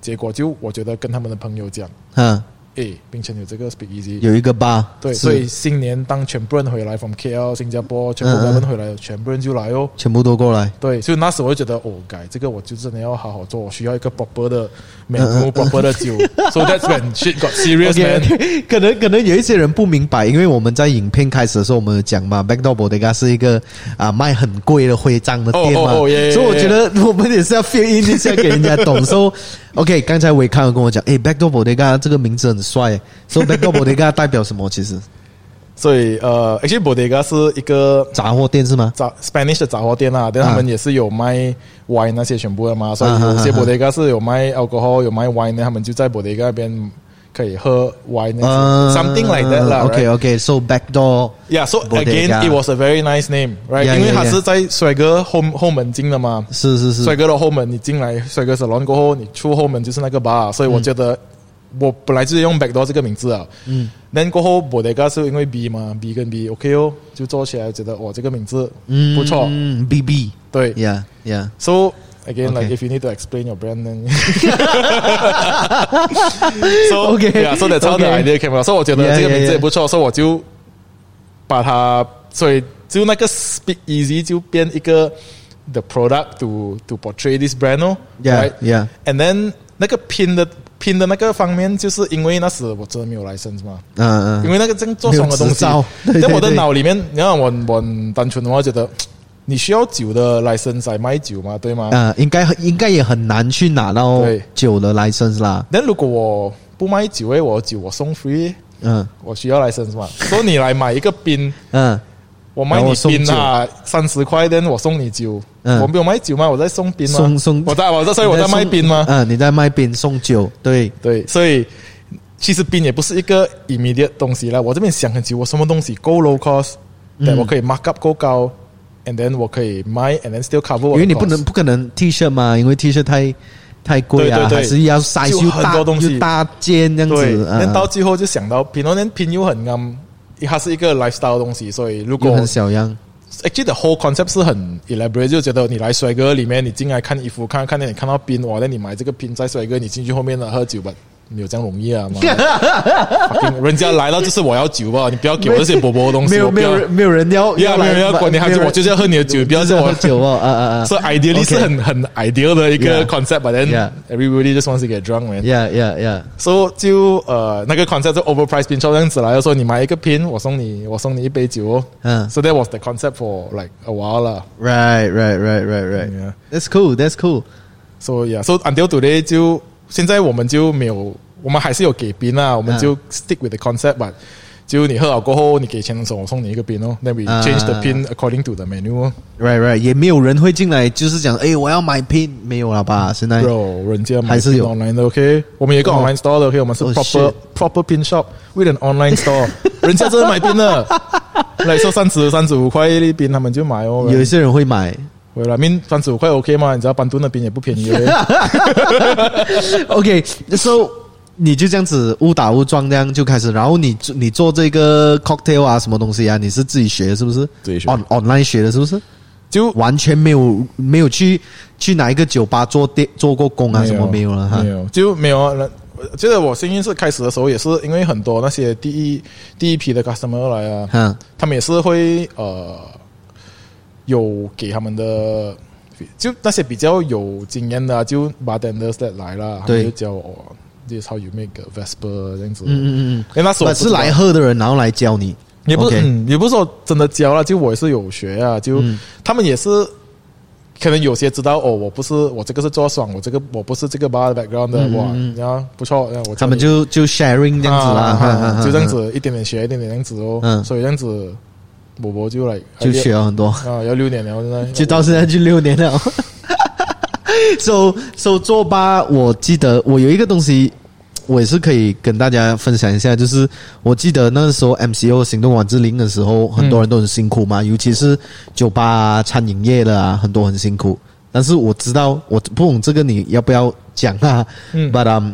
Speaker 2: 结果就我觉得跟他们的朋友讲，
Speaker 1: 嗯，
Speaker 2: 诶，冰城有这个 Speak Easy，
Speaker 1: 有一个 bar，
Speaker 2: 对，
Speaker 1: 是
Speaker 2: 所以新年当全部人回来 from KL 新加坡，全部
Speaker 1: 嗯嗯
Speaker 2: 人回来，全部人就来哦。
Speaker 1: 全部都过来，
Speaker 2: 对，所以那时我就觉得，哦，改这个我就真的要好好做，我需要一个 proper 的 menu、
Speaker 1: 嗯嗯
Speaker 2: proper 的 酒。so that's when shit got serious,
Speaker 1: OK，
Speaker 2: man.
Speaker 1: 可能可能有一些人不明白，因为我们在影片开始的时候，我们有讲嘛，Backdoor Bodega 是一个啊卖很贵的徽章的店嘛
Speaker 2: 哦哦哦耶
Speaker 1: 所以我觉得 我们也是要 fill in 一下给人家 懂。so OK，刚才维康有跟我讲，诶 b a c k d o o r Bodega 这个名字很帅，So Backdoor Bodega 代表什么？其实
Speaker 2: 所以呃，actually Bodega 是一个
Speaker 1: 杂货店是 吗？
Speaker 2: 杂 Spanish 的杂货店啦，但他们也是有卖 wine 那些全部的嘛，所以
Speaker 1: 啊啊啊
Speaker 2: 有些
Speaker 1: 啊啊
Speaker 2: bodega 是有卖 alcohol 有卖 wine 的，他们就在 bodega 那边可以喝 wine
Speaker 1: 啊
Speaker 2: 那种呃 something like that 啦。
Speaker 1: Okay,
Speaker 2: right?
Speaker 1: okay. So backdoor.
Speaker 2: Yeah, so again,
Speaker 1: Bodega
Speaker 2: it was a very nice name, right?
Speaker 1: Yeah,
Speaker 2: 因为
Speaker 1: yeah,
Speaker 2: 它
Speaker 1: yeah.
Speaker 2: 是在帅哥后后门进的嘛，
Speaker 1: 是是是
Speaker 2: 帅哥的后门，你进来帅哥 salon 过后，你出后门就是那个 bar，所以我觉得
Speaker 1: 嗯
Speaker 2: 我本来就是用 backdoor 这个名字啊，嗯，但过后 bodega 是因为 B 嘛，B 跟 B OK 哦，就做起来觉得哇这个名字
Speaker 1: 嗯，
Speaker 2: 不错，
Speaker 1: 嗯，BB。
Speaker 2: 对
Speaker 1: Yeah, yeah.
Speaker 2: So again, like
Speaker 1: Okay.
Speaker 2: if you need to explain your brand, then so
Speaker 1: Okay.
Speaker 2: yeah, so that's how the
Speaker 1: Okay.
Speaker 2: idea came out. So 我觉
Speaker 1: Yeah,
Speaker 2: 得这个
Speaker 1: yeah,
Speaker 2: 名字
Speaker 1: yeah.
Speaker 2: 也不错，所以我就把它，所以就那个 Speak Easy 就变一个 the product to to portray this brand 哦
Speaker 1: Yeah,
Speaker 2: right?
Speaker 1: yeah.
Speaker 2: And then 那个拼的拼的那个方面，就是因为那时我真的没有 license 嘛，
Speaker 1: 嗯
Speaker 2: 因
Speaker 1: 嗯
Speaker 2: 为那个正做什么东
Speaker 1: 没有执
Speaker 2: 西
Speaker 1: 照对，对
Speaker 2: 在我的
Speaker 1: 对
Speaker 2: 脑里面，你看我我很单纯的话觉得，你需要酒的 license 来卖酒嘛，对吗？
Speaker 1: 呃，应该应该也很难去拿到
Speaker 2: 对
Speaker 1: 酒的 license 啦。
Speaker 2: 但如果我不卖酒，诶，我酒我送 free，
Speaker 1: 嗯
Speaker 2: 我需要 license 嘛？所以你来买一个冰，
Speaker 1: 嗯
Speaker 2: 我卖
Speaker 1: 然后
Speaker 2: 你
Speaker 1: 送
Speaker 2: 冰啊，三十块，但我送你酒，
Speaker 1: 嗯
Speaker 2: 我没有卖酒嘛，我在送冰嘛，
Speaker 1: 送送
Speaker 2: 我在我在所以我在卖冰嘛，
Speaker 1: 嗯，你在卖冰送酒，对，
Speaker 2: 对，所以其实冰也不是一个 immediate 东西啦。我这边想很久，我什么东西够 low cost，对、
Speaker 1: 嗯
Speaker 2: 我可以 mark up 够高，and then 我可以卖，and then still cover 我的 cost。
Speaker 1: 因为你不能不可能 T 恤嘛，因为 T 恤太太贵啊，
Speaker 2: 对对对
Speaker 1: 还是要 size
Speaker 2: 就
Speaker 1: 又
Speaker 2: 很
Speaker 1: 大
Speaker 2: 多东西
Speaker 1: 又大件这样
Speaker 2: 对
Speaker 1: 子，，
Speaker 2: 但到
Speaker 1: 嗯，
Speaker 2: 最后就想到拼，然后连拼又很啱，它是一个 lifestyle 的东西，所以如
Speaker 1: 又
Speaker 2: 果
Speaker 1: 很小样，
Speaker 2: actually the whole concept 是很 elaborate，就觉得你来帅哥里面，你进来看衣服，看看见你看到冰，哇，那你买这个冰在帅哥，你进去后面呢喝酒吧。没有这样容易啊！妈 Fucking- 人家来了就是我要酒吧，你不要给我这些薄薄的东西，
Speaker 1: 没有
Speaker 2: 我
Speaker 1: 没
Speaker 2: 不要
Speaker 1: 有人没有人要
Speaker 2: 呀，没有人要管你，还是我就是是要喝你的酒，不要
Speaker 1: 是
Speaker 2: 是
Speaker 1: 喝
Speaker 2: 我。
Speaker 1: 酒哦，啊啊啊
Speaker 2: 所以 ideally 是很很 ideal 的一个
Speaker 1: Yeah.
Speaker 2: concept，but
Speaker 1: Yeah.
Speaker 2: then everybody just wants to get drunk man。
Speaker 1: ，yeah yeah yeah，
Speaker 2: So 就呃那个 concept 就 overpriced pin 这样子来，就说你买一个 pin，我送你我送你一杯酒哦。
Speaker 1: 嗯
Speaker 2: So that was the concept for like a while 啦。
Speaker 1: ，right right right right right。
Speaker 2: Yeah.
Speaker 1: That's cool, that's cool.
Speaker 2: So yeah, so until today 就现在我们就没有，我们还是有给冰啊，
Speaker 1: 嗯
Speaker 2: 我们就 stick with the concept，but 就你喝好过后，你给钱的时候，我送你一个冰哦。Then we change the
Speaker 1: 啊
Speaker 2: pin according to the menu 哦。
Speaker 1: Right, right，也没有人会进来，就是讲，哎，我要买 pin，没有了吧？现在
Speaker 2: Bro，人家买
Speaker 1: 哎还是有
Speaker 2: online 的 OK，我们有一个
Speaker 1: 哦
Speaker 2: online store 的 OK，我们是
Speaker 1: 哦
Speaker 2: proper、
Speaker 1: shit
Speaker 2: proper pin shop with an online store，人家真的买冰的，来说三十三十五块一粒冰，他们就买哦。
Speaker 1: 有一些人会买。
Speaker 2: 回来面三十五块 OK 吗？你知道班顿那边也不便宜哦。
Speaker 1: OK，so、你就这样子误打误撞这样就开始，然后你你做这个 cocktail 啊什么东西啊，你是自己学的是不是？
Speaker 2: 自己学
Speaker 1: on online 学的是不是？
Speaker 2: 就
Speaker 1: 完全没有没有去去哪一个酒吧做店做过工啊什么没有了哈
Speaker 2: 没。有就没有啊。那我觉得我幸运是开始的时候也是因为很多那些第一第一批的 customer 来啊，
Speaker 1: 哈，
Speaker 2: 他们也是会呃有给他们的，就那些比较有经验的啊、就 bartenders that 来了，他
Speaker 1: 对
Speaker 2: 们就教我、哦、this is how you make a vesper 这样子。
Speaker 1: 嗯
Speaker 2: 嗯，
Speaker 1: 嗯嗯
Speaker 2: 因为那时候我
Speaker 1: 嗯，
Speaker 2: 不知
Speaker 1: 是
Speaker 2: 道
Speaker 1: 来喝的人，然后来教你，
Speaker 2: 也不是
Speaker 1: OK 嗯
Speaker 2: 嗯，也不是说真的教了，就我也是有学啊，就、他们也是。可能有些知道哦，我不是我这个是做爽，我这个我不是这个 bar 的 background 的、哇，然后不错，然后我
Speaker 1: 嗯他们
Speaker 2: 教你
Speaker 1: 就就 sharing 这样子啦，
Speaker 2: 啊
Speaker 1: 哈
Speaker 2: 啊
Speaker 1: 哈哈
Speaker 2: 就这样子一点点学，一点点这样子哦，
Speaker 1: 嗯
Speaker 2: 所以这样子，我我就来
Speaker 1: 就学了很多。
Speaker 2: 啊，要六年了，现在
Speaker 1: 就到现在就六年了。so so 做吧，我记得我有一个东西，我也是可以跟大家分享一下，就是我记得那时候 MCO 行动网志零的时候，很多人都很辛苦
Speaker 2: 嗯
Speaker 1: 嘛，尤其是酒吧、啊、餐饮业的啊，很多很辛苦。但是我知道，我不懂这个你要不要讲啊？
Speaker 2: 嗯
Speaker 1: b u t um，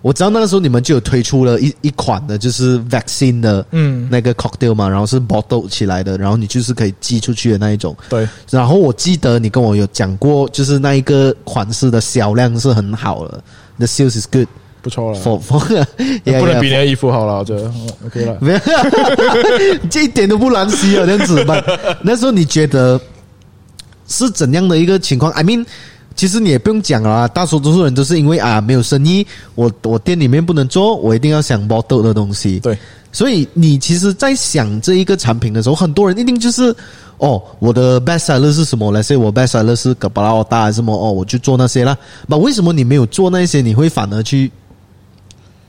Speaker 1: 我知道那个时候你们就有推出了一一款的，就是 vaccine 的
Speaker 2: 嗯
Speaker 1: 那个 cocktail 嘛，然后是 bottle 起来的，然后你就是可以寄出去的那一种。
Speaker 2: 对，
Speaker 1: 然后我记得你跟我有讲过，就是那一个款式的销量是很好的，the sales is good
Speaker 2: 不错了，
Speaker 1: for 哎 for，yeah,
Speaker 2: 不能
Speaker 1: yeah,
Speaker 2: 比你的衣服好了，我觉得哦 OK 了。
Speaker 1: 没有， 这一点都不难吸啊，这样子 吧。那时候你觉得是怎样的一个情况？I mean，其实你也不用讲了啊，大多数人都是因为啊没有生意，我我店里面不能做，我一定要想 bottle 的东西。
Speaker 2: 对，
Speaker 1: 所以你其实，在想这一个产品的时候，很多人一定就是哦，我的 best seller 是什么？来 say 我 best seller 是格巴拉奥大还是什么？哦，我去做那些啦。那为什么你没有做那些？你会反而去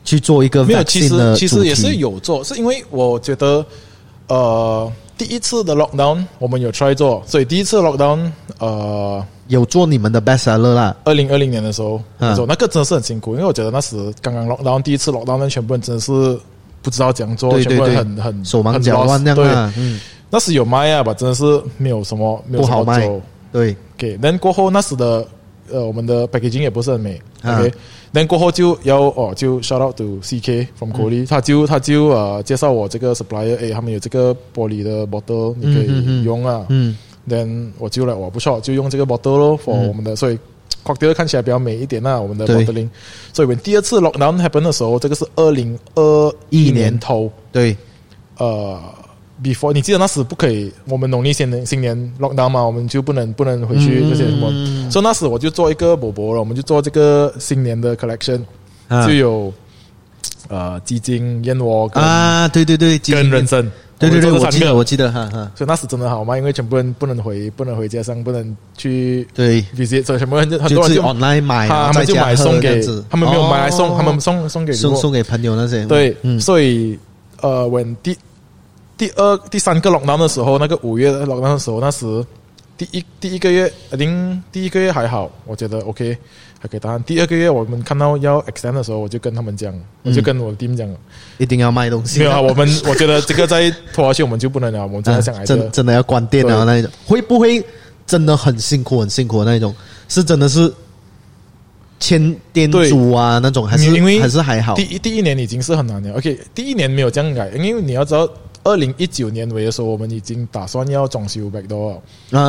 Speaker 1: 去做一个
Speaker 2: 没有，
Speaker 1: vaccine
Speaker 2: 其
Speaker 1: 的
Speaker 2: 实其
Speaker 1: 主
Speaker 2: 实
Speaker 1: 题
Speaker 2: 也是有做，是因为我觉得，呃，第一次的 lockdown 我们有 try 做，所以第一次 lockdown，呃，
Speaker 1: 有做你们的 bestseller 啦，
Speaker 2: 二零二零年的时候，
Speaker 1: 嗯
Speaker 2: 那时候那个真的是很辛苦，因为我觉得那时刚刚 lockdown 第一次 lockdown，那全部人真的是不知道怎样做，
Speaker 1: 对
Speaker 2: 哦全部人
Speaker 1: 对对
Speaker 2: 很很
Speaker 1: 手忙
Speaker 2: 很
Speaker 1: 脚乱
Speaker 2: lost，
Speaker 1: 那样
Speaker 2: 对，
Speaker 1: 啦，嗯，
Speaker 2: 那时有卖啊吧，真的是没有什么没有
Speaker 1: 不
Speaker 2: 什
Speaker 1: 好
Speaker 2: 么
Speaker 1: 卖
Speaker 2: 走。
Speaker 1: 对，
Speaker 2: OK，then 过后那时的呃我们的 packaging 也不是很美。
Speaker 1: 啊
Speaker 2: OK，then 过后就要哦就 shout out to CK
Speaker 1: 嗯
Speaker 2: from k o l i 他就他就呃介绍我这个 supplier，诶，他们有这个玻璃的 bottle 你可
Speaker 1: 嗯嗯嗯
Speaker 2: 以用啊。
Speaker 1: 嗯
Speaker 2: then 我就来我不 short 就用这个 bottle 咯，for 我们的，所以 cocktail 看起来比较美一点啊啦，我们的
Speaker 1: 对
Speaker 2: bottling。所以我们第二次 lockdown happen 的时候，这个是二零二
Speaker 1: 一
Speaker 2: 一
Speaker 1: 年
Speaker 2: 年头，
Speaker 1: 对，
Speaker 2: 呃，before 你记得那时不可以，我们农历新年新年 lockdown 嘛，我们就不能不能回去
Speaker 1: 嗯
Speaker 2: 这些什么，所以那时我就做一个伯伯了，我们就做这个新年的 collection，
Speaker 1: 啊
Speaker 2: 就有呃鸡精、燕窝跟
Speaker 1: 啊，对对对，
Speaker 2: 跟人参，
Speaker 1: 对对对，
Speaker 2: 们做
Speaker 1: 我
Speaker 2: 这
Speaker 1: 记
Speaker 2: 三个啊
Speaker 1: 得我记得，哈哈，
Speaker 2: 所以那时真的好嘛，因为全部人不能回，不能回家乡，不能去
Speaker 1: 对，
Speaker 2: visit，所以全部人就很
Speaker 1: 就
Speaker 2: 多
Speaker 1: 自
Speaker 2: 人
Speaker 1: 己
Speaker 2: 就
Speaker 1: online 买，然
Speaker 2: 他
Speaker 1: 后
Speaker 2: 他
Speaker 1: 在
Speaker 2: 们就
Speaker 1: 家
Speaker 2: 买
Speaker 1: 喝
Speaker 2: 送
Speaker 1: 这样
Speaker 2: 给
Speaker 1: 子
Speaker 2: 他们没有买来送，
Speaker 1: 哦
Speaker 2: 他们送送给如
Speaker 1: 送
Speaker 2: 果
Speaker 1: 送给朋友那些，
Speaker 2: 对，
Speaker 1: 嗯，
Speaker 2: 所以呃，我第第二、第三个 lockdown 的时候，那个五月的 lockdown 的时候，那时第一第一个月，零第一个月还好，我觉得 OK，还可以打。但第二个月我们看到要 extend 的时候，我就跟他们讲，
Speaker 1: 嗯
Speaker 2: 我就跟我 的 team 讲，
Speaker 1: 一定要卖东西，
Speaker 2: 没有啊，我们我觉得这个再拖下去我们就不能了，我们真
Speaker 1: 啊
Speaker 2: 的想挨着
Speaker 1: 真。真的要关店啊
Speaker 2: 对
Speaker 1: 那一种，会不会真的很辛苦很辛苦的那一种？是真的是签店主啊那种，还是
Speaker 2: 因为
Speaker 1: 还是还好
Speaker 2: 第？一第一年已经是很难了，OK，第一年没有这样改，因为你要知道，二零一九年尾的时候，我们已经打算要装修 backdoor 了。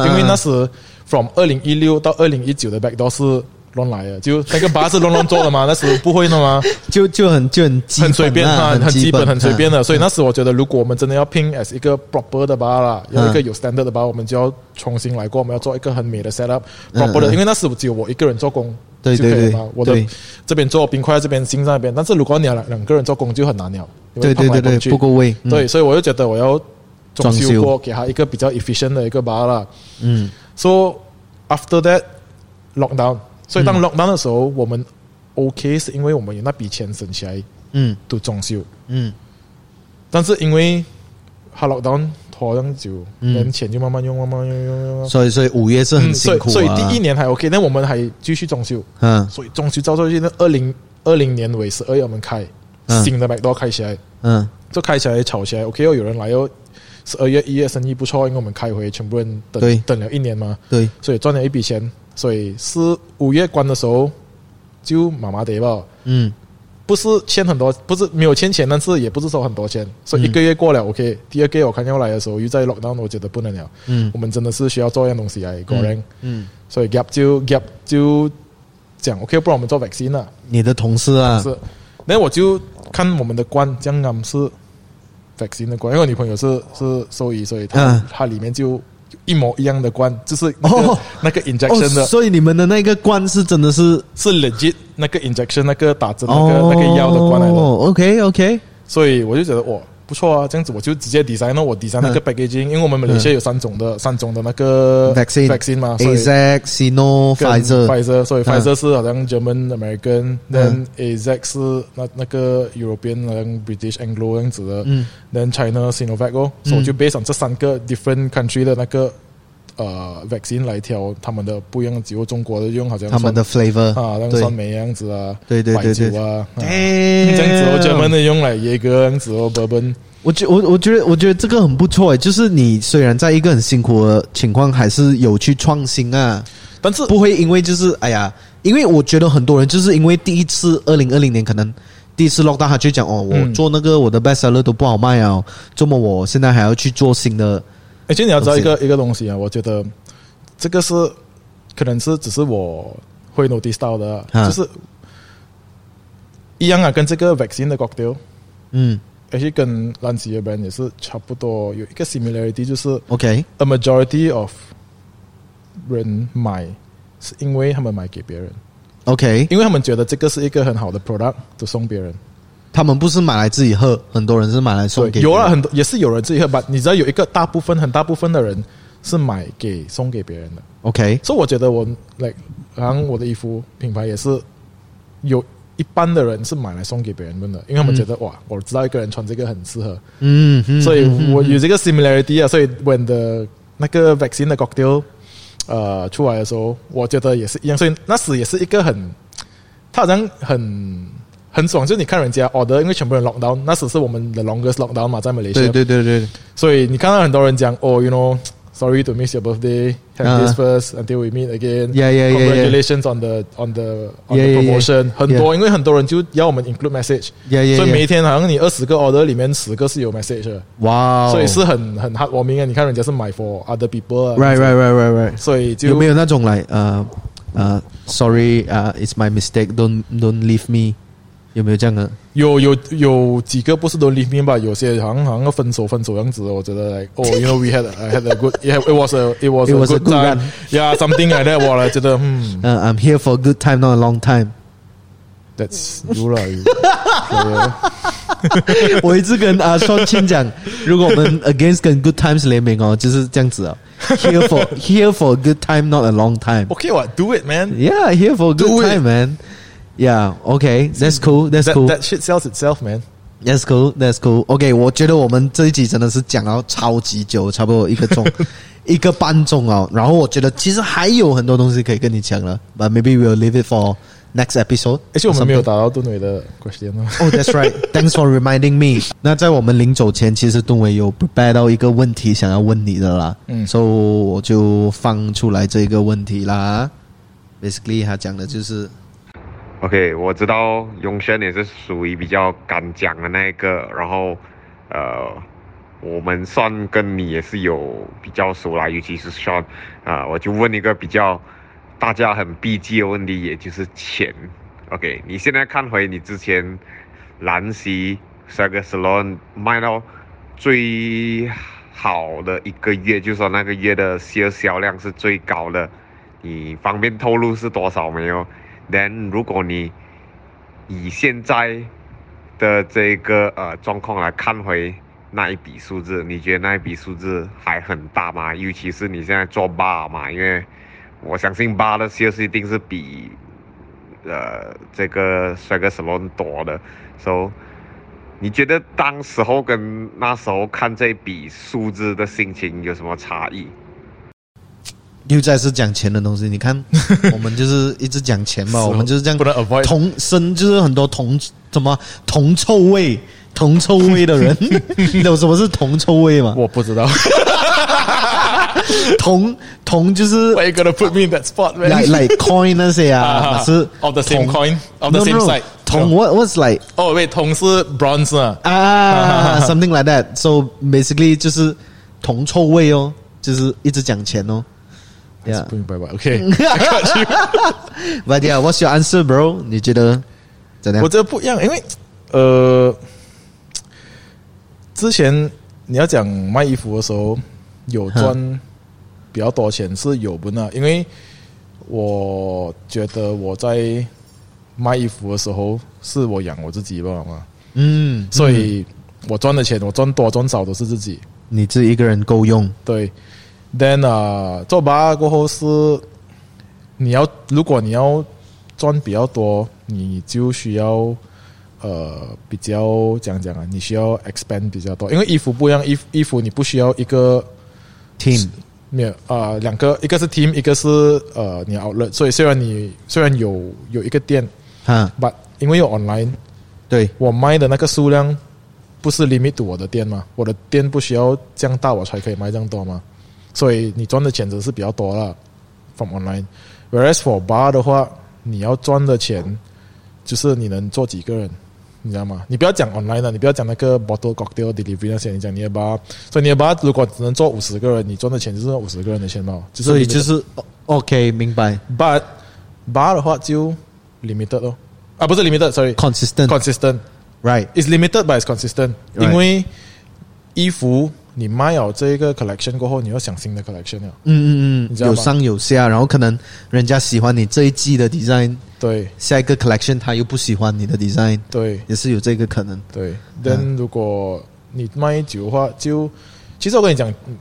Speaker 1: 因
Speaker 2: 因为那时 from 二零一六到二零一九的 backdoor 是乱来的，就那个 bar 是乱乱做的嘛，那 时不会的嘛，
Speaker 1: 就就很就很基本啊
Speaker 2: 很随便啊，很基本很随便
Speaker 1: 啊
Speaker 2: 的。所以那时我觉得，如果我们真的要拼 as 一个 proper 的 bar 啦，
Speaker 1: 嗯
Speaker 2: 要一个有 standard 的 bar，我们就要重新来过，我们要做一个很美的 setup
Speaker 1: 嗯
Speaker 2: proper
Speaker 1: 嗯
Speaker 2: 的。因为那时只有我一个人做工。
Speaker 1: 对
Speaker 2: 就可以了
Speaker 1: 对
Speaker 2: 嘛
Speaker 1: 对
Speaker 2: 我的
Speaker 1: 对
Speaker 2: 这边做冰块，这边心在那边。但是如果你要两两个人做工就很难了，因为
Speaker 1: 对对
Speaker 2: 碰来
Speaker 1: 对对
Speaker 2: 碰，去
Speaker 1: 不够位，嗯
Speaker 2: 对，所以我就觉得我要装
Speaker 1: 装修
Speaker 2: 修过，给他一个比较 efficient 的一个 bar 啦。
Speaker 1: 嗯
Speaker 2: So after that lockdown，所以
Speaker 1: 嗯
Speaker 2: 当 lockdown 的时候，我们 OK 是因为我们有那笔钱省起来
Speaker 1: 嗯
Speaker 2: 读装修，
Speaker 1: 嗯
Speaker 2: 但是因为他 lockdown 拖这样久，
Speaker 1: 嗯
Speaker 2: 连钱就慢慢用，慢慢用用用
Speaker 1: 嗯，
Speaker 2: 用。
Speaker 1: 所以所以五月是很
Speaker 2: 嗯，
Speaker 1: 辛
Speaker 2: 所以
Speaker 1: 苦啊，
Speaker 2: 所以第一年还 OK，那我们还继续装修，
Speaker 1: 嗯
Speaker 2: 所以装修照做去，那二零二零年尾十二月我们开、
Speaker 1: 嗯
Speaker 2: 新的 McDo 开起来，
Speaker 1: 嗯
Speaker 2: 就开起来炒起来，OK 又有人来哦。十二月一月生意不错，因为我们开回全部人
Speaker 1: 对
Speaker 2: 等等了一年嘛，
Speaker 1: 对
Speaker 2: 所以赚了一笔钱。所以是五月关的时候就麻麻的吧，
Speaker 1: 嗯
Speaker 2: 不是欠很多，不是没有欠钱，但是也不是说很多钱。所以一个月过了、o k 第二个月我看要来的时候又在 lockdown，我觉得不能了，
Speaker 1: 嗯
Speaker 2: 我们真的是需要做一样东西来果然，
Speaker 1: 嗯，
Speaker 2: 所以 gap 就 gap 就讲 OK，不然我们做 vaccine 啦，
Speaker 1: 你的同事啊，
Speaker 2: 是。那我就看我们的官江南是 vaccine 的官，因为我女朋友是是兽医，所以她、
Speaker 1: 嗯
Speaker 2: 她里面就一模一样的官，就是那个、
Speaker 1: 哦
Speaker 2: 那个
Speaker 1: 哦
Speaker 2: injection 的。，
Speaker 1: 所以你们的那个关是真的是
Speaker 2: 是 legit 那个 injection 那个打针那个、
Speaker 1: 哦
Speaker 2: 那个药的关来的，
Speaker 1: ，OK OK，
Speaker 2: 所以我就觉得哇不错啊，这样子我就直接 design 了我 design 那
Speaker 1: 嗯
Speaker 2: 个 packaging，、因为我们马来西亚有三种的三种的那个
Speaker 1: Vaccine
Speaker 2: vaccine 嘛，啊所以
Speaker 1: AZ、Sino、
Speaker 2: 跟
Speaker 1: Pfizer，
Speaker 2: Pfizer，所以
Speaker 1: 嗯
Speaker 2: Pfizer 是好像 German American，
Speaker 1: 嗯
Speaker 2: then AZ 是那那个 European，好像 British Anglo 这样子的
Speaker 1: 嗯
Speaker 2: ，then China Sinovac 哦，所以我就 based on 这三个 different country 的那个呃 vaccine 来挑他们的不一样的，只有中国的用好像
Speaker 1: 他们的 flavor
Speaker 2: 酸啊，像
Speaker 1: 对
Speaker 2: 酸梅这样子啊，
Speaker 1: 对对对对
Speaker 2: 白酒啊，啊
Speaker 1: 哎
Speaker 2: 这样子哦，专门的用来椰哥这样子哦，bourbon，
Speaker 1: 我觉我我觉得我觉得这个很不错诶，就是你虽然在一个很辛苦的情况，还是有去创新啊，
Speaker 2: 但是
Speaker 1: 不会因为就是哎呀，因为我觉得很多人就是因为第一次二零二零年可能。第一次 lock down，他就讲哦，我
Speaker 2: 嗯
Speaker 1: 做那个我的 bestseller 都不好卖啊，这么我现在还要去做新的，
Speaker 2: 而哎且你要知道
Speaker 1: 嗯
Speaker 2: 一个一个东西啊，我觉得这个是可能是只是我会 notice 到的啊，
Speaker 1: 啊
Speaker 2: 就是一样啊，跟这个 vaccine 的 cocktail，
Speaker 1: 嗯
Speaker 2: 而且跟兰奇的 brand 也是差不多，有一个 similarity，就是
Speaker 1: ，OK，
Speaker 2: a majority of 人买是因为他们买给别人，
Speaker 1: OK，
Speaker 2: 因为他们觉得这个是一个很好的 product，就送别人。
Speaker 1: 他们不是买来自己喝，很多人是买来送
Speaker 2: 对，
Speaker 1: 给
Speaker 2: 有啊
Speaker 1: 别
Speaker 2: 了
Speaker 1: 人
Speaker 2: 很多也是有人自己喝吧，你知道有一个大部分很大部分的人是买给送给别人的。
Speaker 1: ，OK，
Speaker 2: 所以我觉得我 like，然后我的衣服品牌也是有一般的人是买来送给别人们的，因为他们觉得、哇，我知道一个人穿这个很适合，
Speaker 1: 嗯，嗯
Speaker 2: 所以
Speaker 1: 嗯嗯嗯
Speaker 2: 我有这个 similarity 啊，所以 when the 那个 vaccine 的 cocktail 呃出来的时候，我觉得也是一样，所以那时也是一个很，他好像很很爽，就是你看人家 order，因为全部人 lock down，那时是我们的 longest lock down 嘛，在马来西亚，
Speaker 1: 对对对对，
Speaker 2: 所以你看到很多人讲哦，you know。Sorry to miss your birthday. Have this first until we meet again.
Speaker 1: Uh-huh. Yeah, yeah, yeah, yeah.
Speaker 2: Congratulations on the on the
Speaker 1: Yeah,
Speaker 2: on the
Speaker 1: yeah, yeah.
Speaker 2: promotion. 很多，因为很多人就要我们 include message，
Speaker 1: Yeah, yeah,
Speaker 2: 所以
Speaker 1: yeah.
Speaker 2: 每一天好像你二十个 order 里面十个是有 message 的。
Speaker 1: 哇哦，
Speaker 2: 所以是很很 heartwarming 啊！你看人家是买 for other people 啊
Speaker 1: right right right right right，
Speaker 2: 所以就
Speaker 1: 有没有那种来呃呃，sorry 呃 i t s my mistake，don't don't leave me，有没有这样的？
Speaker 2: 有有有几个不是都 leave me 吧？有些好像好像要分手分手样子的，我觉得 like oh you know we had I had a good yeah it was a it was
Speaker 1: It was a
Speaker 2: a good
Speaker 1: good
Speaker 2: time
Speaker 1: run.
Speaker 2: yeah something like that 我来觉得嗯
Speaker 1: 呃，I'm here for a good time not a long time。
Speaker 2: that's you 啦，you
Speaker 1: 我一直跟阿双青 讲，如果我们 against 跟 good times 联名哦，就是这样子哦。Here for here for a good time not a long time。
Speaker 2: okay what do it man
Speaker 1: Yeah, here for a good
Speaker 2: Do it.
Speaker 1: time, man. Yeah, okay, that's cool, that's
Speaker 2: that
Speaker 1: cool,
Speaker 2: that shit sells itself man
Speaker 1: that's cool, that's cool. OK，我觉得我们这一集真的是讲到超级久，差不多一个 钟，一个半钟哦。然后我觉得其实还有很多东西可以跟你讲了，but maybe we'll leave it for next episode.
Speaker 2: 而且我们没有
Speaker 1: or something
Speaker 2: 达到杜伟的 question 哦
Speaker 1: Oh, that's right. Thanks for reminding me. 那在我们临走前，其实杜伟有 prepare 到一个问题想要问你的啦，
Speaker 2: 嗯
Speaker 1: 所以、我就放出来这个问题啦。Basically，他讲的就是
Speaker 3: OK，我知道永轩也是属于比较敢讲的那一个，然后呃，我们算跟你也是有比较熟啦，尤其是 Sean 啊、我就问一个比较大家很避忌的问题，也就是钱。OK，你现在看回你之前兰溪 s a g a Salon 卖到最好的一个月，就说那个月的销销量是最高的，你方便透露是多少没有？then 如果你以现在的这个呃状况来看回那一笔数字，你觉得那一笔数字还很大吗？尤其是你现在做 bar 嘛，因为我相信 bar 的 sales 一定是比呃这个帅哥 salon 多的，so 你觉得当时候跟那时候看这笔数字的心情有什么差异？
Speaker 1: 又再是讲钱的东西，你 看，我们就是一直讲钱嘛，
Speaker 2: 是哦
Speaker 1: 我们就是这样，
Speaker 2: 不能 avoid
Speaker 1: 同生就是很多同什么铜臭味、铜臭味的 人，你懂什么是铜臭味吗？
Speaker 2: 我不知道
Speaker 1: 铜铜就是
Speaker 2: why you gonna put me in that spot man
Speaker 1: like like coin 那些啊，
Speaker 2: 啊
Speaker 1: 那是
Speaker 2: of the same
Speaker 1: 铜
Speaker 2: coin of the
Speaker 1: No,
Speaker 2: same
Speaker 1: no,
Speaker 2: Oh,
Speaker 1: no.
Speaker 2: side
Speaker 1: 铜 what what's like
Speaker 2: 哦喂铜是 bronze 啊
Speaker 1: 啊 something like that。So basically 就是铜臭味哦，就是一直讲钱哦。Yeah,
Speaker 2: 不明白吧 OK
Speaker 1: but yeah, what's your answer, bro？你觉得怎样
Speaker 2: 我？觉得不一样，因为呃，之前你要讲卖衣服的时候有赚比较多钱是有不呢？因为我觉得我在卖衣服的时候是我养我自己吧嘛，
Speaker 1: 嗯，
Speaker 2: 所以我赚的钱我赚多赚少都是自己。
Speaker 1: 你自己一个人够用。
Speaker 2: 对，then 啊、做吧过后是你要如果你要赚比较多，你就需要呃比较讲讲啊，你需要 expand 比较多，因为衣服不一样，衣服衣服你不需要一个
Speaker 1: Team，
Speaker 2: 没有啊、呃两个一个是 team，一个是呃你 outlet，所以虽然你虽然有有一个店
Speaker 1: 哈，
Speaker 2: ，but 因为有 online，
Speaker 1: 啊对，
Speaker 2: 我卖的那个数量不是 limit to 我的店嘛，我的店不需要这样大，我才可以卖这样多嘛。所以你赚的钱只是比较多了，from online。Whereas for bar 的话，你要赚的钱就是你能做几个人，你知道吗？你不要讲 online 的，你不要讲那个 bottle cocktail delivery 那些，你讲你的 bar，所以你的 bar 如果只能做五十个人，你赚的钱就是五十个人的钱嘛，就是
Speaker 1: 所以
Speaker 2: limited
Speaker 1: 就是 OK，明白
Speaker 2: but bar 的话就 limited 咯，啊不是 limited，sorry
Speaker 1: ，consistent，right？
Speaker 2: consistent。It's limited but it's consistent，、
Speaker 1: Right
Speaker 2: 因为衣服你卖了这一个 collection 过后，你要想新的 collection 了。
Speaker 1: 嗯嗯
Speaker 2: 你
Speaker 1: 嗯，
Speaker 2: 知道
Speaker 1: 有
Speaker 2: 吗
Speaker 1: 上有下，然后可能人家喜欢你这一季的 design，
Speaker 2: 对
Speaker 1: 下一个 collection 他又不喜欢你的 design，
Speaker 2: 对
Speaker 1: 也是有这个可能。
Speaker 2: 对。但、如果你卖酒的话，就其实我跟你讲嗯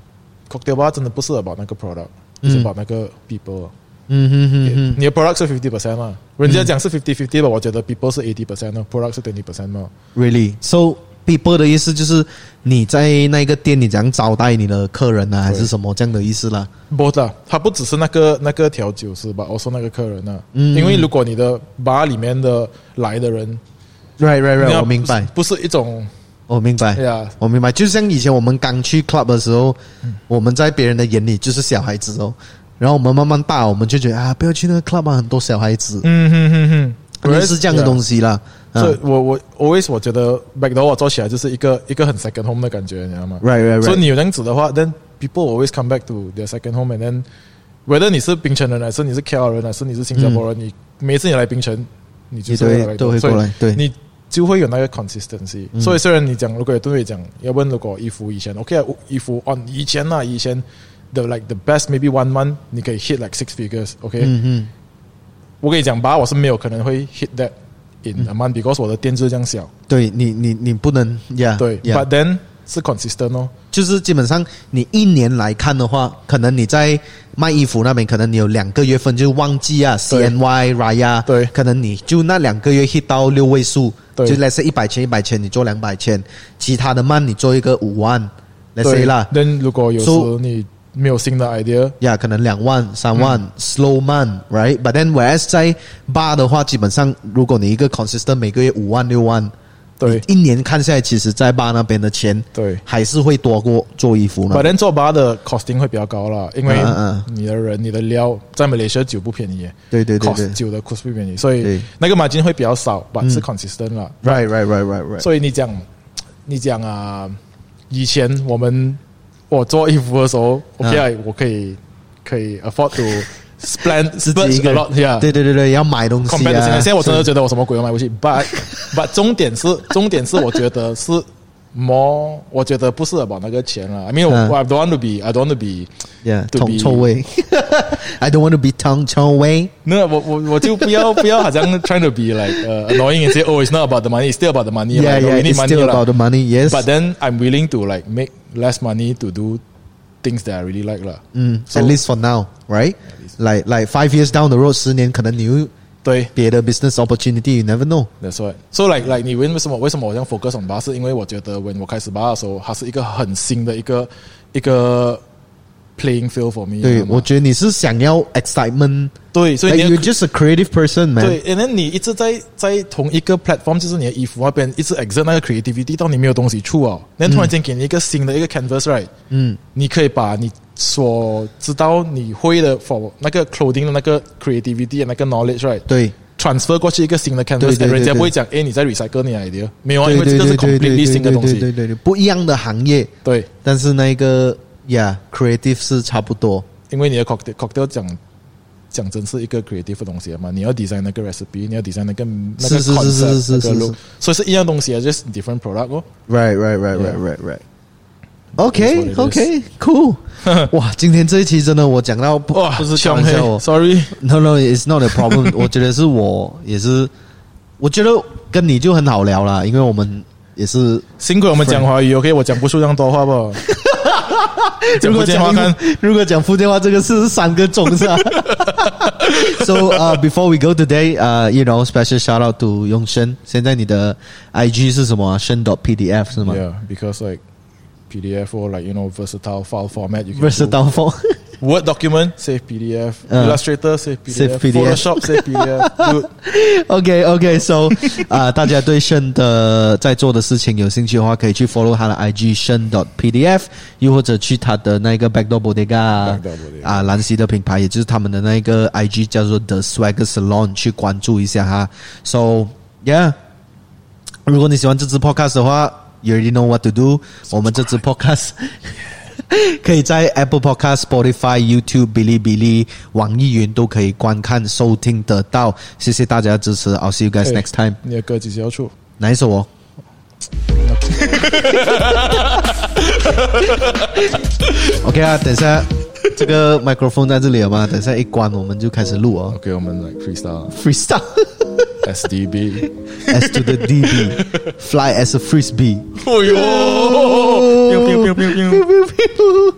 Speaker 2: ，cocktail bar 真的不是 about 那个 product，是 about 那个 people。
Speaker 1: 嗯哼哼嗯哼。
Speaker 2: 你的 product 是 fifty percent 嘛？人家讲是 fifty fifty 吧，我觉得 people 是 eighty percent 呢，product 是 twenty percent 嘛。
Speaker 1: Really? So people 的意思就是你在那个店你怎样招待你的客人啊，还是什么这样的意思啦？
Speaker 2: both 啦，它不只是那个那个调酒师吧，我说那个客人啊，
Speaker 1: 嗯
Speaker 2: 因为如果你的 bar 里面的来的人，
Speaker 1: Right, right,
Speaker 2: 你
Speaker 1: right，
Speaker 2: 要
Speaker 1: 我明白，
Speaker 2: 不是一种哎
Speaker 1: 我明白。
Speaker 2: 呀，
Speaker 1: 我明白，就像以前我们刚去 club 的时候，我们在别人的眼里就是小孩子哦。然后我们慢慢大，我们就觉得啊，不要去那个 club 啊，很多小孩子，
Speaker 2: 嗯哼哼哼，
Speaker 1: 类似这样的东
Speaker 2: 西。
Speaker 1: 西啦。
Speaker 2: 所以
Speaker 1: 嗯
Speaker 2: 我我 always 我觉得 back door 我做起来就是一个一个很 second home 的感觉，你知道吗？
Speaker 1: ，right, right,
Speaker 2: 所以
Speaker 1: right，
Speaker 2: 你有这样子的话，then people always come back to their second home，and then whether 你是槟城人，还是你是 KL 人，还是你是新加坡人，你每次你来槟城，你就
Speaker 1: 嗯你
Speaker 2: 是
Speaker 1: 都
Speaker 2: 来
Speaker 1: 会
Speaker 2: back
Speaker 1: 都
Speaker 2: door，
Speaker 1: 会
Speaker 2: 所以
Speaker 1: 过来，对，嗯
Speaker 2: 你就会有那个 consistency。所以虽然你讲，如果有对讲，要问如果衣服以前 OK 啊，衣服 on 以前啦，以前 the like the best maybe one month 你可以 hit like six figures。OK，、
Speaker 1: 嗯嗯
Speaker 2: 我跟你讲，吧，我是没有可能会 hit that in a month、because
Speaker 1: 嗯
Speaker 2: 我的店就是这样小。
Speaker 1: 对你你你不能呀，
Speaker 2: 对、
Speaker 1: 呀
Speaker 2: b u t then 是 consistent 哦。
Speaker 1: 就是基本上你一年来看的话，可能你在卖衣服那边，可能你有两个月份就是旺季啊
Speaker 2: 对
Speaker 1: ，CNY、Raya，
Speaker 2: 对
Speaker 1: 可能你就那两个月 hit 到六位数，
Speaker 2: 对
Speaker 1: 就类似一百千一百千，你做两百千，其他的慢你做一个五万，类似
Speaker 2: 对
Speaker 1: 啦，
Speaker 2: ，then 如果有时
Speaker 1: So-
Speaker 2: 候你没有新的 idea，
Speaker 1: 呀，可能两万、三万、slow
Speaker 2: 嗯
Speaker 1: 慢，right？But then whereas 在 bar 的话，基本上如果你一个 consistent 每个月五万六万，
Speaker 2: 对
Speaker 1: 一年看下来，其实在 bar 那边的钱
Speaker 2: 对。
Speaker 1: 还是会多过做衣服呢
Speaker 2: But。then 做 bar 的 costing 会比较高啦，因为
Speaker 1: 嗯嗯
Speaker 2: 你的人、你的料在马来西亚酒不便宜耶。
Speaker 1: 对对对
Speaker 2: cost
Speaker 1: 对。
Speaker 2: 酒的 cost 不便宜，所以
Speaker 1: 对
Speaker 2: 那个 margin 会比较少，but
Speaker 1: 嗯
Speaker 2: 是 consistent 啦。
Speaker 1: Right, right, right, right, right.
Speaker 2: 所以你讲，你讲啊，以前我们我做衣服的时候，OK
Speaker 1: 嗯
Speaker 2: 啊，我可以可以 afford to spend
Speaker 1: 自己一
Speaker 2: splurge
Speaker 1: 个
Speaker 2: a lot
Speaker 1: 人
Speaker 2: yeah。
Speaker 1: 对对对对，要买东西
Speaker 2: Compared to
Speaker 1: 啊。
Speaker 2: 现在，现在我真的
Speaker 1: 是
Speaker 2: 觉得我什么鬼都买不起。But but 重点是 重点是我觉得是 more，我觉得不是 about 那个钱了。I 啊 mean
Speaker 1: 嗯
Speaker 2: I don't want to be I don't want to be
Speaker 1: yeah,
Speaker 2: to
Speaker 1: 铜
Speaker 2: be-
Speaker 1: 臭味。I don't want to be 铜臭味。
Speaker 2: 那我我我就不要不要好像 trying to be like、uh, annoying and say oh it's not about the money it's still about the money
Speaker 1: Yeah,
Speaker 2: like,
Speaker 1: yeah,
Speaker 2: we need
Speaker 1: it's
Speaker 2: money
Speaker 1: still
Speaker 2: lah.
Speaker 1: about the money. Yes.
Speaker 2: but then I'm willing to like make less money to do things that I really like lah.
Speaker 1: 嗯
Speaker 2: So-
Speaker 1: at least for now, right? Like like five years down the road，十年可能你又
Speaker 2: 对
Speaker 1: 别的 business opportunity，you never know。
Speaker 2: ，that's right. So like like 你问为什么为什么我这样 focus on 吧，是因为我觉得 when 我开始吧的时候，它是一个很新的一个一个 playing field for me 你
Speaker 1: 对，
Speaker 2: 知道吗。
Speaker 1: 我觉得你是想要 excitement，
Speaker 2: 对，所以
Speaker 1: like
Speaker 2: 你要
Speaker 1: you're just a creative person, man.
Speaker 2: 对，因为你一直在在同一个 platform，就是你的衣服那边一直 exert 那个 creativity，到你没有东西出哦，那突然间给你一个新的一个 canvas，right？
Speaker 1: 嗯，
Speaker 2: 你可以把你所知道你会的 for 那个 clothing 的那个 creativity 的那个 knowledge，right？
Speaker 1: 对
Speaker 2: transfer 过去一个新的 canvas，
Speaker 1: 对对对
Speaker 2: 人家
Speaker 1: 对
Speaker 2: 不会讲，哎，你在 recycle 你的 idea，没有啊，
Speaker 1: 对
Speaker 2: 因为这
Speaker 1: 对
Speaker 2: 个
Speaker 1: 对
Speaker 2: 是
Speaker 1: 对对
Speaker 2: completely
Speaker 1: 对
Speaker 2: 新的
Speaker 1: 对
Speaker 2: 东
Speaker 1: 对对
Speaker 2: 西。
Speaker 1: 对，对不一样的行业，
Speaker 2: 对，
Speaker 1: 但是那个 yeah creative 是差不多。
Speaker 2: 因为你的 cocktail cocktail 讲讲真是一个 creative 的东西啊嘛，你要 design 那个 recipe，你要 design 那个那个
Speaker 1: 是是是
Speaker 2: concept，
Speaker 1: 是是
Speaker 2: 那个
Speaker 1: 是
Speaker 2: look 所以是一样东西啊，just different product 哦。
Speaker 1: Right, right, right, right,
Speaker 2: Yeah.
Speaker 1: right, right. OK,
Speaker 2: That's what it
Speaker 1: OK, cool. 哇，今天这一期真的我讲到不
Speaker 2: 哇，
Speaker 1: 不是开
Speaker 2: 小
Speaker 1: 玩
Speaker 2: 黑
Speaker 1: 笑哦。
Speaker 2: ，sorry，
Speaker 1: No, no, it's not a problem. 我觉得是我也是，我觉得跟你就很好聊啦，因为我们也是。
Speaker 2: 辛苦我们讲华语，OK，我讲不出这样多 话不？讲福建话看，
Speaker 1: 如果讲福建话，这个是三个钟 是吧？So, uh, before we go today, uh, you know, special shout out to 永生。现在你的 IG 是什么啊？生 dot PDF 是吗
Speaker 2: Yeah，because like PDF or like you know versatile file format，you can do
Speaker 1: ？Versatile phone
Speaker 2: Word document save PDF,
Speaker 1: Uh,
Speaker 2: Illustrator save
Speaker 1: save
Speaker 2: PDF,
Speaker 1: PDF
Speaker 2: Photoshop save PDF. Dude,
Speaker 1: OK OK So 啊、大家对盛的在做的事情有兴趣的话，可以去 follow 他的 IG 盛 dot PDF，又或者去他的那个 Backdoor Bodega 啊
Speaker 2: Backdoor Bodega
Speaker 1: 啊兰溪的品牌，也就是他们的那个 IG 叫做 The Swagger Salon 去关注一下哈。So yeah，如果你喜欢这支 podcast 的话，you already know what to do。我们这支 podcast 可以在 Apple Podcast、Spotify、YouTube、哔哩哔哩、网易云都可以观看收听得到。谢谢大家的支持，I'll see you guys
Speaker 2: hey,
Speaker 1: next time。
Speaker 2: 你的歌几时要出？
Speaker 1: 哪一首哦？OK 啊，等一下，这个 microphone 在这里了吗？等一下一关，我们就开始录哦。
Speaker 2: OK，我们 like freestyle
Speaker 1: Freestyle
Speaker 2: SDB。
Speaker 1: as to the DB, fly as a frisbee.
Speaker 2: 哎呦，biu biu biu biu biu。
Speaker 1: Pew, pew, pew.